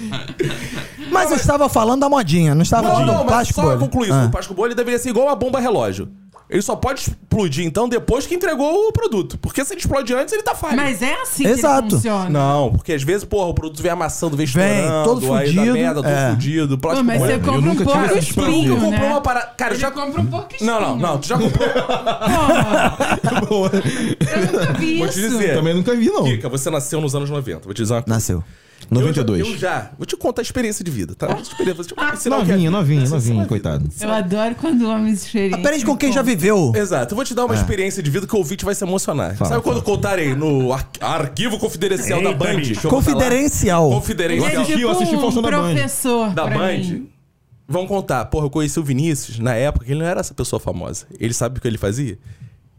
Speaker 2: Mas eu estava falando da modinha, não estava
Speaker 1: Não,
Speaker 2: falando
Speaker 1: não,
Speaker 2: do
Speaker 1: mas
Speaker 2: plástico
Speaker 1: só eu
Speaker 2: bolha.
Speaker 1: concluir isso.
Speaker 2: Ah.
Speaker 1: O plástico bolha deveria ser igual uma bomba relógio. Ele só pode explodir, então, depois que entregou o produto. Porque se ele explode antes, ele tá falho.
Speaker 4: Mas é assim
Speaker 2: Exato.
Speaker 4: que ele funciona.
Speaker 1: Não, porque às vezes, porra, o produto vem amassando, vem
Speaker 2: Vem,
Speaker 1: estourando.
Speaker 2: todo
Speaker 1: aí dá
Speaker 2: fudido,
Speaker 1: merda, todo
Speaker 2: é.
Speaker 1: fudido.
Speaker 4: Pô,
Speaker 1: Plástico
Speaker 4: mas
Speaker 1: bolha.
Speaker 4: você compra um
Speaker 3: nunca tive
Speaker 4: porco
Speaker 3: esse prazer.
Speaker 1: Tu
Speaker 4: espinho, né?
Speaker 1: comprou é uma parada... Cara,
Speaker 4: Ele
Speaker 1: já...
Speaker 4: compra um porco espinho.
Speaker 1: Não, não, não. Tu já comprou...
Speaker 4: Pô,
Speaker 3: Boa.
Speaker 4: eu nunca vi
Speaker 1: Vou
Speaker 4: isso.
Speaker 1: te dizer.
Speaker 3: Também nunca vi, não.
Speaker 1: Kika, você nasceu nos anos 90. Vou te dizer uma coisa.
Speaker 2: Ah, Nasceu.
Speaker 1: Eu já, eu
Speaker 3: 92.
Speaker 1: já... Vou te contar a experiência de vida, tá? Vou te experiência, vou te ensinar o que é-
Speaker 3: Novinho, novinho, novinho, coitado.
Speaker 4: Ah. Eu adoro quando homens experientes.
Speaker 2: Aprende com quem já
Speaker 4: viu.
Speaker 2: viveu.
Speaker 1: Exato, eu vou te
Speaker 2: É.
Speaker 1: dar uma experiência de vida que o ouvinte vai se emocionar.
Speaker 3: Fala,
Speaker 1: Sabe quando
Speaker 3: fala.
Speaker 1: contarei no ar- arquivo confidencial da Band? Deixa eu botar lá.
Speaker 2: Confiderencial.
Speaker 4: Ele
Speaker 1: Confidencial
Speaker 4: é
Speaker 3: assisti- eu
Speaker 4: tipo
Speaker 3: assisti Faustão
Speaker 4: um
Speaker 3: da Band.
Speaker 4: professor
Speaker 1: da
Speaker 4: pra
Speaker 1: Band.
Speaker 4: mim.
Speaker 1: Vão contar. Porra, eu conheci o Vinícius na época, que ele não era essa pessoa famosa. Ele sabe o que ele fazia?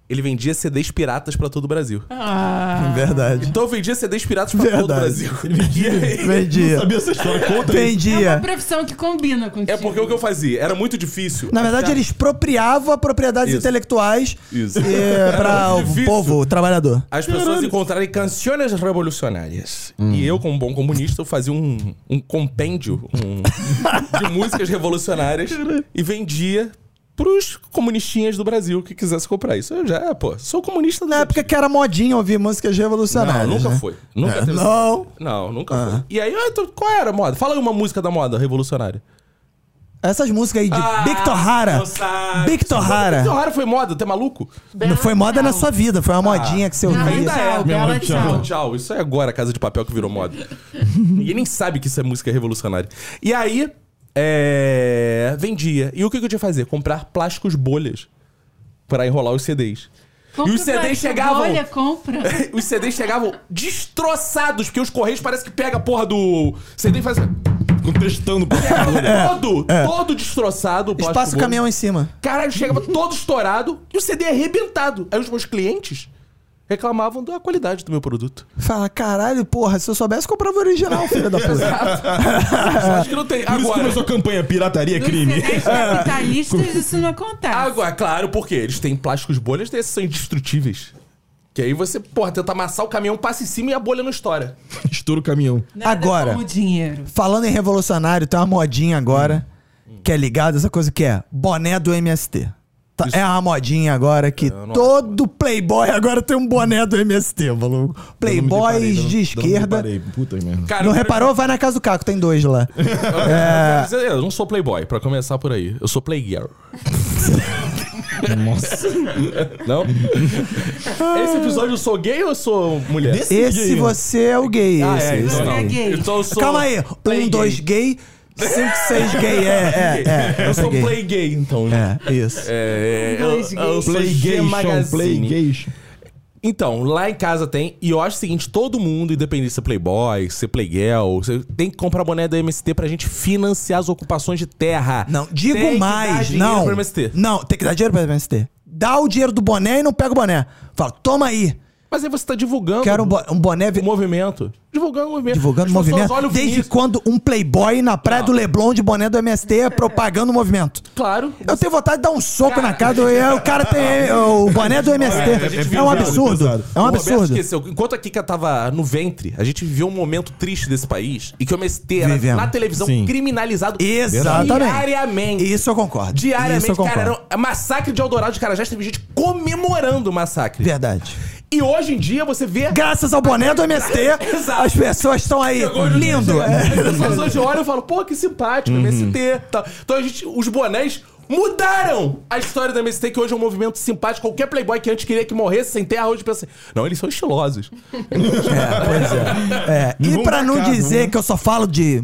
Speaker 1: Ele vendia CDs piratas pra todo o Brasil.
Speaker 4: Ah,
Speaker 2: Verdade.
Speaker 1: Então eu vendia CDs piratas pra todo o
Speaker 2: Verdade.
Speaker 1: Brasil. E aí-
Speaker 2: Vendia.
Speaker 3: Sabia essa história? Conta aí.
Speaker 4: é uma
Speaker 2: Vendia.
Speaker 4: profissão que combina contigo.
Speaker 1: É porque o que eu fazia era muito difícil.
Speaker 2: Na verdade,
Speaker 1: achar-
Speaker 2: ele expropriava propriedades
Speaker 1: Isso.
Speaker 2: intelectuais
Speaker 1: Isso.
Speaker 2: para o
Speaker 1: Difícil.
Speaker 2: povo, o trabalhador.
Speaker 1: as pessoas encontrarem canções revolucionárias.
Speaker 2: Hum.
Speaker 1: E eu, como bom comunista, eu fazia um, um compêndio um- de músicas revolucionárias e vendia pros comunistinhas do Brasil que quisesse comprar isso. Eu já, pô, sou comunista
Speaker 2: Na época que era modinha ouvir músicas
Speaker 1: Não,
Speaker 2: revolucionárias.
Speaker 1: nunca
Speaker 2: é né?
Speaker 1: foi. Nunca
Speaker 2: É,
Speaker 1: teve-
Speaker 2: não.
Speaker 1: Não, nunca foi. E aí, ah, tu- qual era a moda? Fala aí uma música da moda revolucionária.
Speaker 2: Essas músicas aí de
Speaker 1: Ah,
Speaker 2: Victor Hara.
Speaker 1: não sabe.
Speaker 2: Victor Hara.
Speaker 1: Victor Hara foi moda, tá maluco?
Speaker 2: Não foi moda na
Speaker 4: Tchau.
Speaker 2: sua vida, foi uma modinha que você
Speaker 4: Não,
Speaker 2: ouvia.
Speaker 1: Ainda é.
Speaker 4: tchau, bela
Speaker 1: Pô,
Speaker 4: tchau.
Speaker 1: tchau. Isso é agora Casa de Papel que virou moda. Ninguém nem sabe que isso é música revolucionária. E aí, é... vendia. E o que que eu tinha que fazer? Comprar plásticos bolhas pra enrolar os CDs.
Speaker 4: Compra
Speaker 1: e os
Speaker 4: pra
Speaker 1: CDs chegavam...
Speaker 4: Olha, compra.
Speaker 2: É
Speaker 1: Os CDs chegavam destroçados, porque os correios parece que pega a porra do CD e faz... assim,
Speaker 3: Contestando.
Speaker 1: todo, todo destroçado. o plástico
Speaker 2: É. Espaço
Speaker 1: bolha.
Speaker 2: caminhão em cima.
Speaker 1: Caralho, chegava todo estourado e o CD arrebentado. Aí os meus clientes reclamavam da qualidade do meu produto.
Speaker 2: Fala, caralho, porra, se eu soubesse, eu comprava o original, filho da puta.
Speaker 1: Acho que não tem.
Speaker 3: Por isso
Speaker 1: Agora,
Speaker 3: começou a campanha Pirataria é
Speaker 4: Dos
Speaker 3: Crime.
Speaker 4: CDs capitalistas, isso não acontece.
Speaker 1: agora, claro, porque eles têm plásticos bolhas desses são indestrutíveis. Que aí você, porra, tenta amassar o caminhão, passa em cima e a bolha não estoura.
Speaker 3: Estoura o caminhão.
Speaker 4: é Nada
Speaker 2: Agora.
Speaker 4: como dinheiro.
Speaker 2: Falando em
Speaker 1: Hum.
Speaker 2: revolucionário, tem uma modinha agora que é ligada a essa coisa que é boné do MST. Tá- é a modinha agora que todo playboy agora tem um boné do MST, maluco. Playboys de esquerda.
Speaker 3: Puta merda.
Speaker 2: Não,
Speaker 1: Cara, eu-
Speaker 2: reparou? Vai na casa do Caco, tem dois lá.
Speaker 1: Eu, eu quero dizer, eu não sou playboy, pra começar por aí. Eu sou playgirl. Nossa. Não? Esse episódio eu sou gay ou eu sou mulher?
Speaker 3: Desse
Speaker 2: Esse
Speaker 3: jeito.
Speaker 2: você é o gay.
Speaker 1: Ah,
Speaker 2: esse,
Speaker 1: é,
Speaker 2: esse
Speaker 1: então,
Speaker 4: é
Speaker 1: não.
Speaker 4: gay.
Speaker 1: Então eu sou
Speaker 2: Calma aí.
Speaker 1: play
Speaker 2: Um, dois gay, cinco, seis gay. É, é, é.
Speaker 1: eu
Speaker 2: essa
Speaker 1: sou
Speaker 2: é gay.
Speaker 1: play gay, então. né?
Speaker 2: É, isso.
Speaker 1: É, eu,
Speaker 4: Dois
Speaker 1: eu
Speaker 4: gays.
Speaker 1: sou G
Speaker 3: Playgation,
Speaker 1: Magazine.
Speaker 3: playgation.
Speaker 1: Então, lá em casa tem. E eu acho o seguinte: todo mundo, independente de ser playboy, ser playgirl, você tem que comprar boné da MST pra gente financiar as ocupações de terra.
Speaker 2: Não,
Speaker 1: Tem
Speaker 2: digo
Speaker 1: que dar
Speaker 2: mais.
Speaker 1: dinheiro
Speaker 2: Não.
Speaker 1: Pro MST.
Speaker 2: Não, tem que dar dinheiro pra MST. Dá o dinheiro do boné e não pega o boné. Fala, toma aí.
Speaker 1: Mas aí você tá divulgando
Speaker 2: Quero um, bo- um boné.
Speaker 1: o movimento. Divulgando o movimento.
Speaker 2: Divulgando
Speaker 1: As
Speaker 2: o
Speaker 1: pessoas
Speaker 2: movimento.
Speaker 1: olham o
Speaker 2: Desde
Speaker 1: Vinícius,
Speaker 2: quando um playboy na praia do Leblon de boné do MST é propagando o movimento?
Speaker 1: Claro.
Speaker 2: Eu tenho vontade de dar um soco
Speaker 1: Cara.
Speaker 2: na cara do. é, O cara tem é, o boné do
Speaker 1: É, a gente
Speaker 2: MST. É,
Speaker 1: viu
Speaker 2: um
Speaker 1: já,
Speaker 2: absurdo.
Speaker 3: pesado.
Speaker 2: É um
Speaker 1: O Roberto
Speaker 2: absurdo.
Speaker 1: esqueceu. Enquanto a Kika tava no ventre, a gente viveu um momento triste desse país e que o MST era
Speaker 2: Vivemos.
Speaker 1: na televisão
Speaker 3: Sim.
Speaker 1: criminalizado
Speaker 2: Exatamente.
Speaker 1: diariamente.
Speaker 2: Isso eu concordo.
Speaker 1: Diariamente,
Speaker 2: Isso eu
Speaker 1: cara,
Speaker 2: concordo.
Speaker 1: era um massacre de Eldorado de Carajás, teve gente comemorando o massacre.
Speaker 2: Verdade.
Speaker 1: E hoje em dia você vê.
Speaker 2: Graças ao boné do MST,
Speaker 1: Exato.
Speaker 2: as pessoas estão aí.
Speaker 1: Chegou no-
Speaker 2: Lindo.
Speaker 1: As
Speaker 2: É. Uhum.
Speaker 1: pessoas hoje olham e falam, pô, que simpático, MST. Tá. Então a gente, os bonés mudaram a história da MST, que hoje é um movimento simpático. Qualquer playboy que antes queria que morresse sem terra, hoje pensa assim, não, eles são estilosos.
Speaker 2: É,
Speaker 3: Não
Speaker 2: E
Speaker 3: vamos
Speaker 2: pra
Speaker 3: pra
Speaker 2: não
Speaker 3: casa,
Speaker 1: né?
Speaker 2: dizer
Speaker 3: vamos.
Speaker 2: que eu só falo de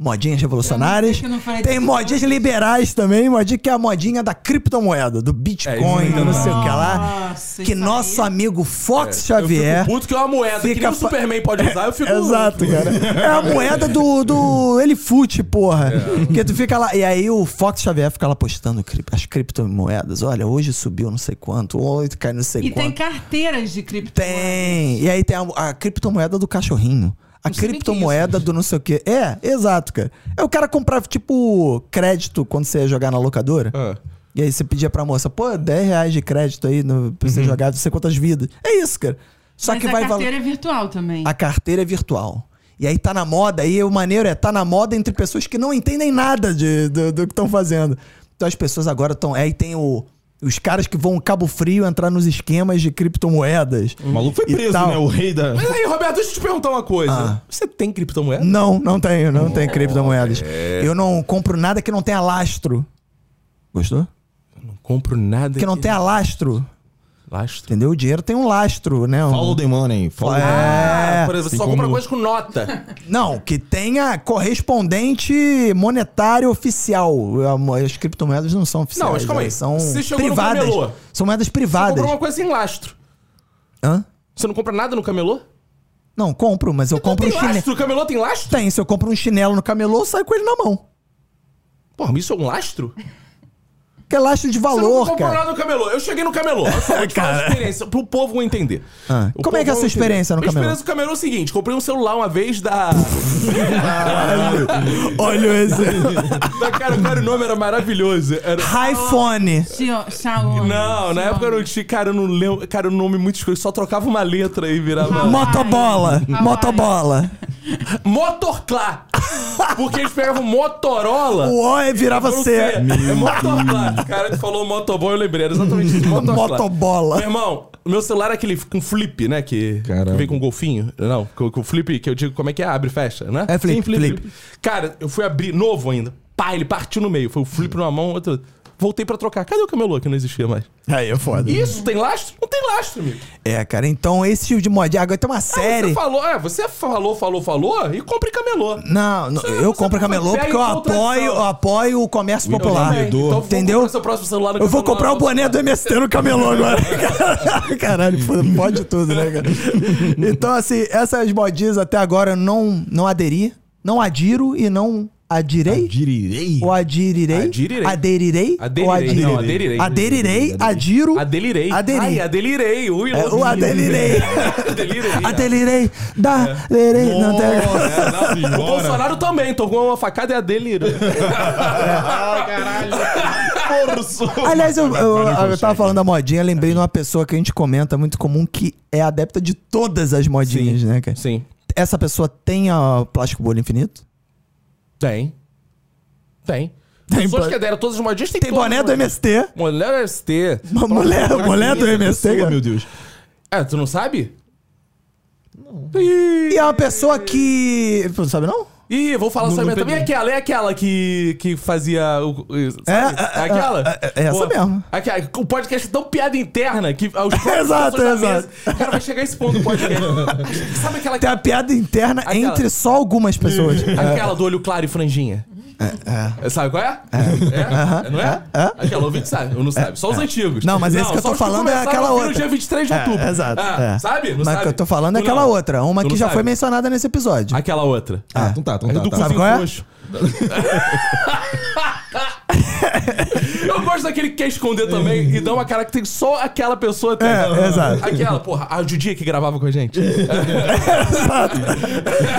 Speaker 2: modinhas revolucionárias,
Speaker 4: Eu não sei que não faz
Speaker 2: tem
Speaker 4: isso.
Speaker 2: modinhas liberais também, modinha que é a modinha da criptomoeda, do Bitcoin,
Speaker 1: ainda
Speaker 2: não sei o que lá.
Speaker 4: Nossa,
Speaker 2: Que
Speaker 4: isso
Speaker 2: nosso
Speaker 4: aí. é
Speaker 2: amigo Fox
Speaker 1: Eu
Speaker 2: Xavier.
Speaker 1: fico puto que é uma moeda que
Speaker 2: Fica
Speaker 1: nem o
Speaker 2: fa-
Speaker 1: Superman pode usar, eu fico...
Speaker 2: Exato, cara. É a moeda do, do Elifute, porra.
Speaker 1: É.
Speaker 2: Que tu fica lá. E aí o Fox Xavier fica lá postando cri- as criptomoedas. Olha, hoje subiu não sei quanto, hoje caiu não sei
Speaker 4: E
Speaker 2: quanto.
Speaker 4: tem carteiras de criptomoedas.
Speaker 2: Tem. E aí tem a, a criptomoeda do cachorrinho. A
Speaker 4: Não sei nem é
Speaker 2: criptomoeda do não sei o quê. É, exato, cara. É o cara comprava, tipo, crédito quando você ia jogar na locadora.
Speaker 1: Ah.
Speaker 2: E aí você pedia pra moça, pô, 10 reais de crédito aí no, pra você jogar, não sei quantas vidas. É isso, cara. Só
Speaker 4: Mas
Speaker 2: que
Speaker 4: a
Speaker 2: vai valer.
Speaker 4: carteira é virtual também.
Speaker 2: A carteira é virtual. E aí tá na moda, aí o maneiro é, tá na moda entre pessoas que não entendem nada de, do, do que estão fazendo. Então as pessoas agora estão. Aí tem o, os caras que vão Cabo Frio entrar nos esquemas de criptomoedas.
Speaker 3: O maluco foi
Speaker 2: E
Speaker 3: preso,
Speaker 2: tal.
Speaker 3: né? O rei da.
Speaker 1: Mas aí, Roberto, deixa eu te perguntar uma coisa.
Speaker 2: Ah.
Speaker 1: Você tem criptomoeda?
Speaker 2: Não, não tenho, não tenho criptomoedas.
Speaker 1: é.
Speaker 2: Eu não compro nada que não tenha lastro. Gostou?
Speaker 1: Não compro nada.
Speaker 2: Que não tenha lastro.
Speaker 1: Lastro.
Speaker 2: Entendeu? O dinheiro tem um lastro, né? Um-
Speaker 3: Follow the money. Follow the
Speaker 2: É,
Speaker 3: money.
Speaker 1: Ah, por exemplo, você
Speaker 3: Tem
Speaker 1: só compra
Speaker 3: como-
Speaker 1: coisa com nota.
Speaker 2: Não, que tenha correspondente monetário oficial. As criptomoedas não são oficiais.
Speaker 1: Não, mas calma aí.
Speaker 2: elas São
Speaker 1: Você chegou no
Speaker 2: privadas.
Speaker 1: camelô.
Speaker 2: São moedas
Speaker 1: Você
Speaker 2: privadas.
Speaker 1: comprou uma coisa sem lastro.
Speaker 2: Hã?
Speaker 1: Você não compra nada no camelô?
Speaker 2: Não, compro, mas eu compro um
Speaker 1: tem
Speaker 2: chinelo.
Speaker 1: lastro? O camelô tem lastro?
Speaker 2: Tem, se eu compro um chinelo no camelô, eu saio com ele na mão.
Speaker 1: Porra, mas isso é um lastro?
Speaker 2: Que é lastro de
Speaker 1: Você não
Speaker 2: valor,
Speaker 1: comprou
Speaker 2: cara.
Speaker 1: nada no camelô. Eu cheguei no camelô. Eu só vou te falar a experiência, pro povo entender.
Speaker 2: Ah,
Speaker 1: O
Speaker 2: como é que é a
Speaker 1: povo
Speaker 2: sua experiência no
Speaker 1: entender.
Speaker 2: camelô?
Speaker 1: A experiência do camelô é o seguinte. Comprei um celular uma vez da...
Speaker 2: Olha esse.
Speaker 1: da cara, cara, o nome era maravilhoso. Era...
Speaker 2: iPhone.
Speaker 4: Xio- Xiaomi.
Speaker 1: Não, na época eu não tinha. Cara, eu não lembro. Cara, o nome é muito escuro. Só trocava uma letra e virava.
Speaker 2: Ah,
Speaker 4: Hawaii.
Speaker 2: Motobola.
Speaker 4: Hawaii.
Speaker 2: Motobola.
Speaker 1: Motorclá! Porque eles pegavam Motorola.
Speaker 2: O O é virava
Speaker 1: pelo
Speaker 2: C.
Speaker 1: C. É Motorclá. O cara que falou Motoboy, eu lembrei. Era exatamente isso. Motorclá. Meu
Speaker 2: Motobola.
Speaker 1: irmão, o meu celular é aquele com flip, né? Que,
Speaker 3: Caramba.
Speaker 1: que vem com um golfinho. Não, com, com flip, que eu digo como é que é, abre e fecha, né?
Speaker 2: É flip, flip.
Speaker 1: Cara, eu fui abrir novo ainda. Pá, ele partiu no meio. Foi o flip numa mão, outro. Voltei pra trocar. Cadê o camelô que não existia mais?
Speaker 2: Aí é foda.
Speaker 1: Isso, tem lastro? Não tem lastro, amigo.
Speaker 2: É, cara, então esse tipo de modinha. Agora tem uma série.
Speaker 1: Você falou, é, você falou, falou, falou e compre camelô.
Speaker 2: Não, não,
Speaker 1: você
Speaker 2: eu compro
Speaker 1: compra
Speaker 2: camelô
Speaker 1: pé
Speaker 2: porque
Speaker 1: e
Speaker 2: eu
Speaker 1: compra
Speaker 2: apoio,
Speaker 1: só.
Speaker 2: eu apoio o comércio
Speaker 1: Tudo
Speaker 2: popular.
Speaker 1: bem, então vou
Speaker 2: Entendeu?
Speaker 1: comprar seu próximo celular no
Speaker 2: Eu vou
Speaker 1: camelô,
Speaker 2: comprar o
Speaker 1: nossa.
Speaker 2: boné do MST no camelô agora. Caralho, foda- pode tudo, né, cara? Então, assim, essas modinhas até agora eu não, não aderi, não adiro e não adirei.
Speaker 3: Direi.
Speaker 2: Ou adirirei?
Speaker 1: Adirei.
Speaker 2: Aderirei?
Speaker 1: Aderirei.
Speaker 2: Ou
Speaker 1: Não, aderirei.
Speaker 2: Aderirei, adiro.
Speaker 1: Adelirei. Ai,
Speaker 2: Aderi.
Speaker 1: adelirei. Ui,
Speaker 2: É, o aderirei.
Speaker 1: Adelirei.
Speaker 2: Aderirei.
Speaker 1: é.
Speaker 2: Da. Lerei. Não tem.
Speaker 3: Nossa é,
Speaker 1: O
Speaker 3: senhora.
Speaker 1: Bolsonaro também, tomou uma facada e adelirei.
Speaker 3: Ah, caralho. Forçou.
Speaker 2: Aliás, eu, eu,
Speaker 3: Não
Speaker 2: eu
Speaker 3: consegue.
Speaker 2: tava falando da modinha, lembrei de uma pessoa que a gente comenta muito comum que é adepta de todas as modinhas, né, cara?
Speaker 1: Sim.
Speaker 2: Essa pessoa tem a plástico bolha infinito?
Speaker 1: Tem. Tem.
Speaker 2: Tem
Speaker 1: Pessoas
Speaker 2: bo-
Speaker 1: que aderam a todas as modinhas tem
Speaker 2: Tem boné do MST.
Speaker 1: Mulher é do MST.
Speaker 2: Uma mulher, mulher do MST.
Speaker 3: Pessoa,
Speaker 2: cara.
Speaker 3: meu Deus.
Speaker 1: Ah, tu não sabe? Não.
Speaker 2: E é uma pessoa que. Pô, Não sabe não?
Speaker 1: Ih, vou falar
Speaker 3: Não-
Speaker 1: sobre
Speaker 3: não
Speaker 1: também. É
Speaker 3: peguei.
Speaker 1: aquela, é aquela que, que fazia. O, o- sabe?
Speaker 2: É, é,
Speaker 1: aquela?
Speaker 2: é, é, é essa mesmo.
Speaker 1: Aquela, o podcast é tão piada interna que aos poucos
Speaker 2: Exato,
Speaker 1: pessoas da
Speaker 2: exato.
Speaker 1: mesa- Cara, vai chegar esse ponto do podcast. sabe aquela,
Speaker 2: Tem a piada interna
Speaker 1: Aquela.
Speaker 2: entre só algumas pessoas.
Speaker 1: aquela do olho claro e franjinha? É, Sabe qual é? É? Não é? Aquela ouvinte sabe, ou não sabe. Só os antigos.
Speaker 2: É. Não, mas esse que eu
Speaker 1: só
Speaker 2: tô
Speaker 1: os
Speaker 2: falando é
Speaker 1: começaram
Speaker 2: aquela
Speaker 1: a ouvir no
Speaker 2: outra.
Speaker 1: dia 23 de outubro.
Speaker 2: É, exato.
Speaker 1: Ah,
Speaker 2: é.
Speaker 1: Sabe? Não
Speaker 2: Mas
Speaker 1: sabe?
Speaker 2: o que eu tô falando é
Speaker 1: Tu não.
Speaker 2: aquela outra, uma
Speaker 1: Tu
Speaker 2: que
Speaker 1: não
Speaker 2: já foi
Speaker 1: sabe?
Speaker 2: mencionada nesse episódio.
Speaker 1: Aquela outra.
Speaker 3: Ah, então tá, então
Speaker 1: É
Speaker 3: tá.
Speaker 1: do
Speaker 3: tá.
Speaker 1: cozinho
Speaker 2: qual é?
Speaker 1: frouxo. Eu gosto daquele que quer esconder também e dá uma cara que tem só aquela pessoa tem.
Speaker 2: É, exato.
Speaker 1: Aquela, porra, a Judia que gravava com a gente.
Speaker 2: Exato.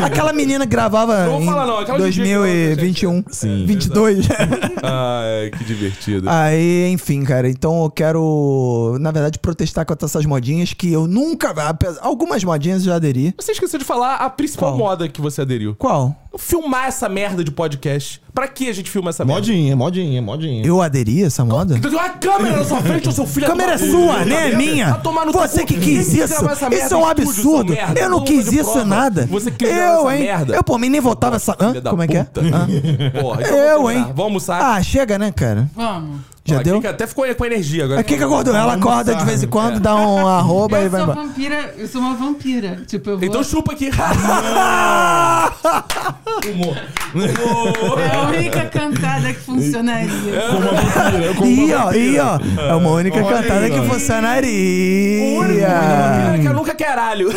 Speaker 2: Aquela menina que gravava
Speaker 1: Não vou
Speaker 2: em
Speaker 1: falar não, aquela judia que gravava,
Speaker 2: 2021,
Speaker 3: Sim.
Speaker 2: 22.
Speaker 1: Ai, que divertido.
Speaker 2: Aí, enfim, cara, então eu quero, na verdade, protestar contra essas modinhas que eu nunca, apesar- algumas modinhas eu já aderi.
Speaker 1: Você esqueceu de falar a principal
Speaker 2: Qual?
Speaker 1: moda que você aderiu.
Speaker 2: Qual?
Speaker 1: Filmar essa merda de podcast. Pra que a gente filma essa merda?
Speaker 3: é Modinha, modinha, modinha.
Speaker 2: Eu aderi a essa moda?
Speaker 1: Tem uma câmera na sua frente, ô seu filho. Tá
Speaker 2: A câmera é sua, né? É minha. Você que quis isso. Isso é um absurdo. Eu não quis isso nada.
Speaker 1: Você quis
Speaker 2: Eu,
Speaker 1: essa
Speaker 2: hein?
Speaker 1: merda.
Speaker 2: Eu, por mim, nem votava essa. Hã?
Speaker 1: Filha da
Speaker 2: Como é que é?
Speaker 1: puta.
Speaker 2: Hã?
Speaker 1: Porra, então
Speaker 2: Eu,
Speaker 1: vamos
Speaker 2: hein?
Speaker 1: almoçar, Vamos almoçar.
Speaker 2: Ah, chega, né, cara?
Speaker 4: Vamos.
Speaker 2: Já
Speaker 1: Ó, a
Speaker 2: deu? É
Speaker 1: Kika até ficou com energia agora.
Speaker 2: A Kika acordou. Ela
Speaker 3: Vamos
Speaker 2: acorda de
Speaker 3: almoçar.
Speaker 2: vez em quando, dá um arroba e
Speaker 4: eu
Speaker 2: vai
Speaker 4: sou
Speaker 2: embora.
Speaker 4: vampira, eu sou uma vampira. Tipo, eu vou...
Speaker 1: Então chupa aqui. Humor.
Speaker 4: É a única cantada que funcionaria.
Speaker 1: É.
Speaker 2: Ih, ó, ih, ó. É uma única
Speaker 3: Olha aí,
Speaker 2: cantada que
Speaker 3: ó.
Speaker 2: funcionaria.
Speaker 1: Cara, que eu nunca caralho.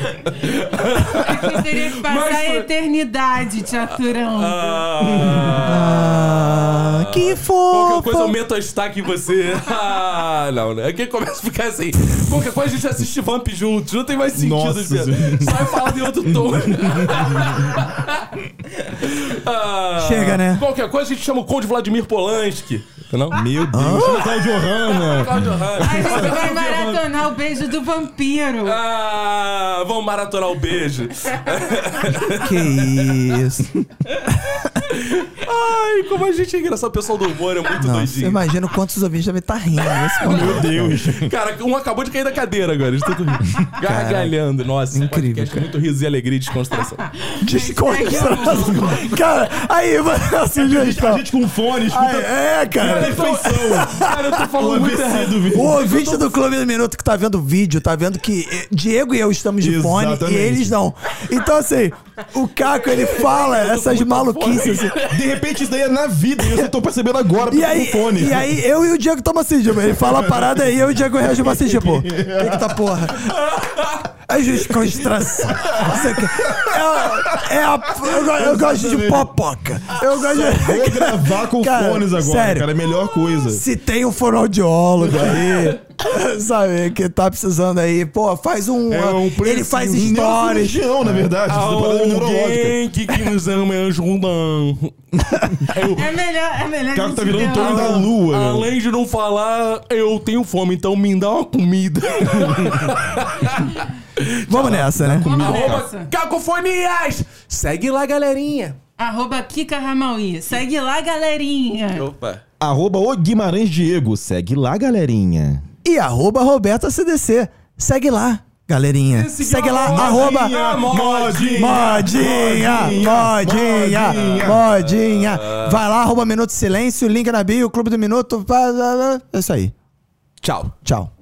Speaker 4: É que eu teria que passar
Speaker 1: Mas
Speaker 4: a
Speaker 1: foi-
Speaker 4: eternidade te aturando.
Speaker 2: Ah, que
Speaker 1: Qualquer coisa
Speaker 2: fofo.
Speaker 1: aumenta o destaque em você. Ah, não, né? Aqui começa a ficar assim. Qualquer coisa a gente assiste Vamp juntos. Não tem mais sentido.
Speaker 3: Nossa,
Speaker 1: gente.
Speaker 3: gente.
Speaker 1: Só eu falo em outro tom. Ah,
Speaker 2: Chega, né?
Speaker 1: Qualquer coisa a gente chama o Conde Vladimir Polanski. Não?
Speaker 3: Meu Deus. Chama Cláudio Hanna.
Speaker 1: Cláudio Ramos.
Speaker 4: A
Speaker 3: assim,
Speaker 4: gente vai maratonar o beijo do vampiro.
Speaker 1: Ah, vamos maratonar o beijo.
Speaker 2: Que isso.
Speaker 1: Ai, como a gente é engraçado. O pessoal do humor é muito
Speaker 2: Nossa, eu
Speaker 1: doidinho.
Speaker 2: imagino quantos ouvintes devem estar rindo. nesse momento.
Speaker 3: Meu Deus.
Speaker 1: Cara, um acabou de cair da cadeira agora. Eles tudo rindo. Gargalhando. Nossa, esse
Speaker 2: Incrível,
Speaker 1: podcast é Muito riso e alegria e desconstrução.
Speaker 2: é Descontração. Cara, aí, mano,
Speaker 3: A
Speaker 2: sugestão.
Speaker 3: gente com fone,
Speaker 2: Ah,
Speaker 3: escuta
Speaker 2: é, cara.
Speaker 3: perfeição.
Speaker 1: Cara, eu tô falando
Speaker 3: O
Speaker 1: muito
Speaker 3: ABC
Speaker 1: errado.
Speaker 3: do
Speaker 2: O
Speaker 3: vídeo.
Speaker 2: ouvinte do Clube do Minuto que tá vendo o vídeo, tá vendo que eh, Diego e eu estamos de fone
Speaker 3: Exatamente.
Speaker 2: e eles não. Então, assim, o Caco, ele fala
Speaker 3: tá
Speaker 2: essas maluquices. assim.
Speaker 3: De repente isso daí é na vida e eu só tô percebendo agora
Speaker 2: E
Speaker 3: porque eu tô
Speaker 2: aí,
Speaker 3: Tá com fone.
Speaker 2: e aí, eu e o Diego estamos assim, tipo, ele fala a parada aí, eu e o Diego reagimos assim, tipo, o que que tá porra? A descontração. Isso aqui É, é a, eu, go- eu gosto de popoca. Eu gosto de...
Speaker 3: Vou gravar com
Speaker 2: Cara,
Speaker 3: fones agora,
Speaker 2: sério.
Speaker 3: cara. É a melhor coisa.
Speaker 2: Se tem um fonoaudiólogo aí, sabe, que tá precisando aí, pô, faz um.
Speaker 3: É um preço
Speaker 2: ele faz
Speaker 3: de
Speaker 2: stories.
Speaker 3: neurocirurgião, na verdade. Isso
Speaker 1: tá
Speaker 3: é parada neurológica.
Speaker 1: Alguém que, que nos ama e ajuda.
Speaker 4: É melhor, é melhor.
Speaker 3: O cara tá
Speaker 4: a gente
Speaker 3: virando o
Speaker 4: ter
Speaker 3: torno
Speaker 4: uma-
Speaker 3: da lua. meu.
Speaker 1: Ah, Além de não falar, eu tenho fome, então me dá uma comida.
Speaker 2: Vamos nessa, né?
Speaker 3: Tá
Speaker 4: Vamos
Speaker 1: Arroba
Speaker 4: nessa.
Speaker 1: Cacofonias! Segue lá, galerinha.
Speaker 4: Arroba Kika Ramauí. Segue lá, galerinha.
Speaker 1: Opa.
Speaker 3: Arroba o Guimarães Diego. Segue lá, galerinha.
Speaker 2: E arroba Roberta CDC. Segue lá, galerinha.
Speaker 1: Seguiu
Speaker 2: Segue
Speaker 1: a
Speaker 2: lá,
Speaker 1: é modinha,
Speaker 2: arroba.
Speaker 1: modinha.
Speaker 2: Modinha, modinha, modinha. Vai lá, arroba Minuto Silêncio, link na bio, Clube do Minuto. pá, pá, pá. É isso aí.
Speaker 1: Tchau.
Speaker 2: Tchau.